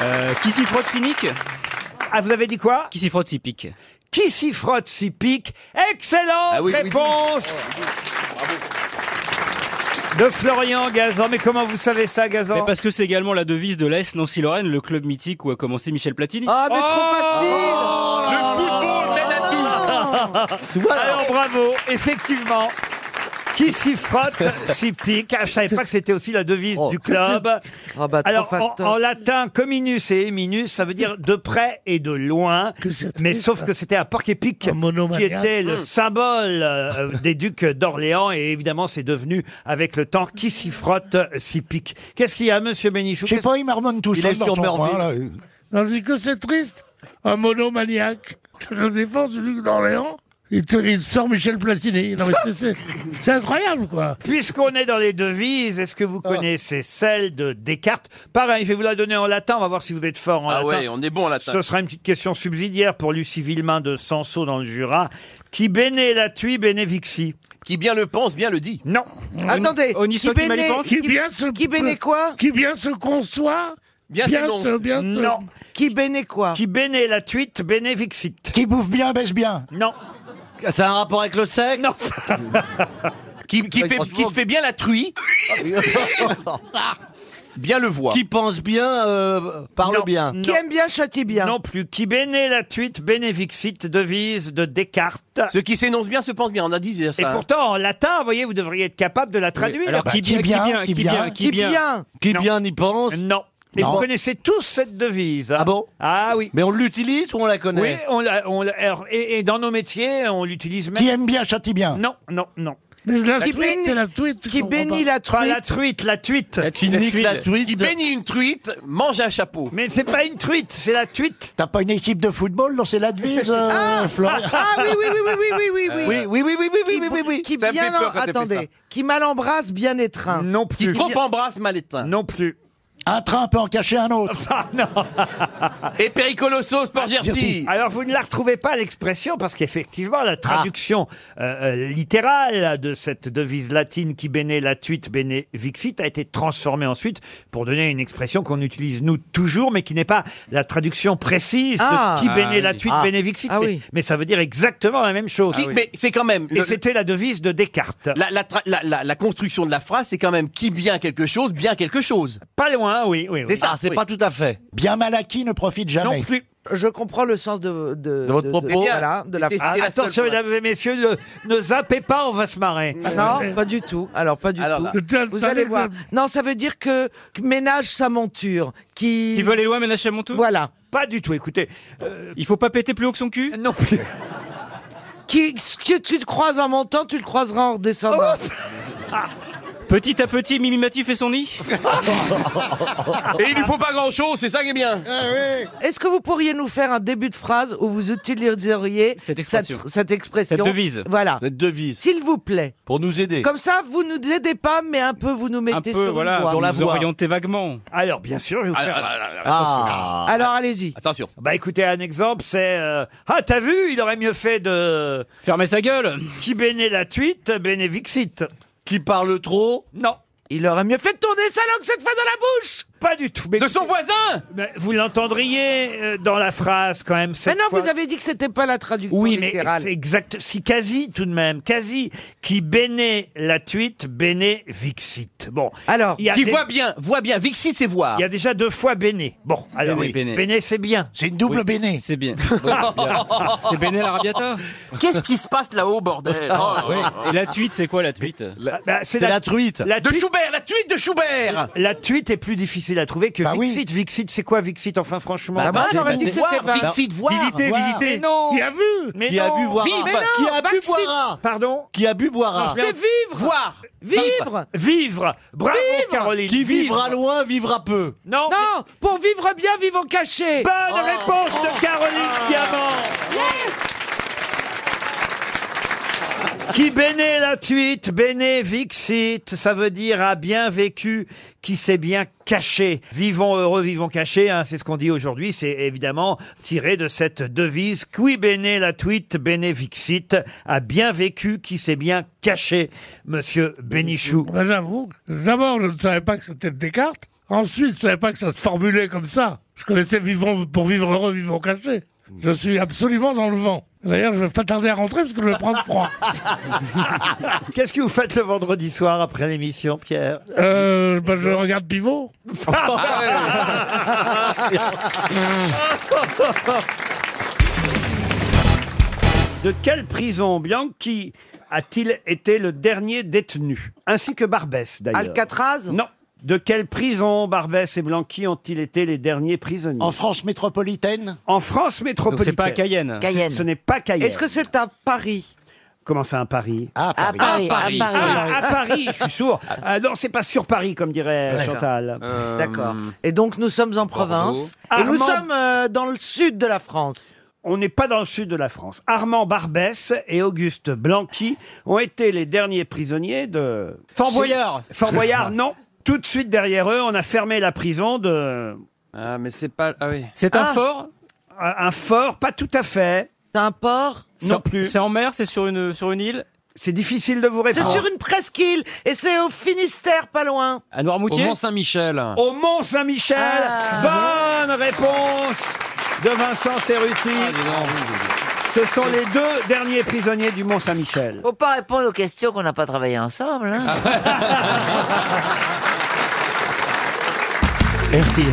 Speaker 3: Euh, qui s'y frotte cynique
Speaker 1: Hein Ah, vous avez dit quoi
Speaker 3: Qui s'y frotte s'y pique.
Speaker 1: Qui s'y frotte, s'y pique Excellente
Speaker 3: Ah
Speaker 1: réponse de Florian Gazan. Mais comment vous savez ça,
Speaker 3: Mais
Speaker 1: Gazan
Speaker 3: parce que c'est également la devise de l'AS Nancy-Lorraine, le club mythique où a commencé Michel Platini.
Speaker 7: Ah,
Speaker 1: Oh,
Speaker 7: mais
Speaker 24: Oh
Speaker 7: trop facile
Speaker 1: Alors bravo, effectivement. Qui s'y frotte, s'y pique. Ah, je savais pas que c'était aussi la devise du club. Alors, en, en latin, comminus et eminus, ça veut dire de près et de loin. Mais sauf que c'était à Porc-Épic qui était le
Speaker 25: Mmh.
Speaker 11: Mm.
Speaker 1: symbole euh, des ducs d'Orléans. Et évidemment, c'est devenu, avec le temps, qui s'y frotte, euh, s'y pique. Qu'est-ce qu'il y a, monsieur Bénichou Je sais pas, il marmonne tout
Speaker 9: Ah, euh.
Speaker 11: Non, je dis que c'est triste. Un monomaniaque. Je défense du duc d'Orléans. Il, te- il sort Michel Platini. Non, mais c'est- c'est- c'est incroyable, quoi.
Speaker 1: Puisqu'on est dans les devises, est-ce que vous
Speaker 7: Ah.
Speaker 1: connaissez celle de Descartes Pareil, je vais vous la donner en latin, on va voir si vous êtes fort en
Speaker 3: Ah
Speaker 1: latin.
Speaker 3: ouais, on est bon en latin.
Speaker 1: Ce sera une petite question subsidiaire pour Lucie Villemain de Sanso dans le Jura. Qui béné la tui bénévixi Qui bien le pense, bien le dit. Non.
Speaker 7: Attendez, qui béné,
Speaker 11: qui bien se
Speaker 7: qui béné quoi
Speaker 11: Qui bien se conçoit
Speaker 1: Bien s'énonce.
Speaker 7: se- bien se-
Speaker 1: Non.
Speaker 7: Qui béné quoi
Speaker 1: Qui béné la tuite, bénévixit.
Speaker 28: Qui bouffe bien, baisse bien.
Speaker 1: Non.
Speaker 2: Ça a un rapport avec le sexe
Speaker 1: Non.
Speaker 3: qui, qui
Speaker 2: Ouais,
Speaker 3: fait, qui
Speaker 2: franchement.
Speaker 3: se fait bien la truie. bien le voit.
Speaker 2: Qui pense bien, euh, parle bien.
Speaker 1: Qui aime bien châtie
Speaker 3: Hein.
Speaker 1: bien. Non plus. Qui béné la tuite, bénévixit, devise de Descartes.
Speaker 3: Ceux qui s'énoncent bien se pensent bien. On a dit ça.
Speaker 1: Et pourtant, en latin, vous voyez, vous devriez être capable de la traduire.
Speaker 3: Alors, Bah, qui qui bien, bien, qui bien, qui bien, qui bien.
Speaker 1: Qui bien y pense Non. Mais vous connaissez tous cette devise. Ah bon Ah oui. Mais on l'utilise ou on la
Speaker 2: connaît
Speaker 1: Oui, on la- on la- alors, et, et dans nos métiers, on l'utilise même.
Speaker 28: Qui aime bien, châtie bien.
Speaker 1: Non, non, non.
Speaker 11: la Qui truite, bénit- la truite, je qui comprends bénit pas. la
Speaker 1: Enfin, la
Speaker 3: truite.
Speaker 1: truite, la truite.
Speaker 3: Qui nique la truite. Qui bénit une truite, mange un chapeau.
Speaker 1: Mais c'est pas une truite, c'est la truite.
Speaker 2: T'as pas une équipe de football dont c'est la devise, euh, Florian
Speaker 7: Ah oui, oui, oui, oui, oui, oui, oui, oui.
Speaker 2: Oui, oui, oui, oui, oui,
Speaker 7: Qui-
Speaker 2: oui, oui, oui.
Speaker 7: Qui
Speaker 2: Ça me fait
Speaker 7: bien,
Speaker 2: peur quand t'as fait ça.
Speaker 7: attendez, qui mal embrasse, bien étreint.
Speaker 1: Non
Speaker 3: Qui trop embrasse mal éteint.
Speaker 1: Non plus. Ah.
Speaker 2: Un train peut en cacher un autre. Ah,
Speaker 3: Et Péricoloso, Sport Jersey.
Speaker 1: Alors, vous ne la retrouvez pas, l'expression, parce qu'effectivement, la traduction euh, euh, littérale de cette devise latine qui béné la tuite, béné vixit, a été transformée ensuite pour donner une expression qu'on utilise nous toujours, mais qui n'est pas la traduction précise de
Speaker 3: Ah.
Speaker 1: qui béné
Speaker 3: Ah oui.
Speaker 1: la tuite,
Speaker 3: Ah.
Speaker 1: béné vixit.
Speaker 3: Ah
Speaker 1: mais,
Speaker 3: oui. Ah
Speaker 1: mais ça veut dire exactement la même chose.
Speaker 3: Qui- Mais c'est quand même.
Speaker 1: Et Ah c'était la devise de Descartes.
Speaker 3: La, la tra- la- la- la construction de la phrase, c'est quand même qui bien quelque chose, bien quelque chose.
Speaker 1: Pas loin, oui. oui,
Speaker 3: C'est
Speaker 2: Ah,
Speaker 3: ça, oui.
Speaker 2: à fait.
Speaker 28: Bien mal acquis ne profite jamais.
Speaker 1: Non plus.
Speaker 7: Je comprends le sens de, de,
Speaker 28: De votre propos.
Speaker 7: voilà, de la
Speaker 1: Ah,
Speaker 7: phrase.
Speaker 1: attention, mesdames et messieurs, le- ne zappez pas, on va se marrer.
Speaker 7: Non, pas du tout. Alors, pas du tout. Vous allez voir. Non, ça veut dire que que ménage sa monture. Qui,
Speaker 29: Qui veut aller loin, ménage sa monture
Speaker 7: Voilà.
Speaker 1: Pas du tout, écoutez. euh,
Speaker 29: Il faut pas péter plus haut que son cul
Speaker 1: Non.
Speaker 7: Qui, ce que tu te croises en montant, tu le croiseras en redescendant.
Speaker 29: petit à petit, Mimimati fait son nid.
Speaker 3: Et il lui faut pas grand chose, c'est ça qui est bien.
Speaker 7: Ah Est-ce que vous pourriez nous faire un début de phrase où vous utiliseriez cette
Speaker 2: expression.
Speaker 7: cette, expression
Speaker 2: Cette devise.
Speaker 7: Voilà.
Speaker 2: Cette devise.
Speaker 7: S'il vous plaît.
Speaker 2: Pour nous aider.
Speaker 7: Comme ça, vous nous aidez pas, mais un peu, vous nous mettez
Speaker 29: Un peu,
Speaker 7: sur une
Speaker 29: voilà,
Speaker 7: voie.
Speaker 29: pour la vous orientez vaguement.
Speaker 1: Alors, bien sûr, je vais vous faire.
Speaker 3: Ah.
Speaker 7: Alors, allez-y.
Speaker 3: Attention.
Speaker 1: Bah écoutez, un exemple, c'est euh, Ah, t'as vu, il aurait mieux fait de.
Speaker 29: Fermer sa gueule
Speaker 1: Qui béné la tuite, béné vixit.
Speaker 2: Qui parle trop
Speaker 1: Non.
Speaker 7: Il aurait mieux fait de tourner sa langue cette fois dans la bouche
Speaker 1: Pas du tout.
Speaker 3: de son voisin
Speaker 1: Vous l'entendriez euh, dans la phrase quand même.
Speaker 7: Mais
Speaker 1: Cette
Speaker 7: non,
Speaker 1: fois.
Speaker 7: vous avez dit que c'était pas la traduction
Speaker 1: Oui, mais
Speaker 7: littérale.
Speaker 1: c'est exact. Si quasi, tout de même, quasi, qui béné la tuite, béné vixit. Bon.
Speaker 7: Alors,
Speaker 3: Qui voit bien, voit bien. Vixit, c'est voir.
Speaker 1: Il y a déjà deux fois béné. Bon, alors,
Speaker 3: Béné,
Speaker 1: béné,
Speaker 3: béné.
Speaker 1: c'est bien. Ah,
Speaker 28: C'est une double béné.
Speaker 2: C'est
Speaker 29: bien.
Speaker 3: C'est
Speaker 29: Bené l'Arrabiata.
Speaker 3: Qu'est-ce qui se passe là-haut, bordel Oh,
Speaker 29: Et Ah, la tuite, c'est quoi la tuite
Speaker 1: Bah, La
Speaker 3: De
Speaker 1: tuite-
Speaker 3: Schubert, la tuite de Schubert
Speaker 1: La tuite est plus difficile à trouver que Vixit. Vixit, c'est quoi Vixit Enfin, franchement.
Speaker 3: Bah, Bah, moi, j'aurais dit que c'était voir, Vixit,
Speaker 1: Vixit,
Speaker 3: voir. Visiter, visiter.
Speaker 1: Mais non.
Speaker 3: Qui a vu
Speaker 1: Mais
Speaker 2: Qui a
Speaker 1: non.
Speaker 2: bu, voira.
Speaker 1: Vive.
Speaker 2: Mais non, Qui a bu, Vixit. voira.
Speaker 1: Pardon
Speaker 2: Qui a bu,
Speaker 1: Non,
Speaker 2: boira.
Speaker 1: c'est
Speaker 7: vivre
Speaker 3: Voir
Speaker 7: Vivre
Speaker 1: Vivre. Bravo,
Speaker 7: Vivre.
Speaker 1: Caroline.
Speaker 2: Qui
Speaker 1: Vivre.
Speaker 2: vivra loin, vivra peu.
Speaker 1: Non.
Speaker 7: Non, pour vivre Oh. bien, vivons cachés
Speaker 1: Bonne réponse de Caroline
Speaker 7: Ah.
Speaker 1: Diamant. Qui béné la tuite, béné vixit, ça veut dire a bien vécu, qui s'est bien caché. Vivons heureux, vivons cachés, hein, c'est ce qu'on dit aujourd'hui, c'est évidemment tiré de cette devise, qui béné la tuite, béné vixit, a bien vécu, qui s'est bien caché, monsieur Bénichou.
Speaker 11: Ben, J'avoue, d'abord, je ne savais pas que c'était Descartes. Ensuite, je ne savais pas que ça se formulait comme ça. Je connaissais Vivons pour vivre heureux, vivons cachés. Je suis absolument dans le vent. D'ailleurs, je vais pas tarder à rentrer parce que je vais prendre froid.
Speaker 1: Qu'est-ce que vous faites le vendredi soir après l'émission, Pierre Ah,
Speaker 11: Euh, ben, je regarde Pivot.
Speaker 1: bah.
Speaker 11: Ah,
Speaker 1: De quelle prison Bianchi a-t-il été le dernier détenu Ainsi que Barbès, d'ailleurs.
Speaker 13: Alcatraz
Speaker 1: Non. De quelle prison Barbès et Blanqui ont-ils été les derniers prisonniers En France métropolitaine En France métropolitaine.
Speaker 13: pas à Cayenne. Cayenne.
Speaker 1: Ce, ce n'est pas Cayenne.
Speaker 13: Est-ce que c'est à Paris
Speaker 1: Comment ça, un Paris Ah,
Speaker 13: À Paris. Paris. À Paris.
Speaker 1: Ah, à Paris, je suis sourd. Ah, non, c'est pas sur Paris, comme dirait
Speaker 13: D'accord.
Speaker 1: Euh, Chantal.
Speaker 13: Euh, D'accord.
Speaker 7: Hmm.
Speaker 13: Et donc nous sommes en province. Et nous sommes euh,
Speaker 1: dans le sud de la France. On n'est pas dans le sud de la France. Armand Barbès et Auguste Blanqui ont été les derniers prisonniers de...
Speaker 2: Fort Boyard.
Speaker 1: Fort Boyard, non. Tout de suite derrière eux, on a fermé la prison de...
Speaker 13: Ah, mais c'est pas. Ah oui.
Speaker 1: C'est un fort Un fort, pas tout à fait.
Speaker 13: C'est un port
Speaker 1: Non plus.
Speaker 20: C'est en mer, c'est sur une, sur une île
Speaker 1: C'est difficile de vous
Speaker 13: C'est sur une presqu'île et c'est au Finistère, pas loin.
Speaker 20: À Noirmoutier
Speaker 13: Au
Speaker 20: Mont-Saint-Michel.
Speaker 1: Au Mont-Saint-Michel
Speaker 13: Ah,
Speaker 1: Bonne réponse de Vincent Cerruti.
Speaker 7: Ah,
Speaker 1: Ce sont les deux derniers prisonniers du Mont-Saint-Michel.
Speaker 21: Faut pas répondre aux questions qu'on n'a pas travaillé ensemble. hein.
Speaker 1: Ah, RTL,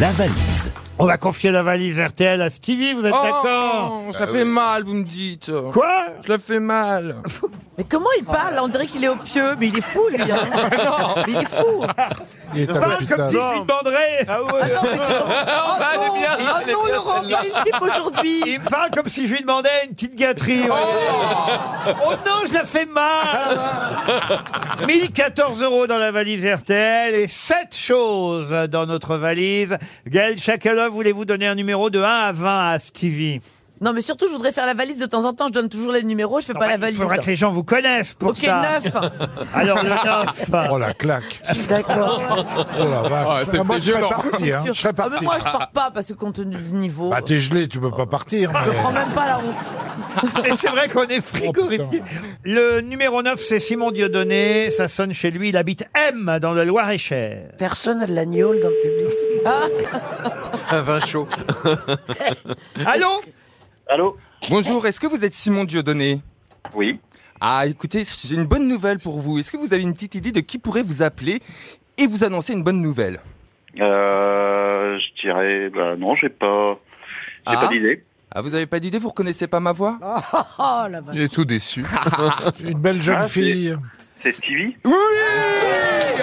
Speaker 1: la valise. On va confier la valise RTL à Stevie, vous êtes
Speaker 7: Oh,
Speaker 1: d'accord
Speaker 7: oh, ça fait mal, vous me dites.
Speaker 1: Quoi
Speaker 7: Je le fais mal.
Speaker 13: Mais comment il parle On dirait qu'il est au pieu, mais il est fou, lui. hein.
Speaker 7: Non.
Speaker 13: mais il est fou.
Speaker 7: Il est à l'hôpital.
Speaker 1: demanderais Ah
Speaker 7: ouais.
Speaker 13: Oh
Speaker 7: bah, elle est
Speaker 13: non,
Speaker 7: bien,
Speaker 13: oh
Speaker 7: elle est
Speaker 13: non,
Speaker 7: bien,
Speaker 13: Laurent,
Speaker 7: celle-là.
Speaker 13: il y a une pipe aujourd'hui.
Speaker 1: Il me parle comme si je lui demandais une petite gâterie. vous voyez. Oh, non, je la fais mal 1014 euros dans la valise RTL et 7 choses dans notre valise. Gaël Chakalov, voulez-vous donner un numéro de 1 à 20 à Stevie
Speaker 13: Non, mais surtout, je voudrais faire la valise de temps en temps. Je donne toujours les numéros,
Speaker 7: Ah
Speaker 13: je fais pas la
Speaker 1: Il
Speaker 13: valise.
Speaker 1: faudra que les gens vous connaissent pour
Speaker 13: Ok,
Speaker 1: ça.
Speaker 13: neuf.
Speaker 1: Alors le 9.
Speaker 4: Oh la claque.
Speaker 13: D'accord.
Speaker 4: Oh la vache. Ah, moi, je serais parti. Hein. Je serais
Speaker 13: Ah, mais
Speaker 4: parti.
Speaker 13: moi, je pars pas parce que compte tenu du niveau.
Speaker 4: Bah, t'es gelé, tu peux pas partir.
Speaker 13: je
Speaker 4: mais-
Speaker 13: prends même pas la honte.
Speaker 1: Et c'est vrai qu'on est frigorifié. Le numéro 9, c'est Simon Dieudonné. Ça sonne chez lui. Il habite M, dans le Loir-et-Cher.
Speaker 13: Personne n'a de la gnôle dans le public.
Speaker 8: Un vin chaud.
Speaker 1: Allô
Speaker 8: Allô Bonjour, est-ce que vous êtes Simon Dieudonné Oui. Ah, écoutez, j'ai une bonne nouvelle pour vous. Est-ce que vous avez une petite idée de qui pourrait vous appeler et vous annoncer une bonne nouvelle
Speaker 21: Euh, je dirais, bah non, j'ai pas, j'ai pas d'idée.
Speaker 8: Ah, vous n'avez pas d'idée Vous reconnaissez pas ma voix
Speaker 13: Oh, oh, oh, la vache.
Speaker 8: est tout déçu.
Speaker 4: Une belle jeune
Speaker 21: Ah, c'est-
Speaker 4: fille.
Speaker 21: C'est Stevie
Speaker 8: Oui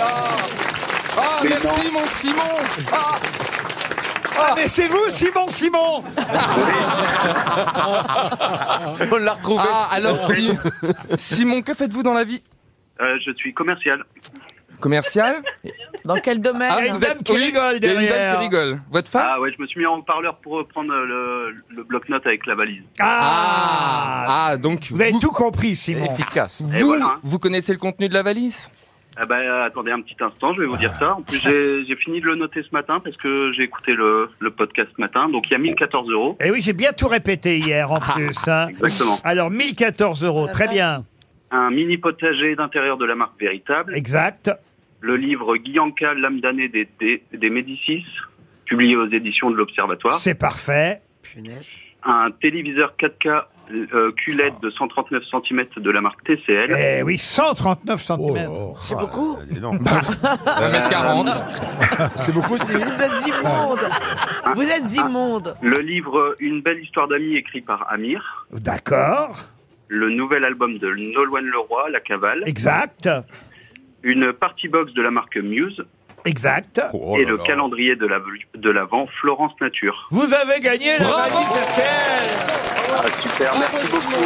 Speaker 8: Ah, merci mon Simon Ah,
Speaker 1: Ah, mais c'est vous, Simon, Simon
Speaker 8: On l'a retrouvé. Ah, alors Si- Simon, que faites-vous dans la vie
Speaker 21: Euh, je suis commercial.
Speaker 8: Commercial
Speaker 13: Dans quel domaine
Speaker 8: Ah, vous êtes- oui, il y a une dame qui rigole. Votre femme
Speaker 21: Ah ouais, je me suis mis en haut-parleur pour reprendre le, le bloc-notes avec la valise.
Speaker 8: Ah, ah, donc vous
Speaker 1: avez tout compris, Simon.
Speaker 8: Efficace.
Speaker 21: Et
Speaker 8: Vous,
Speaker 21: voilà, hein.
Speaker 8: vous connaissez le contenu de la valise
Speaker 21: Ah bah attendez un petit instant, je vais vous dire ça. En plus,
Speaker 8: Ah.
Speaker 21: j'ai j'ai fini de le noter ce matin parce que j'ai écouté le, le podcast ce matin. Donc il y a 1014 euros.
Speaker 1: Et Eh oui, j'ai bien tout répété hier en plus. hein.
Speaker 21: Exactement.
Speaker 1: Alors 1014 euros, très bien.
Speaker 21: Un mini potager d'intérieur de la marque Véritable.
Speaker 1: Exact.
Speaker 21: Le livre Guyanka, l'âme damnée des, des, des Médicis, publié aux éditions de l'Observatoire.
Speaker 1: C'est parfait.
Speaker 21: un téléviseur 4K euh, QLED de 139 cm de la marque TCL.
Speaker 1: Eh oui, 139 cm.
Speaker 21: C'est beaucoup
Speaker 1: Euh,
Speaker 4: C'est beaucoup,
Speaker 13: Vous êtes immonde. Vous êtes immonde.
Speaker 21: Le livre Une belle histoire d'amis écrit par Amir.
Speaker 1: D'accord.
Speaker 21: Le nouvel album de Nolwenn Leroy, La Cavale.
Speaker 1: Exact.
Speaker 21: Une party box de la marque Muse.
Speaker 1: Exact.
Speaker 21: et le calendrier de l'avant de l'Avent Florence Nature.
Speaker 1: Vous avez gagné la valise RTL.
Speaker 21: Ah, super, merci beaucoup.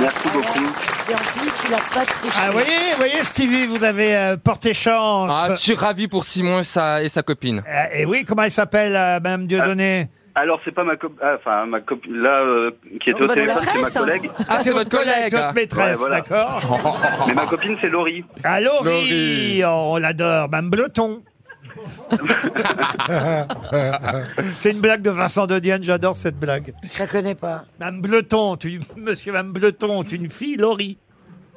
Speaker 21: Merci beaucoup.
Speaker 13: Et en plus, il a pas triché.
Speaker 1: Ah, vous voyez, vous voyez, Stevie, vous avez euh, porté chance. Euh,
Speaker 8: Ah, je suis ravi pour Simon et sa, et sa copine. Euh,
Speaker 1: et oui, comment elle s'appelle, euh, Madame Dieudonné
Speaker 21: Alors, c'est pas ma copine, enfin, ma copine, là, euh, qui était
Speaker 1: On
Speaker 21: au
Speaker 1: va dans la
Speaker 21: téléphone, c'est ma
Speaker 1: presse, hein.
Speaker 21: collègue.
Speaker 8: Ah, c'est votre collègue,
Speaker 1: c'est
Speaker 8: ah.
Speaker 1: votre maîtresse,
Speaker 21: Ouais, voilà.
Speaker 1: d'accord
Speaker 21: Mais ma copine, c'est Laurie.
Speaker 1: Ah, Laurie, oh, on l'adore, Madame Bleton. C'est une blague de Vincent de Dienne, j'adore cette blague. Je la connais pas. Madame Bleton, tu, monsieur Madame Bleton, tu une fille, Laurie.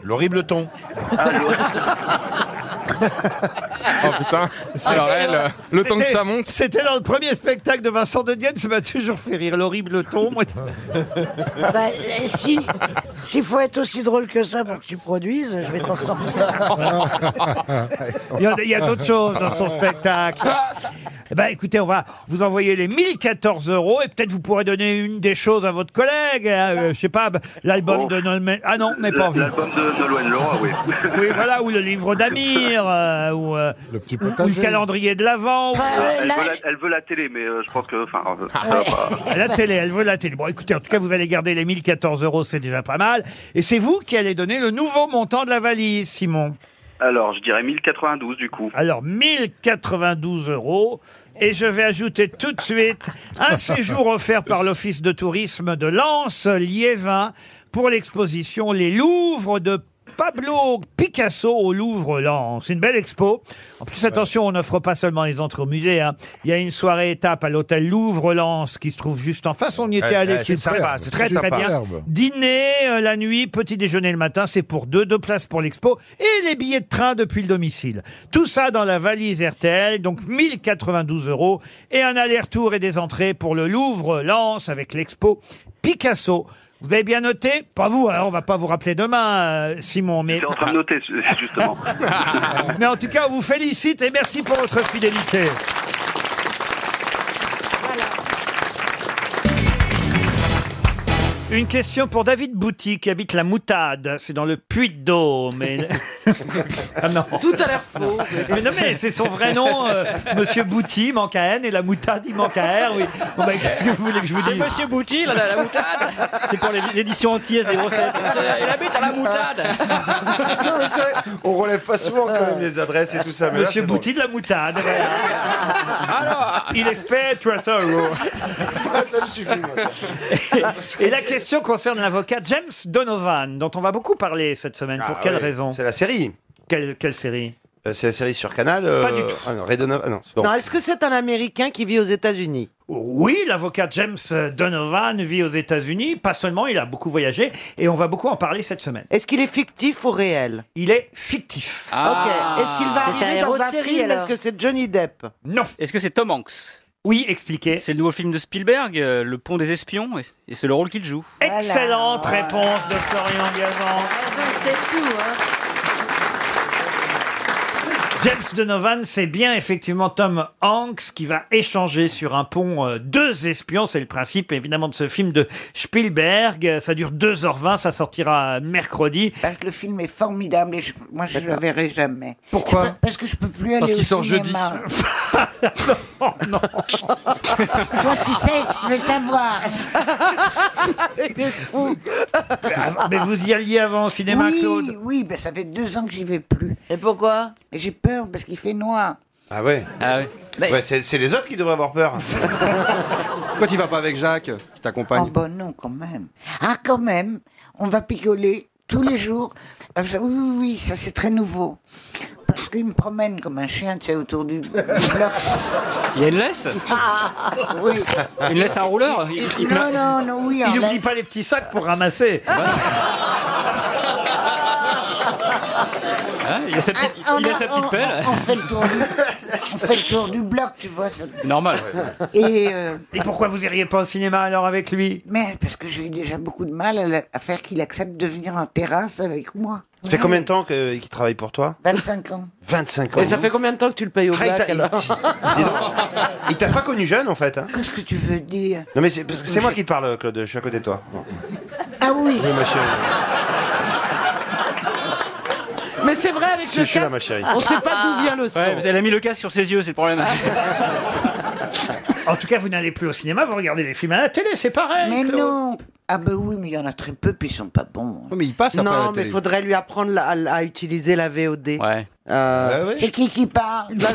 Speaker 1: Laurie Bleton.
Speaker 8: Oh putain. Alors elle, euh, le temps que ça monte.
Speaker 1: C'était dans le premier spectacle de Vincent de Dienne, ça m'a toujours fait rire. Laurie Bleton, moi.
Speaker 19: Bah, eh, si, s'il faut être aussi drôle que ça pour que tu produises, je vais t'en sortir.
Speaker 24: Ah.
Speaker 7: Ah.
Speaker 1: Il y en a- il y a, d'autres choses dans son spectacle. Eh ben, écoutez, on va vous envoyer les 1014 euros et peut-être vous pourrez donner une des choses à votre collègue. hein, euh, je sais pas, bah, l'album de Nolwenn. Ah non, mais pas envie.
Speaker 21: L'album de Nolwenn Laura, oui.
Speaker 1: Oui, voilà, ou le livre d'Amir, euh, ou, euh, ou- ou le
Speaker 21: potager.
Speaker 1: calendrier de l'Avent. ou-
Speaker 21: Ah, elle, veut la, elle veut la télé, mais euh, je pense que. Enfin, euh, ça va pas.
Speaker 1: La télé, elle veut la télé. Bon, écoutez, en tout cas, vous allez garder les 1014 euros, c'est déjà pas mal. Et c'est vous qui allez donner le nouveau montant de la valise, Simon.
Speaker 21: Alors, je dirais 1092 du coup.
Speaker 1: Alors, 1092 euros. Et je vais ajouter tout de suite un séjour offert par l'Office de tourisme de Lens-Liévin pour l'exposition Les Louvres de Pablo Picasso au Louvre-Lens. C'est une belle expo. En plus, attention, on n'offre pas seulement les entrées au musée. hein. Il y a une soirée étape à l'hôtel Louvre-Lens qui se trouve juste en face. On y était
Speaker 12: Euh,
Speaker 1: allé.
Speaker 12: euh, c'est sympa, c'est très sympa.
Speaker 1: bien. Dîner euh, la nuit, petit déjeuner le matin, c'est pour deux, deux places pour l'expo et les billets de train depuis le domicile. Tout ça dans la valise RTL, donc 1092 euros et un aller-retour et des entrées pour le Louvre-Lens avec l'expo Picasso. Vous avez bien noté Pas vous, hein, on va pas vous rappeler demain, euh, Simon, mais...
Speaker 21: J'étais en train de noter, justement.
Speaker 1: mais en tout cas, on vous félicite et merci pour votre fidélité. Une question pour David Bouty qui habite la Moutade, c'est dans le Puy-de-Dôme. et- Ah non.
Speaker 7: Tout à l'air faux.
Speaker 1: Mais non, mais c'est son vrai nom, euh, Monsieur Bouty, il manque à N et la Moutade, il manque à R. Oui. Bon, bah, Qu'est-ce que vous voulez que je vous dise
Speaker 3: C'est Monsieur Bouty, la, la, la moutade. C'est pour l'é- l'édition antillaise des grosses têtes. C'est- Il habite à la moutade.
Speaker 12: Non, mais c'est vrai, on relève pas souvent quand même les adresses et tout ça. Mais là,
Speaker 1: Monsieur
Speaker 12: c'est drôle.
Speaker 1: Bouty de la Moutade. Alors, il espère oh. Tracer.
Speaker 12: Ah, Ça me suffit, moi, ça.
Speaker 1: Et la question concerne l'avocat James Donovan, dont on va beaucoup parler cette semaine. Pour
Speaker 12: Ah
Speaker 1: quelle
Speaker 12: ouais.
Speaker 1: raison
Speaker 12: C'est la série.
Speaker 1: Quelle, quelle série
Speaker 12: Euh, c'est la série sur Canal.
Speaker 1: Pas du
Speaker 12: euh,
Speaker 1: tout.
Speaker 12: Ah non, Ray Donovan- ah non, c'est bon.
Speaker 7: Non, est-ce que c'est un Américain qui vit aux États-Unis
Speaker 1: Oui, l'avocat James Donovan vit aux États-Unis. Pas seulement, il a beaucoup voyagé et on va beaucoup en parler cette semaine.
Speaker 7: Est-ce qu'il est fictif ou réel
Speaker 1: Il est fictif.
Speaker 7: Ok. Est-ce qu'il va
Speaker 3: C'est un
Speaker 7: arriver
Speaker 3: héros
Speaker 7: dans
Speaker 3: de
Speaker 7: un
Speaker 3: série,
Speaker 7: film
Speaker 3: alors
Speaker 7: Est-ce que c'est Johnny Depp
Speaker 1: Non.
Speaker 3: Est-ce que c'est Tom Hanks
Speaker 1: Oui, expliquez.
Speaker 3: C'est le nouveau film de Spielberg, euh, Le Pont des Espions, et- et c'est le rôle qu'il joue.
Speaker 1: Excellente réponse de Florian Gazan.
Speaker 30: Ah ben, C'est tout, hein.
Speaker 1: James Donovan, c'est bien effectivement Tom Hanks qui va échanger sur un pont euh, deux espions. C'est le principe évidemment de ce film de Spielberg. Euh, Ça dure 2h20, ça sortira mercredi.
Speaker 18: Le film est formidable et je- moi je ne le verrai jamais.
Speaker 1: Pourquoi
Speaker 18: Parce que je peux plus aller Parce au qu'il sort cinéma. jeudi. Toi tu sais, je vais t'avoir. Il est fou.
Speaker 1: Mais vous y alliez avant au cinéma,
Speaker 18: oui,
Speaker 1: Claude
Speaker 18: Oui, ben, ça fait deux ans que j'y vais plus. Et pourquoi J'ai peur parce qu'il fait noir.
Speaker 12: Ah ouais.
Speaker 3: Ah ouais.
Speaker 12: Ouais, c'est c'est les autres qui devraient avoir peur.
Speaker 31: Pourquoi tu vas pas avec Jacques qui t'accompagne
Speaker 18: Oh bah non, quand même. Ah, quand même, on va picoler tous les jours. Ah, ça- Oui, oui, oui, ça c'est très nouveau. Parce qu'il me promène comme un chien, tu sais, autour du, du bloc.
Speaker 3: Il y a une laisse
Speaker 18: Il fait-
Speaker 8: Ah,
Speaker 18: Oui.
Speaker 3: Une laisse à un rouleur Il- il-
Speaker 18: Non, non, non, oui. en
Speaker 1: Il n'oublie
Speaker 18: laisse.
Speaker 1: pas les petits sacs pour ramasser.
Speaker 3: Hein, Il a sa petite,
Speaker 18: Ah,
Speaker 3: il a
Speaker 18: on-
Speaker 3: sa petite
Speaker 18: on-
Speaker 3: pelle.
Speaker 18: On, fait le tour du, on fait le tour du bloc, tu vois. ça-
Speaker 3: Normal.
Speaker 18: Et, euh,
Speaker 1: Et pourquoi vous iriez pas au cinéma alors avec lui
Speaker 18: Mais parce que j'ai eu déjà beaucoup de mal à, la- à faire qu'il accepte de venir en terrasse avec moi.
Speaker 12: Ça fait combien de temps que- euh, qu'il travaille pour toi
Speaker 18: 25 ans.
Speaker 12: 25 ans.
Speaker 7: Et ça fait combien de temps que tu le payes au
Speaker 12: Ah, il
Speaker 7: black
Speaker 12: t'a-
Speaker 7: alors
Speaker 12: Il t'a pas connu jeune en fait. hein
Speaker 18: Qu'est-ce que tu veux dire
Speaker 12: Non mais c'est parce que c'est moi qui te parle, Claude. Je suis à côté de toi. Bon.
Speaker 18: Ah oui.
Speaker 12: Oui, ma chérie.
Speaker 7: Mais c'est vrai avec
Speaker 12: Si,
Speaker 7: le
Speaker 12: je suis là,
Speaker 7: casque,
Speaker 12: ma chérie.
Speaker 7: on sait pas d'où vient le son.
Speaker 3: Ouais, mais elle a mis le casque sur ses yeux, c'est le problème.
Speaker 1: En tout cas, vous n'allez plus au cinéma, vous regardez les films à la télé, c'est pareil.
Speaker 18: Mais
Speaker 1: Claude.
Speaker 18: non Ah ben oui, mais il y en a très peu, puis ils sont pas bons.
Speaker 31: Oh, mais il passe après
Speaker 7: non,
Speaker 31: la
Speaker 7: mais
Speaker 31: télé.
Speaker 7: faudrait lui apprendre la- à, à utiliser la VOD.
Speaker 3: Ouais.
Speaker 7: Euh,
Speaker 4: Bah
Speaker 18: C'est qui qui parle
Speaker 13: Bah,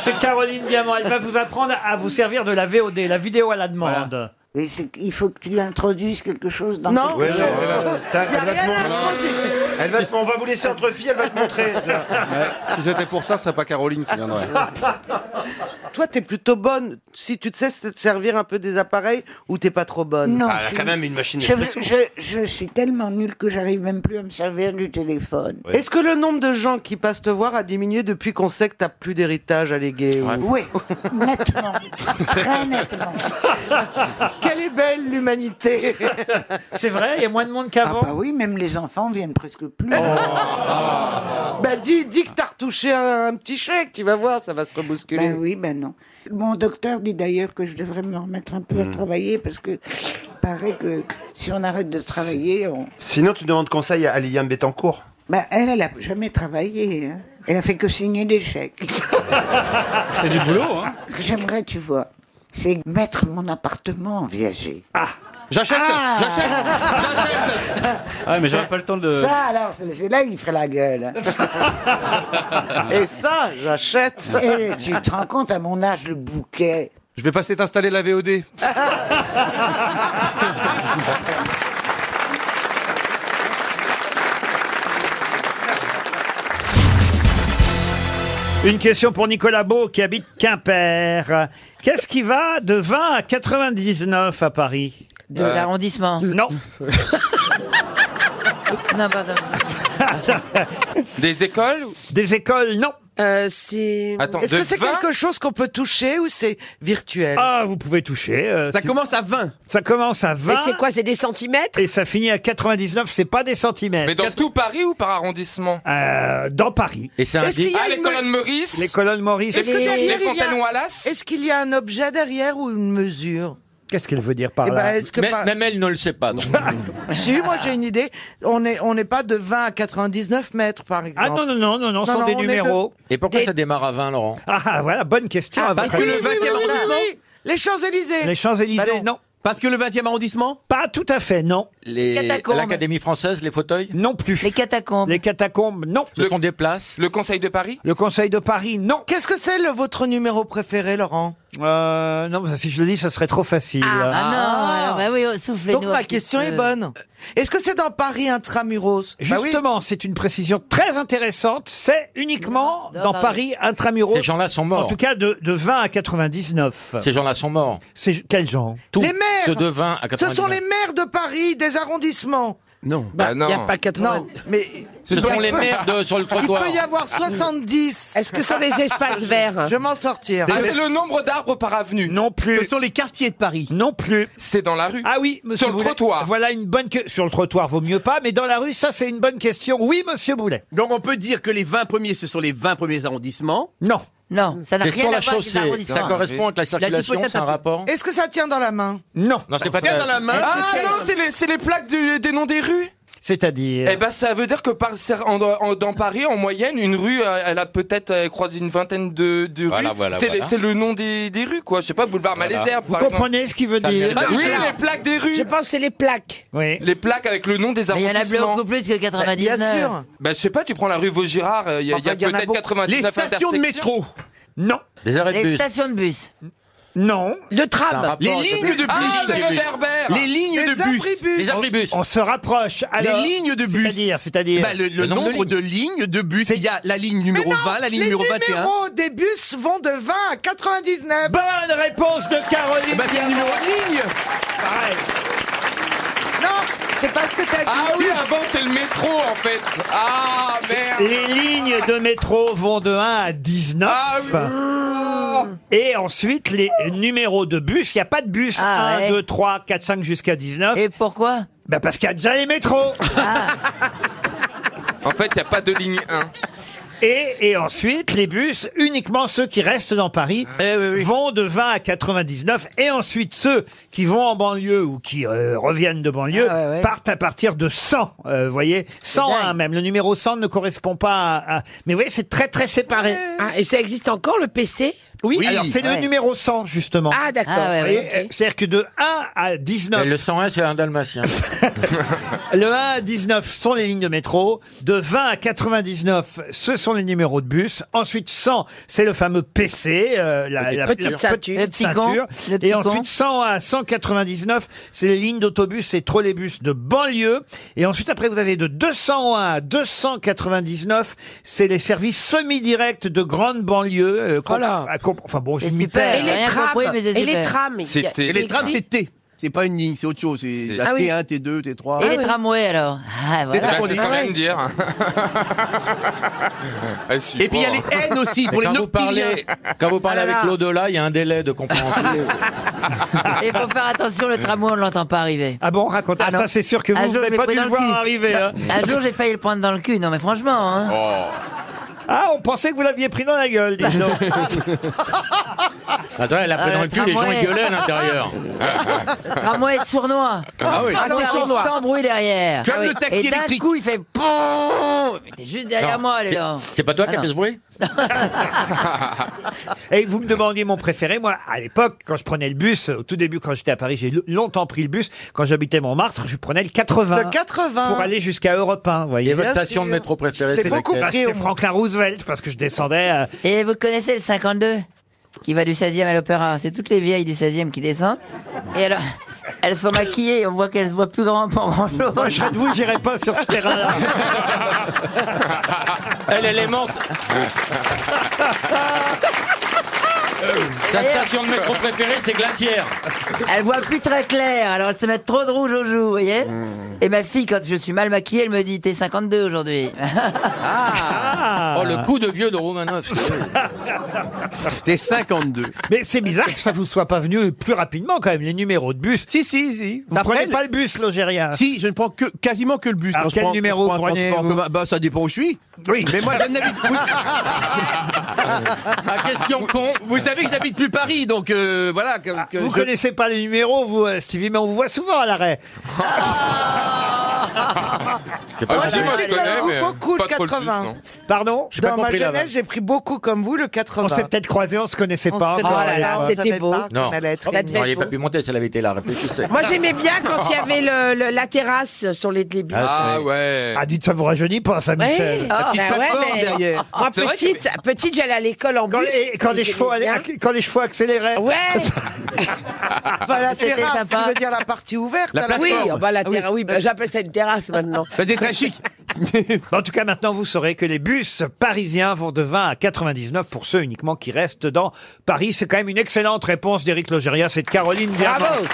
Speaker 1: C'est Caroline Diamant, elle va vous apprendre à vous servir de la VOD, la vidéo à la demande.
Speaker 18: Mais c'est- il faut que tu introduises quelque chose dans
Speaker 7: Non.
Speaker 18: quelque
Speaker 12: Ouais,
Speaker 18: chose.
Speaker 12: non, elle va- t'as- elle va te montrer. Elle va te- On va vous laisser entre filles. Elle va te montrer.
Speaker 31: Si c'était pour ça, ce serait pas Caroline qui viendrait.
Speaker 7: Toi, t'es plutôt bonne. Si tu te sais te servir un peu des appareils ou t'es pas trop bonne.
Speaker 18: Non,
Speaker 12: Ah, elle a
Speaker 18: je-
Speaker 12: quand même une machine
Speaker 18: je,
Speaker 12: espresso.
Speaker 18: je- je suis tellement nulle que j'arrive même plus à me servir du téléphone.
Speaker 7: Est-ce que le nombre de gens qui passent te voir a diminué depuis qu'on sait que t'as plus d'héritage à léguer ou-
Speaker 18: Oui, nettement. Très nettement.
Speaker 7: Quelle est belle l'humanité
Speaker 1: C'est vrai, il y a moins de monde qu'avant.
Speaker 18: Oh.
Speaker 2: Oh.
Speaker 18: Ah bah oui, même les enfants viennent presque plus.
Speaker 7: Bah dis, dis que t'as retouché un, un petit chèque, tu vas voir, ça va se remousculer.
Speaker 18: Ben oui, ben non. Mon docteur dit d'ailleurs que je devrais me remettre un peu à
Speaker 7: Mm.
Speaker 18: travailler parce que paraît que si on arrête de travailler, on...
Speaker 12: Sinon, tu demandes conseil à Liliane Bettencourt.
Speaker 18: Ben, elle, elle a jamais travaillé. hein. Elle a fait que signer des chèques.
Speaker 12: C'est du boulot, hein.
Speaker 18: Ce que j'aimerais, tu vois, c'est mettre mon appartement en viager. Ah
Speaker 2: J'achète J'achète Ah, mais j'aurais pas le temps de.
Speaker 18: Ça, alors, c'est c'est là qu'il ferait la gueule. hein.
Speaker 2: Et
Speaker 18: ça, j'achète Et tu te rends compte, à mon âge, le bouquet...
Speaker 5: Je vais passer t'installer la VOD.
Speaker 1: Une question pour Nicolas Beau qui habite Quimper. Qu'est-ce qui va de 20 à 99 à Paris
Speaker 15: De Euh, l'arrondissement.
Speaker 1: Non.
Speaker 15: Non, pardon.
Speaker 8: Des écoles
Speaker 1: Des écoles, non.
Speaker 25: c'est.
Speaker 8: Attends,
Speaker 7: Est-ce que
Speaker 8: de
Speaker 7: Euh, c'est
Speaker 8: 20?
Speaker 7: quelque chose qu'on peut toucher ou c'est virtuel
Speaker 1: Ah, vous pouvez toucher. euh, si-
Speaker 8: à 20.
Speaker 1: Ça commence à
Speaker 25: Mais
Speaker 1: 20
Speaker 25: c'est quoi C'est des centimètres
Speaker 1: et ça finit à 99, c'est pas des centimètres.
Speaker 8: Mais dans tout Paris ou par arrondissement
Speaker 1: Euh, dans Paris.
Speaker 8: Et c'est
Speaker 7: un Est-ce qu'il y a
Speaker 8: Ah, les
Speaker 7: une-
Speaker 8: colonnes Maurice
Speaker 1: Les colonnes Maurice.
Speaker 7: Est-ce que derrière,
Speaker 8: les
Speaker 7: il y a-
Speaker 8: fontaines Wallace
Speaker 7: Est-ce qu'il y a un objet derrière ou une mesure
Speaker 1: Qu'est-ce qu'elle veut dire par
Speaker 7: Eh ben,
Speaker 1: là
Speaker 7: est-ce que Mais- par-
Speaker 1: Même elle ne le sait pas.
Speaker 7: Si, moi j'ai une idée. On n'est on n'est pas de 20 à 99 mètres, par exemple.
Speaker 1: Ah non, non, non, non, non, sans des
Speaker 7: on est
Speaker 1: numéros.
Speaker 7: de- Des-
Speaker 1: démarre à 20, Laurent Ah, voilà, bonne question.
Speaker 7: Ah,
Speaker 1: à
Speaker 7: parce
Speaker 1: votre
Speaker 7: que le
Speaker 1: avis.
Speaker 7: 20e arrondissement Les Champs-Élysées
Speaker 1: Les Champs-Élysées,
Speaker 7: Bah
Speaker 1: non. Parce que le 20e arrondissement Pas tout à fait, non.
Speaker 15: Catacombes.
Speaker 1: L'Académie française, les fauteuils Non plus. Les
Speaker 15: catacombes
Speaker 1: Les catacombes, non. Ce sont des places
Speaker 8: Le Conseil de Paris
Speaker 1: Le Conseil de Paris, non.
Speaker 7: Qu'est-ce que c'est le votre numéro préféré, Laurent
Speaker 1: Euh, non, parce que si je le dis, ça serait trop facile.
Speaker 15: Ah non, alors, bah
Speaker 25: oh,
Speaker 15: oui, soufflez-nous.
Speaker 7: Donc ma question est bonne. Est-ce que c'est dans Paris intramuros Bah oui.
Speaker 1: Justement, c'est une précision très intéressante. C'est uniquement
Speaker 7: Non,
Speaker 1: dans
Speaker 7: bah oui.
Speaker 1: Paris intramuros.
Speaker 32: Ces gens-là sont morts.
Speaker 1: En tout cas, de, de 20 à 99.
Speaker 32: Ces gens-là sont morts.
Speaker 1: C'est quels gens
Speaker 7: les maires
Speaker 32: Ceux de 20 à
Speaker 7: Ce sont
Speaker 32: 99.
Speaker 7: les maires de Paris, des arrondissements
Speaker 32: Non.
Speaker 8: Bah, non.
Speaker 7: Non, mais...
Speaker 32: Ce sont les maires de- sur le trottoir.
Speaker 7: Il peut y avoir 70
Speaker 25: Est-ce que ce sont les espaces verts
Speaker 7: Je vais m'en sortir.
Speaker 8: Ah, c'est le nombre d'arbres par avenue.
Speaker 1: Non plus.
Speaker 8: Ce sont les quartiers de Paris.
Speaker 1: Non plus.
Speaker 8: C'est dans la rue.
Speaker 1: Ah oui, monsieur
Speaker 8: Sur le
Speaker 1: Boulet.
Speaker 8: trottoir.
Speaker 1: Voilà une bonne que... sur le trottoir vaut mieux pas, mais dans la rue, ça c'est une bonne question. Oui, monsieur Boulet.
Speaker 3: Donc on peut dire que les 20 premiers, ce sont les 20 premiers arrondissements.
Speaker 1: Non.
Speaker 15: Non,
Speaker 7: Mmh.
Speaker 15: ça n'a
Speaker 3: C'est
Speaker 15: rien
Speaker 3: sur
Speaker 15: à
Speaker 3: la
Speaker 15: voir avec les
Speaker 3: chaussée.
Speaker 15: arrondissements.
Speaker 3: Ça correspond avec la circulation,
Speaker 15: dipotète
Speaker 3: c'est un
Speaker 15: peu.
Speaker 3: rapport
Speaker 7: Est-ce que ça tient dans la main
Speaker 1: Non.
Speaker 3: Non, c'est pas
Speaker 8: Tiens,
Speaker 3: très-
Speaker 8: dans la main. Ah non, c'est les, c'est les plaques du- des noms des rues.
Speaker 1: C'est-à-dire
Speaker 8: Eh ben, ça veut dire que par, cer- en- en- dans Paris, en moyenne, une rue, euh, elle a peut-être euh, croisé une vingtaine de, de
Speaker 3: Voilà,
Speaker 8: rues.
Speaker 3: voilà,
Speaker 8: c'est, les-
Speaker 3: voilà.
Speaker 8: c'est le nom des, des rues, quoi. Je sais pas, boulevard
Speaker 3: Voilà.
Speaker 8: Malesherbes.
Speaker 3: Vous
Speaker 8: par exemple.
Speaker 1: comprenez ce qu'il veut Ça dire mérite
Speaker 3: Ah,
Speaker 8: Oui,
Speaker 1: d'être là.
Speaker 8: les plaques des rues.
Speaker 25: Je pense que c'est les plaques.
Speaker 1: Oui.
Speaker 8: Les plaques avec le nom des
Speaker 15: Mais il y en a
Speaker 8: arrondissements. Bah,
Speaker 15: beaucoup plus que 99.
Speaker 8: Bien sûr. Ben, je sais pas, tu prends la rue Vaugirard, euh, il y a,
Speaker 15: Enfin,
Speaker 8: y a
Speaker 15: il y en a
Speaker 8: peut-être
Speaker 15: beaucoup.
Speaker 8: 99
Speaker 15: Les stations de
Speaker 8: intersections.
Speaker 15: métro.
Speaker 1: Non.
Speaker 3: Des arrêts de
Speaker 15: Les
Speaker 3: bus.
Speaker 15: stations de bus.
Speaker 1: Non.
Speaker 25: Le
Speaker 3: C'est un
Speaker 25: tram.
Speaker 3: rapport Les avec lignes le- de
Speaker 8: Ah,
Speaker 3: bus.
Speaker 8: les
Speaker 3: Les bus.
Speaker 8: réverbères.
Speaker 3: Les lignes
Speaker 8: Les
Speaker 3: de bus.
Speaker 8: abribus.
Speaker 3: Les abribus.
Speaker 1: On se rapproche. Alors,
Speaker 3: les lignes de bus.
Speaker 1: C'est-à-dire, c'est-à-dire.
Speaker 3: Bah, le, le nombre, de, lignes. de bus. Il y a la ligne numéro 20, la ligne
Speaker 7: les
Speaker 3: numéro 21.
Speaker 7: numéros des bus vont de 20 à 99
Speaker 1: Bonne réponse de Caroline.
Speaker 3: Bah, c'est un numéro de ligne.
Speaker 1: Pareil.
Speaker 7: Non, c'est parce que t'as dit
Speaker 8: Ah oui, avant c'est le métro en fait. Ah merde.
Speaker 1: Les lignes de métro vont de 1 à 19.
Speaker 2: Ah
Speaker 1: Et ensuite, les numéros de bus, il n'y a pas de bus
Speaker 15: Ah
Speaker 1: 1,
Speaker 15: ouais.
Speaker 1: 2, 3, 4, 5 jusqu'à 19.
Speaker 15: Et pourquoi
Speaker 1: Bah parce qu'il y a déjà les métros.
Speaker 8: En fait, il n'y a pas de ligne 1.
Speaker 1: Et, et ensuite, les bus, uniquement ceux qui restent dans Paris,
Speaker 15: Eh
Speaker 1: vont de 20 à 99. Et ensuite, ceux qui vont en banlieue ou qui euh, reviennent de banlieue
Speaker 15: Ah
Speaker 1: partent à partir de 100. Vous voyez 101 même. Le numéro 100 ne correspond pas à... à- Mais vous voyez, c'est très très séparé.
Speaker 25: Ah, et ça existe encore le PC
Speaker 1: Oui, alors c'est le numéro 100, justement.
Speaker 25: Ah, d'accord.
Speaker 1: Vous voyez, euh, C'est-à-dire que de 1 à
Speaker 32: Et
Speaker 1: 19,
Speaker 32: le 101, c'est un dalmatien.
Speaker 1: le 1 à 19 sont les lignes de métro, de 20 à 99, ce sont les numéros de bus, ensuite 100, c'est le fameux PC, euh, la, la- la
Speaker 25: Petite ceinture.
Speaker 1: petite
Speaker 15: Le petit gant,
Speaker 1: ceinture.
Speaker 15: le petit
Speaker 1: et
Speaker 15: gant.
Speaker 1: ensuite 100 à 199, c'est les lignes d'autobus et trolleybus de banlieue, et ensuite après vous avez de 201 à 299, c'est les services semi-directs de grande banlieue, euh, com-
Speaker 25: Voilà.
Speaker 1: à comp- enfin bon, je
Speaker 15: Oh C'est
Speaker 1: m'y
Speaker 15: super.
Speaker 1: perds.
Speaker 25: Et les
Speaker 15: rien
Speaker 25: trams.
Speaker 15: compris, mais c'est
Speaker 25: et les
Speaker 15: super.
Speaker 25: trams. il y a-
Speaker 8: C'était-
Speaker 25: il y a écrit-
Speaker 3: c'était.
Speaker 17: C'est pas une ligne, c'est autre chose. C'est la
Speaker 15: Ah oui.
Speaker 17: T1, T2, T3.
Speaker 15: Et les tramways alors Ah,
Speaker 17: C'est ça
Speaker 15: voilà.
Speaker 17: qu'on dit.
Speaker 8: dire.
Speaker 17: Et puis il y a les N aussi pour
Speaker 3: Mais
Speaker 17: les
Speaker 3: quand vous parlez,
Speaker 17: noctiliens.
Speaker 3: quand vous parlez
Speaker 15: Ah là
Speaker 3: avec
Speaker 15: là.
Speaker 3: l'au-delà, il y a un délai de compréhension.
Speaker 15: Et il faut faire attention, le tramway, on ne l'entend pas arriver.
Speaker 1: Ah bon, raconte. Ah,
Speaker 15: non.
Speaker 1: ça, c'est sûr que
Speaker 15: Un
Speaker 1: vous, vous
Speaker 15: jour,
Speaker 1: n'avez
Speaker 15: je l'ai
Speaker 1: pas
Speaker 15: pris
Speaker 1: dû
Speaker 15: dans
Speaker 1: le voir
Speaker 15: cul.
Speaker 1: arriver, hein. Oh.
Speaker 15: Un jour, j'ai failli le prendre dans le cul. Non, mais franchement. Hein.
Speaker 1: Ah, on pensait que vous l'aviez pris dans la gueule, dis donc.
Speaker 3: Attends, elle a pris
Speaker 15: Ah,
Speaker 3: dans
Speaker 15: le
Speaker 3: le cul, les gens
Speaker 15: tramway.
Speaker 3: ils gueulaient à l'intérieur.
Speaker 15: Le Tramway est sournois.
Speaker 3: Ah oui. Ah, c'est
Speaker 15: Il arrive
Speaker 3: sournois.
Speaker 15: Sans bruit derrière. Ah
Speaker 3: Comme
Speaker 15: oui.
Speaker 3: le taxi
Speaker 15: Et d'un
Speaker 3: électrique.
Speaker 15: coup, il fait. POUM Mais T'es juste derrière
Speaker 1: Non,
Speaker 15: moi, les
Speaker 1: c'est-
Speaker 15: dents.
Speaker 1: c'est pas toi qui as
Speaker 15: Ah,
Speaker 1: fait ce
Speaker 15: non.
Speaker 1: bruit Et vous me demandiez mon préféré. Moi, à l'époque, quand je prenais le bus, au tout début, quand j'étais à Paris, j'ai l- longtemps pris le bus. Quand j'habitais Montmartre, je prenais le 80.
Speaker 7: Le 80.
Speaker 1: Pour aller jusqu'à Europe 1, vous voyez.
Speaker 3: Et votre Bien station de sûr. métro préférée,
Speaker 1: C'était-
Speaker 3: c'est laquelle
Speaker 1: bah, C'était Franklin Roosevelt, parce que je descendais. euh, à-
Speaker 15: Et vous connaissez le 52 qui va du 16e à l'opéra. C'est toutes les vieilles du 16e qui descendent. Et alors, elles sont maquillées. On voit qu'elles se voient plus grand pour grand chose.
Speaker 1: Moi, je serais de vous, j'irais pas sur ce terrain-là.
Speaker 3: Elle, elle est morte.
Speaker 1: Ah.
Speaker 3: Euh, Sa station de métro préférée, c'est Glacière.
Speaker 15: Elle voit plus très clair, alors elle se met trop de rouge aux joues, vous voyez
Speaker 1: Hmm.
Speaker 15: Et ma fille, quand je suis mal maquillée, elle me dit T'es 52 aujourd'hui.
Speaker 17: Ah.
Speaker 1: Ah.
Speaker 3: Oh, le coup de vieux de Romanov.
Speaker 1: T'es 52. Mais c'est bizarre que ça vous soit pas venu plus rapidement quand même, les numéros de bus.
Speaker 17: Si, si, si.
Speaker 1: Vous prenez pas le bus, l'Algérien
Speaker 17: Si, je ne prends que, quasiment que le bus.
Speaker 1: Alors,
Speaker 17: Quand je
Speaker 1: quel
Speaker 17: prends-
Speaker 1: numéro
Speaker 17: je prends un
Speaker 1: prenez,
Speaker 17: transport en
Speaker 1: vous
Speaker 17: commun. bah, Ça dépend où je suis.
Speaker 1: Oui.
Speaker 17: Mais moi, je n'habite plus.
Speaker 3: question con.
Speaker 17: Vous savez que je n'habite plus Paris, donc euh, voilà. que- que
Speaker 1: Vous
Speaker 17: je-
Speaker 1: connaissez pas les numéros, vous, euh, Stevie, mais on vous voit souvent à l'arrêt.
Speaker 7: pas Moi, Ah, si, moi, je connais, mais beaucoup pas le trop le 80. plus, non.
Speaker 1: Pardon
Speaker 7: Dans ma jeunesse, j'ai pris beaucoup comme vous le 80.
Speaker 1: On s'est peut-être croisés, on se connaissait
Speaker 7: On
Speaker 1: pas.
Speaker 3: Oh
Speaker 7: se connaissait
Speaker 3: Ah,
Speaker 7: pas,
Speaker 1: euh,
Speaker 7: on savait pas qu'on
Speaker 3: Non.
Speaker 7: allait être
Speaker 3: Vous
Speaker 7: amis.
Speaker 3: n'auriez pas pu monter si elle avait été là, réfléchissez.
Speaker 25: Moi, j'aimais bien quand il y avait le- le- la terrasse sur les débuts.
Speaker 3: Ah,
Speaker 1: ouais. Ah, dites ça vous rajeunit pas, ça, Michel.
Speaker 25: Ouais. Ah, bah ouais, mais Moi,
Speaker 1: C'est vrai
Speaker 25: petite, petite j'allais à l'école en
Speaker 1: Quand
Speaker 25: bus.
Speaker 1: les, quand, les
Speaker 25: j'aimais
Speaker 1: chevaux, allaient-
Speaker 25: bien.
Speaker 1: quand les chevaux accéléraient.
Speaker 25: Ouais.
Speaker 3: Ah,
Speaker 7: Enfin, la
Speaker 25: C'était
Speaker 7: terrasse,
Speaker 25: sympa.
Speaker 7: tu veux dire la partie ouverte à la
Speaker 25: oui,
Speaker 7: porte.
Speaker 25: ah bah, la
Speaker 7: Ah oui.
Speaker 25: terrasse, oui, bah, j'appelle ça une terrasse maintenant.
Speaker 1: C'était très chic. en tout cas, maintenant, vous saurez que les bus parisiens vont de 20 à 99 pour ceux uniquement qui restent dans Paris. C'est quand même une excellente réponse d'Éric Logéria, c'est de Caroline Diamant.
Speaker 25: Bravo.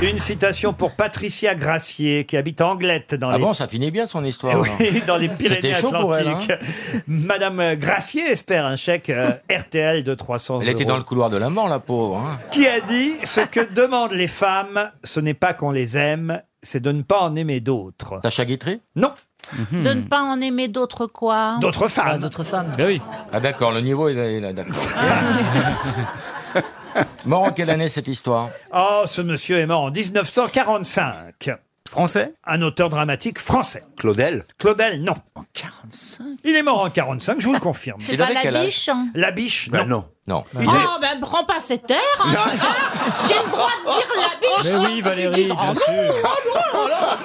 Speaker 1: Une citation pour Patricia Gracier, qui habite Anglette dans
Speaker 3: Ah
Speaker 1: les
Speaker 3: bon, ça finit bien son histoire.
Speaker 1: Eh oui,
Speaker 3: alors.
Speaker 1: dans les
Speaker 3: C'était chaud pour elle, hein.
Speaker 1: Pyrénées-Atlantiques. Madame Gracier espère un chèque euh, RTL de 300 euros.
Speaker 3: Elle était dans le couloir de la mort, la pauvre. hein.
Speaker 1: Qui a dit ce que demandent les femmes, ce n'est pas qu'on les aime, c'est de ne pas en aimer d'autres.
Speaker 3: Sacha Guitry
Speaker 1: Non.
Speaker 6: De
Speaker 7: Hmm.
Speaker 6: ne pas en aimer d'autres quoi
Speaker 1: D'autres femmes.
Speaker 6: Mhm.
Speaker 1: Ben
Speaker 6: D'autres femmes.
Speaker 3: Ah oui. Ah d'accord, le niveau il est là, d'accord. Mort en quelle année cette histoire
Speaker 1: Oh, ce monsieur est mort en 1945. Français Un auteur dramatique français. Claudel Claudel, non. En 45 Il est mort en 45, je vous le confirme.
Speaker 6: C'est Il pas avait la quel âge biche, hein
Speaker 1: La biche, non. non.
Speaker 3: Non.
Speaker 7: Ah,
Speaker 6: Oh, ben prends pas cette air hein. Ah, J'ai le droit de dire
Speaker 1: Ah,
Speaker 6: la biche
Speaker 3: Mais oui, Valérie,
Speaker 6: Oh,
Speaker 3: bien
Speaker 6: non,
Speaker 3: sûr.
Speaker 6: oh, non, oh,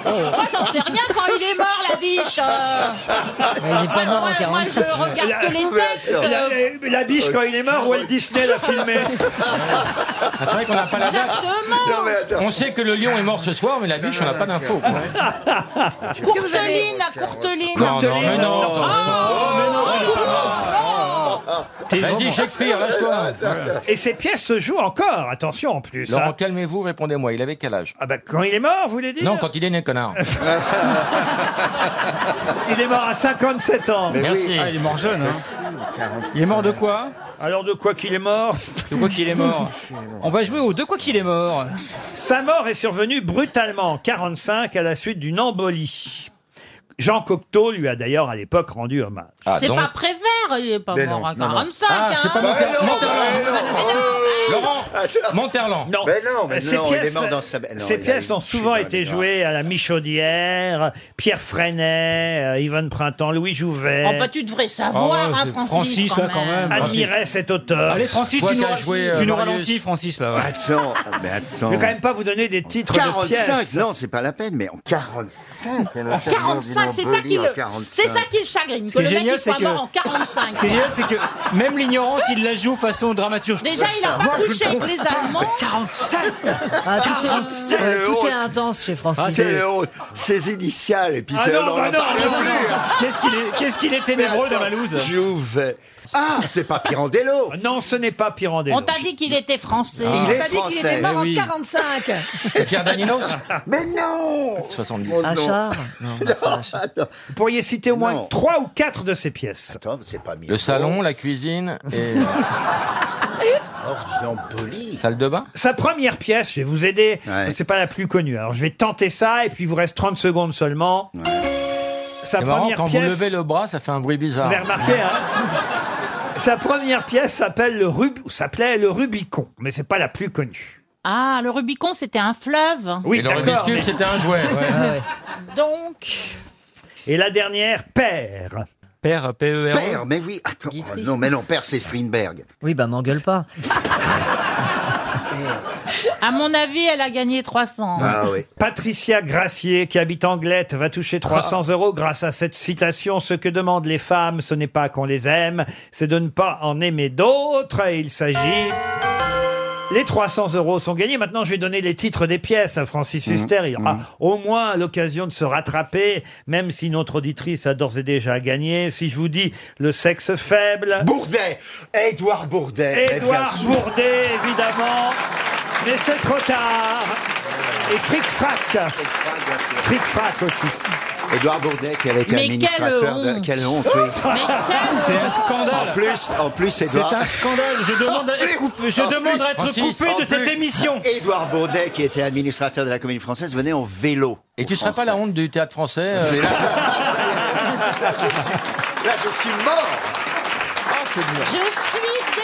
Speaker 6: non. Moi j'en sais rien quand il est mort la biche euh.
Speaker 1: Il est pas mort en
Speaker 6: Moi je regarde que les textes
Speaker 1: La,
Speaker 6: euh.
Speaker 1: la- la biche, quand il est mort, Walt Disney l'a filmé.
Speaker 3: Ah, c'est vrai qu'on n'a pas la date.
Speaker 6: Exactement
Speaker 3: On sait que le lion est mort ce soir, mais la biche on n'a pas d'infos. quoi.
Speaker 6: Courteline à Courteline Oh,
Speaker 3: Non, non, mais non. Vas-y Shakespeare, lâche-toi.
Speaker 1: Et ces pièces se jouent encore, attention en plus.
Speaker 3: Laurent,
Speaker 1: hein.
Speaker 3: calmez-vous, répondez-moi. Il avait quel âge
Speaker 1: Ah bah quand il est mort, vous voulez dire
Speaker 3: Non, quand il est né, connard.
Speaker 1: Il est mort à 57 ans.
Speaker 3: Mais Merci. oui. Ah, il est mort jeune, hein.
Speaker 1: Il est mort de quoi Alors de quoi qu'il est mort
Speaker 3: De quoi qu'il est mort.
Speaker 1: On va jouer au de quoi qu'il est mort. Sa mort est survenue brutalement en 45 à la suite d'une embolie. Jean Cocteau lui a d'ailleurs à l'époque rendu hommage.
Speaker 3: Ah,
Speaker 6: C'est pas Prévert, il est pas
Speaker 1: Ah, Mais
Speaker 6: mort
Speaker 1: non,
Speaker 6: à
Speaker 1: non, non.
Speaker 6: 45
Speaker 1: Ah,
Speaker 6: hein.
Speaker 1: c'est pas Monter-
Speaker 6: Mais non,
Speaker 1: Monterland.
Speaker 6: mais non.
Speaker 3: Laurent Monterland.
Speaker 1: Non.
Speaker 3: Mais non,
Speaker 1: Euh, ces pièces, ces pièces ont souvent été jouées à la Michaudière, Pierre Freinet, euh, Yvonne Printemps, Louis Jouvet.
Speaker 7: Eh.
Speaker 6: Oh bah tu
Speaker 1: Ah,
Speaker 6: devrais
Speaker 3: Ah,
Speaker 6: savoir, hein, Francis. quand même.
Speaker 1: Admirait cet auteur.
Speaker 3: Allez, Francis, tu nous, tu nous ralentis, Francis,
Speaker 1: bah
Speaker 3: là. ouais.
Speaker 33: Attends, mais attends.
Speaker 1: Je vais quand même pas vous donner des titres de
Speaker 33: 45,
Speaker 1: pièces.
Speaker 33: non, c'est pas la peine, mais en 45. elle a
Speaker 6: En
Speaker 33: tellement
Speaker 6: 45, c'est
Speaker 33: voulu
Speaker 6: ça qui
Speaker 33: en
Speaker 6: le,
Speaker 33: 45.
Speaker 6: c'est ça qui le chagrine,
Speaker 33: Ce
Speaker 6: que
Speaker 33: qui
Speaker 6: le
Speaker 33: est
Speaker 6: mec
Speaker 33: génial,
Speaker 6: il
Speaker 33: c'est
Speaker 6: soit
Speaker 33: que-
Speaker 6: mort en 45.
Speaker 3: Ce qui est génial, c'est que même l'ignorance, il la joue façon dramaturge.
Speaker 6: Déjà, il a pas
Speaker 1: je le
Speaker 6: couché avec
Speaker 1: trouve.
Speaker 6: les Allemands.
Speaker 2: 47 Ah, tout est-
Speaker 6: 47,
Speaker 2: euh,
Speaker 6: le
Speaker 2: tout
Speaker 6: haut.
Speaker 2: est intense chez Francis.
Speaker 3: Ah, c'est ses initiales, et puis
Speaker 2: Ah
Speaker 3: c'est-
Speaker 2: non,
Speaker 3: on en
Speaker 2: bah
Speaker 3: a
Speaker 2: non,
Speaker 3: parlé
Speaker 2: non,
Speaker 3: plus.
Speaker 2: non. Qu'est-ce qu'il est- qu'est-ce qu'il est ténébreux,
Speaker 3: Mais attends,
Speaker 2: Damalouz
Speaker 3: J'ouvre. Ah, c'est pas Pirandello
Speaker 1: Non, ce n'est pas Pirandello.
Speaker 6: On t'a dit qu'il était français.
Speaker 3: Il est
Speaker 6: Ah. On t'a dit qu'il
Speaker 3: français,
Speaker 6: était mort
Speaker 3: mais oui.
Speaker 6: en 45.
Speaker 8: Pierre Daninos
Speaker 3: Mais non
Speaker 8: 70.
Speaker 3: Un char
Speaker 1: Vous pourriez citer au moins trois ou quatre de ces pièces.
Speaker 3: Attends, c'est pas mieux.
Speaker 8: Le salon, la cuisine et salle de bain.
Speaker 1: Sa première pièce, je vais vous aider, mais c'est pas la plus connue. Alors je vais tenter ça et puis il vous reste 30 secondes seulement. Sa
Speaker 8: C'est marrant,
Speaker 1: première
Speaker 8: quand
Speaker 1: pièce,
Speaker 8: vous levez le bras, ça fait un bruit bizarre.
Speaker 1: vous avez remarqué, hein Sa première pièce s'appelle le Rub- ou s'appelait le Rubicon, mais c'est pas la plus connue.
Speaker 6: Ah, le Rubicon, c'était un fleuve.
Speaker 1: Oui,
Speaker 8: Et le Rubik's
Speaker 1: d'accord,
Speaker 8: Cube,
Speaker 1: mais-
Speaker 8: c'était un jouet. ouais.
Speaker 6: Donc,
Speaker 1: Et la dernière, Père.
Speaker 3: Père, P-E-R. Père, mais oui, attends. oh non, mais non, Père, c'est Strindberg.
Speaker 2: Oui, bah m'engueule pas.
Speaker 6: à mon avis, elle a gagné 300.
Speaker 1: Bah,
Speaker 3: Ah
Speaker 1: Patricia Gracier, qui habite Anglette, va toucher 300 euros grâce à cette citation. Ce que demandent les femmes, ce n'est pas qu'on les aime, c'est de ne pas en aimer d'autres. Et il s'agit... Les 300 euros sont gagnés. Maintenant, je vais donner les titres des pièces à
Speaker 3: Mhm.
Speaker 1: Francis Huster. Il aura au moins l'occasion de se rattraper, même si notre auditrice a d'ores et déjà gagné. Si je vous dis le sexe faible...
Speaker 3: Bourdet Édouard Bourdet mais Eh bien
Speaker 1: Édouard
Speaker 3: sûr.
Speaker 1: Bourdet, évidemment. Mais c'est trop tard. Et Fric Frac. Fric Frac aussi.
Speaker 3: Édouard Bourdet, qui avait été
Speaker 1: Mais quelle
Speaker 3: administrateur de.
Speaker 1: honte.
Speaker 3: Euh, Quelle honte, oui.
Speaker 5: C'est un scandale.
Speaker 3: En plus, en plus,
Speaker 5: C'est
Speaker 3: Édouard.
Speaker 5: un scandale. Je demande à
Speaker 3: En
Speaker 5: être
Speaker 3: plus,
Speaker 5: coupé- je
Speaker 3: en
Speaker 5: demande
Speaker 3: plus,
Speaker 5: à être
Speaker 3: Francis,
Speaker 5: coupé de
Speaker 3: en
Speaker 5: cette
Speaker 3: plus,
Speaker 5: émission.
Speaker 3: Édouard Bourdet, qui était administrateur de la Comédie Française, venait en vélo.
Speaker 8: Et tu serais pas la honte du théâtre français
Speaker 3: Là,
Speaker 8: euh,
Speaker 3: je suis mort
Speaker 5: Ah,
Speaker 6: Je suis déçue.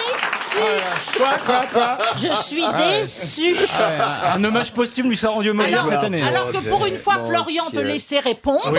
Speaker 6: Je suis
Speaker 5: Ah ouais.
Speaker 6: déçue.
Speaker 5: Ah ouais, un- Un hommage posthume lui sera rendu au Molière
Speaker 6: Alors,
Speaker 3: Oh,
Speaker 5: cette année.
Speaker 6: alors que pour une fois, Florian te laissait répondre.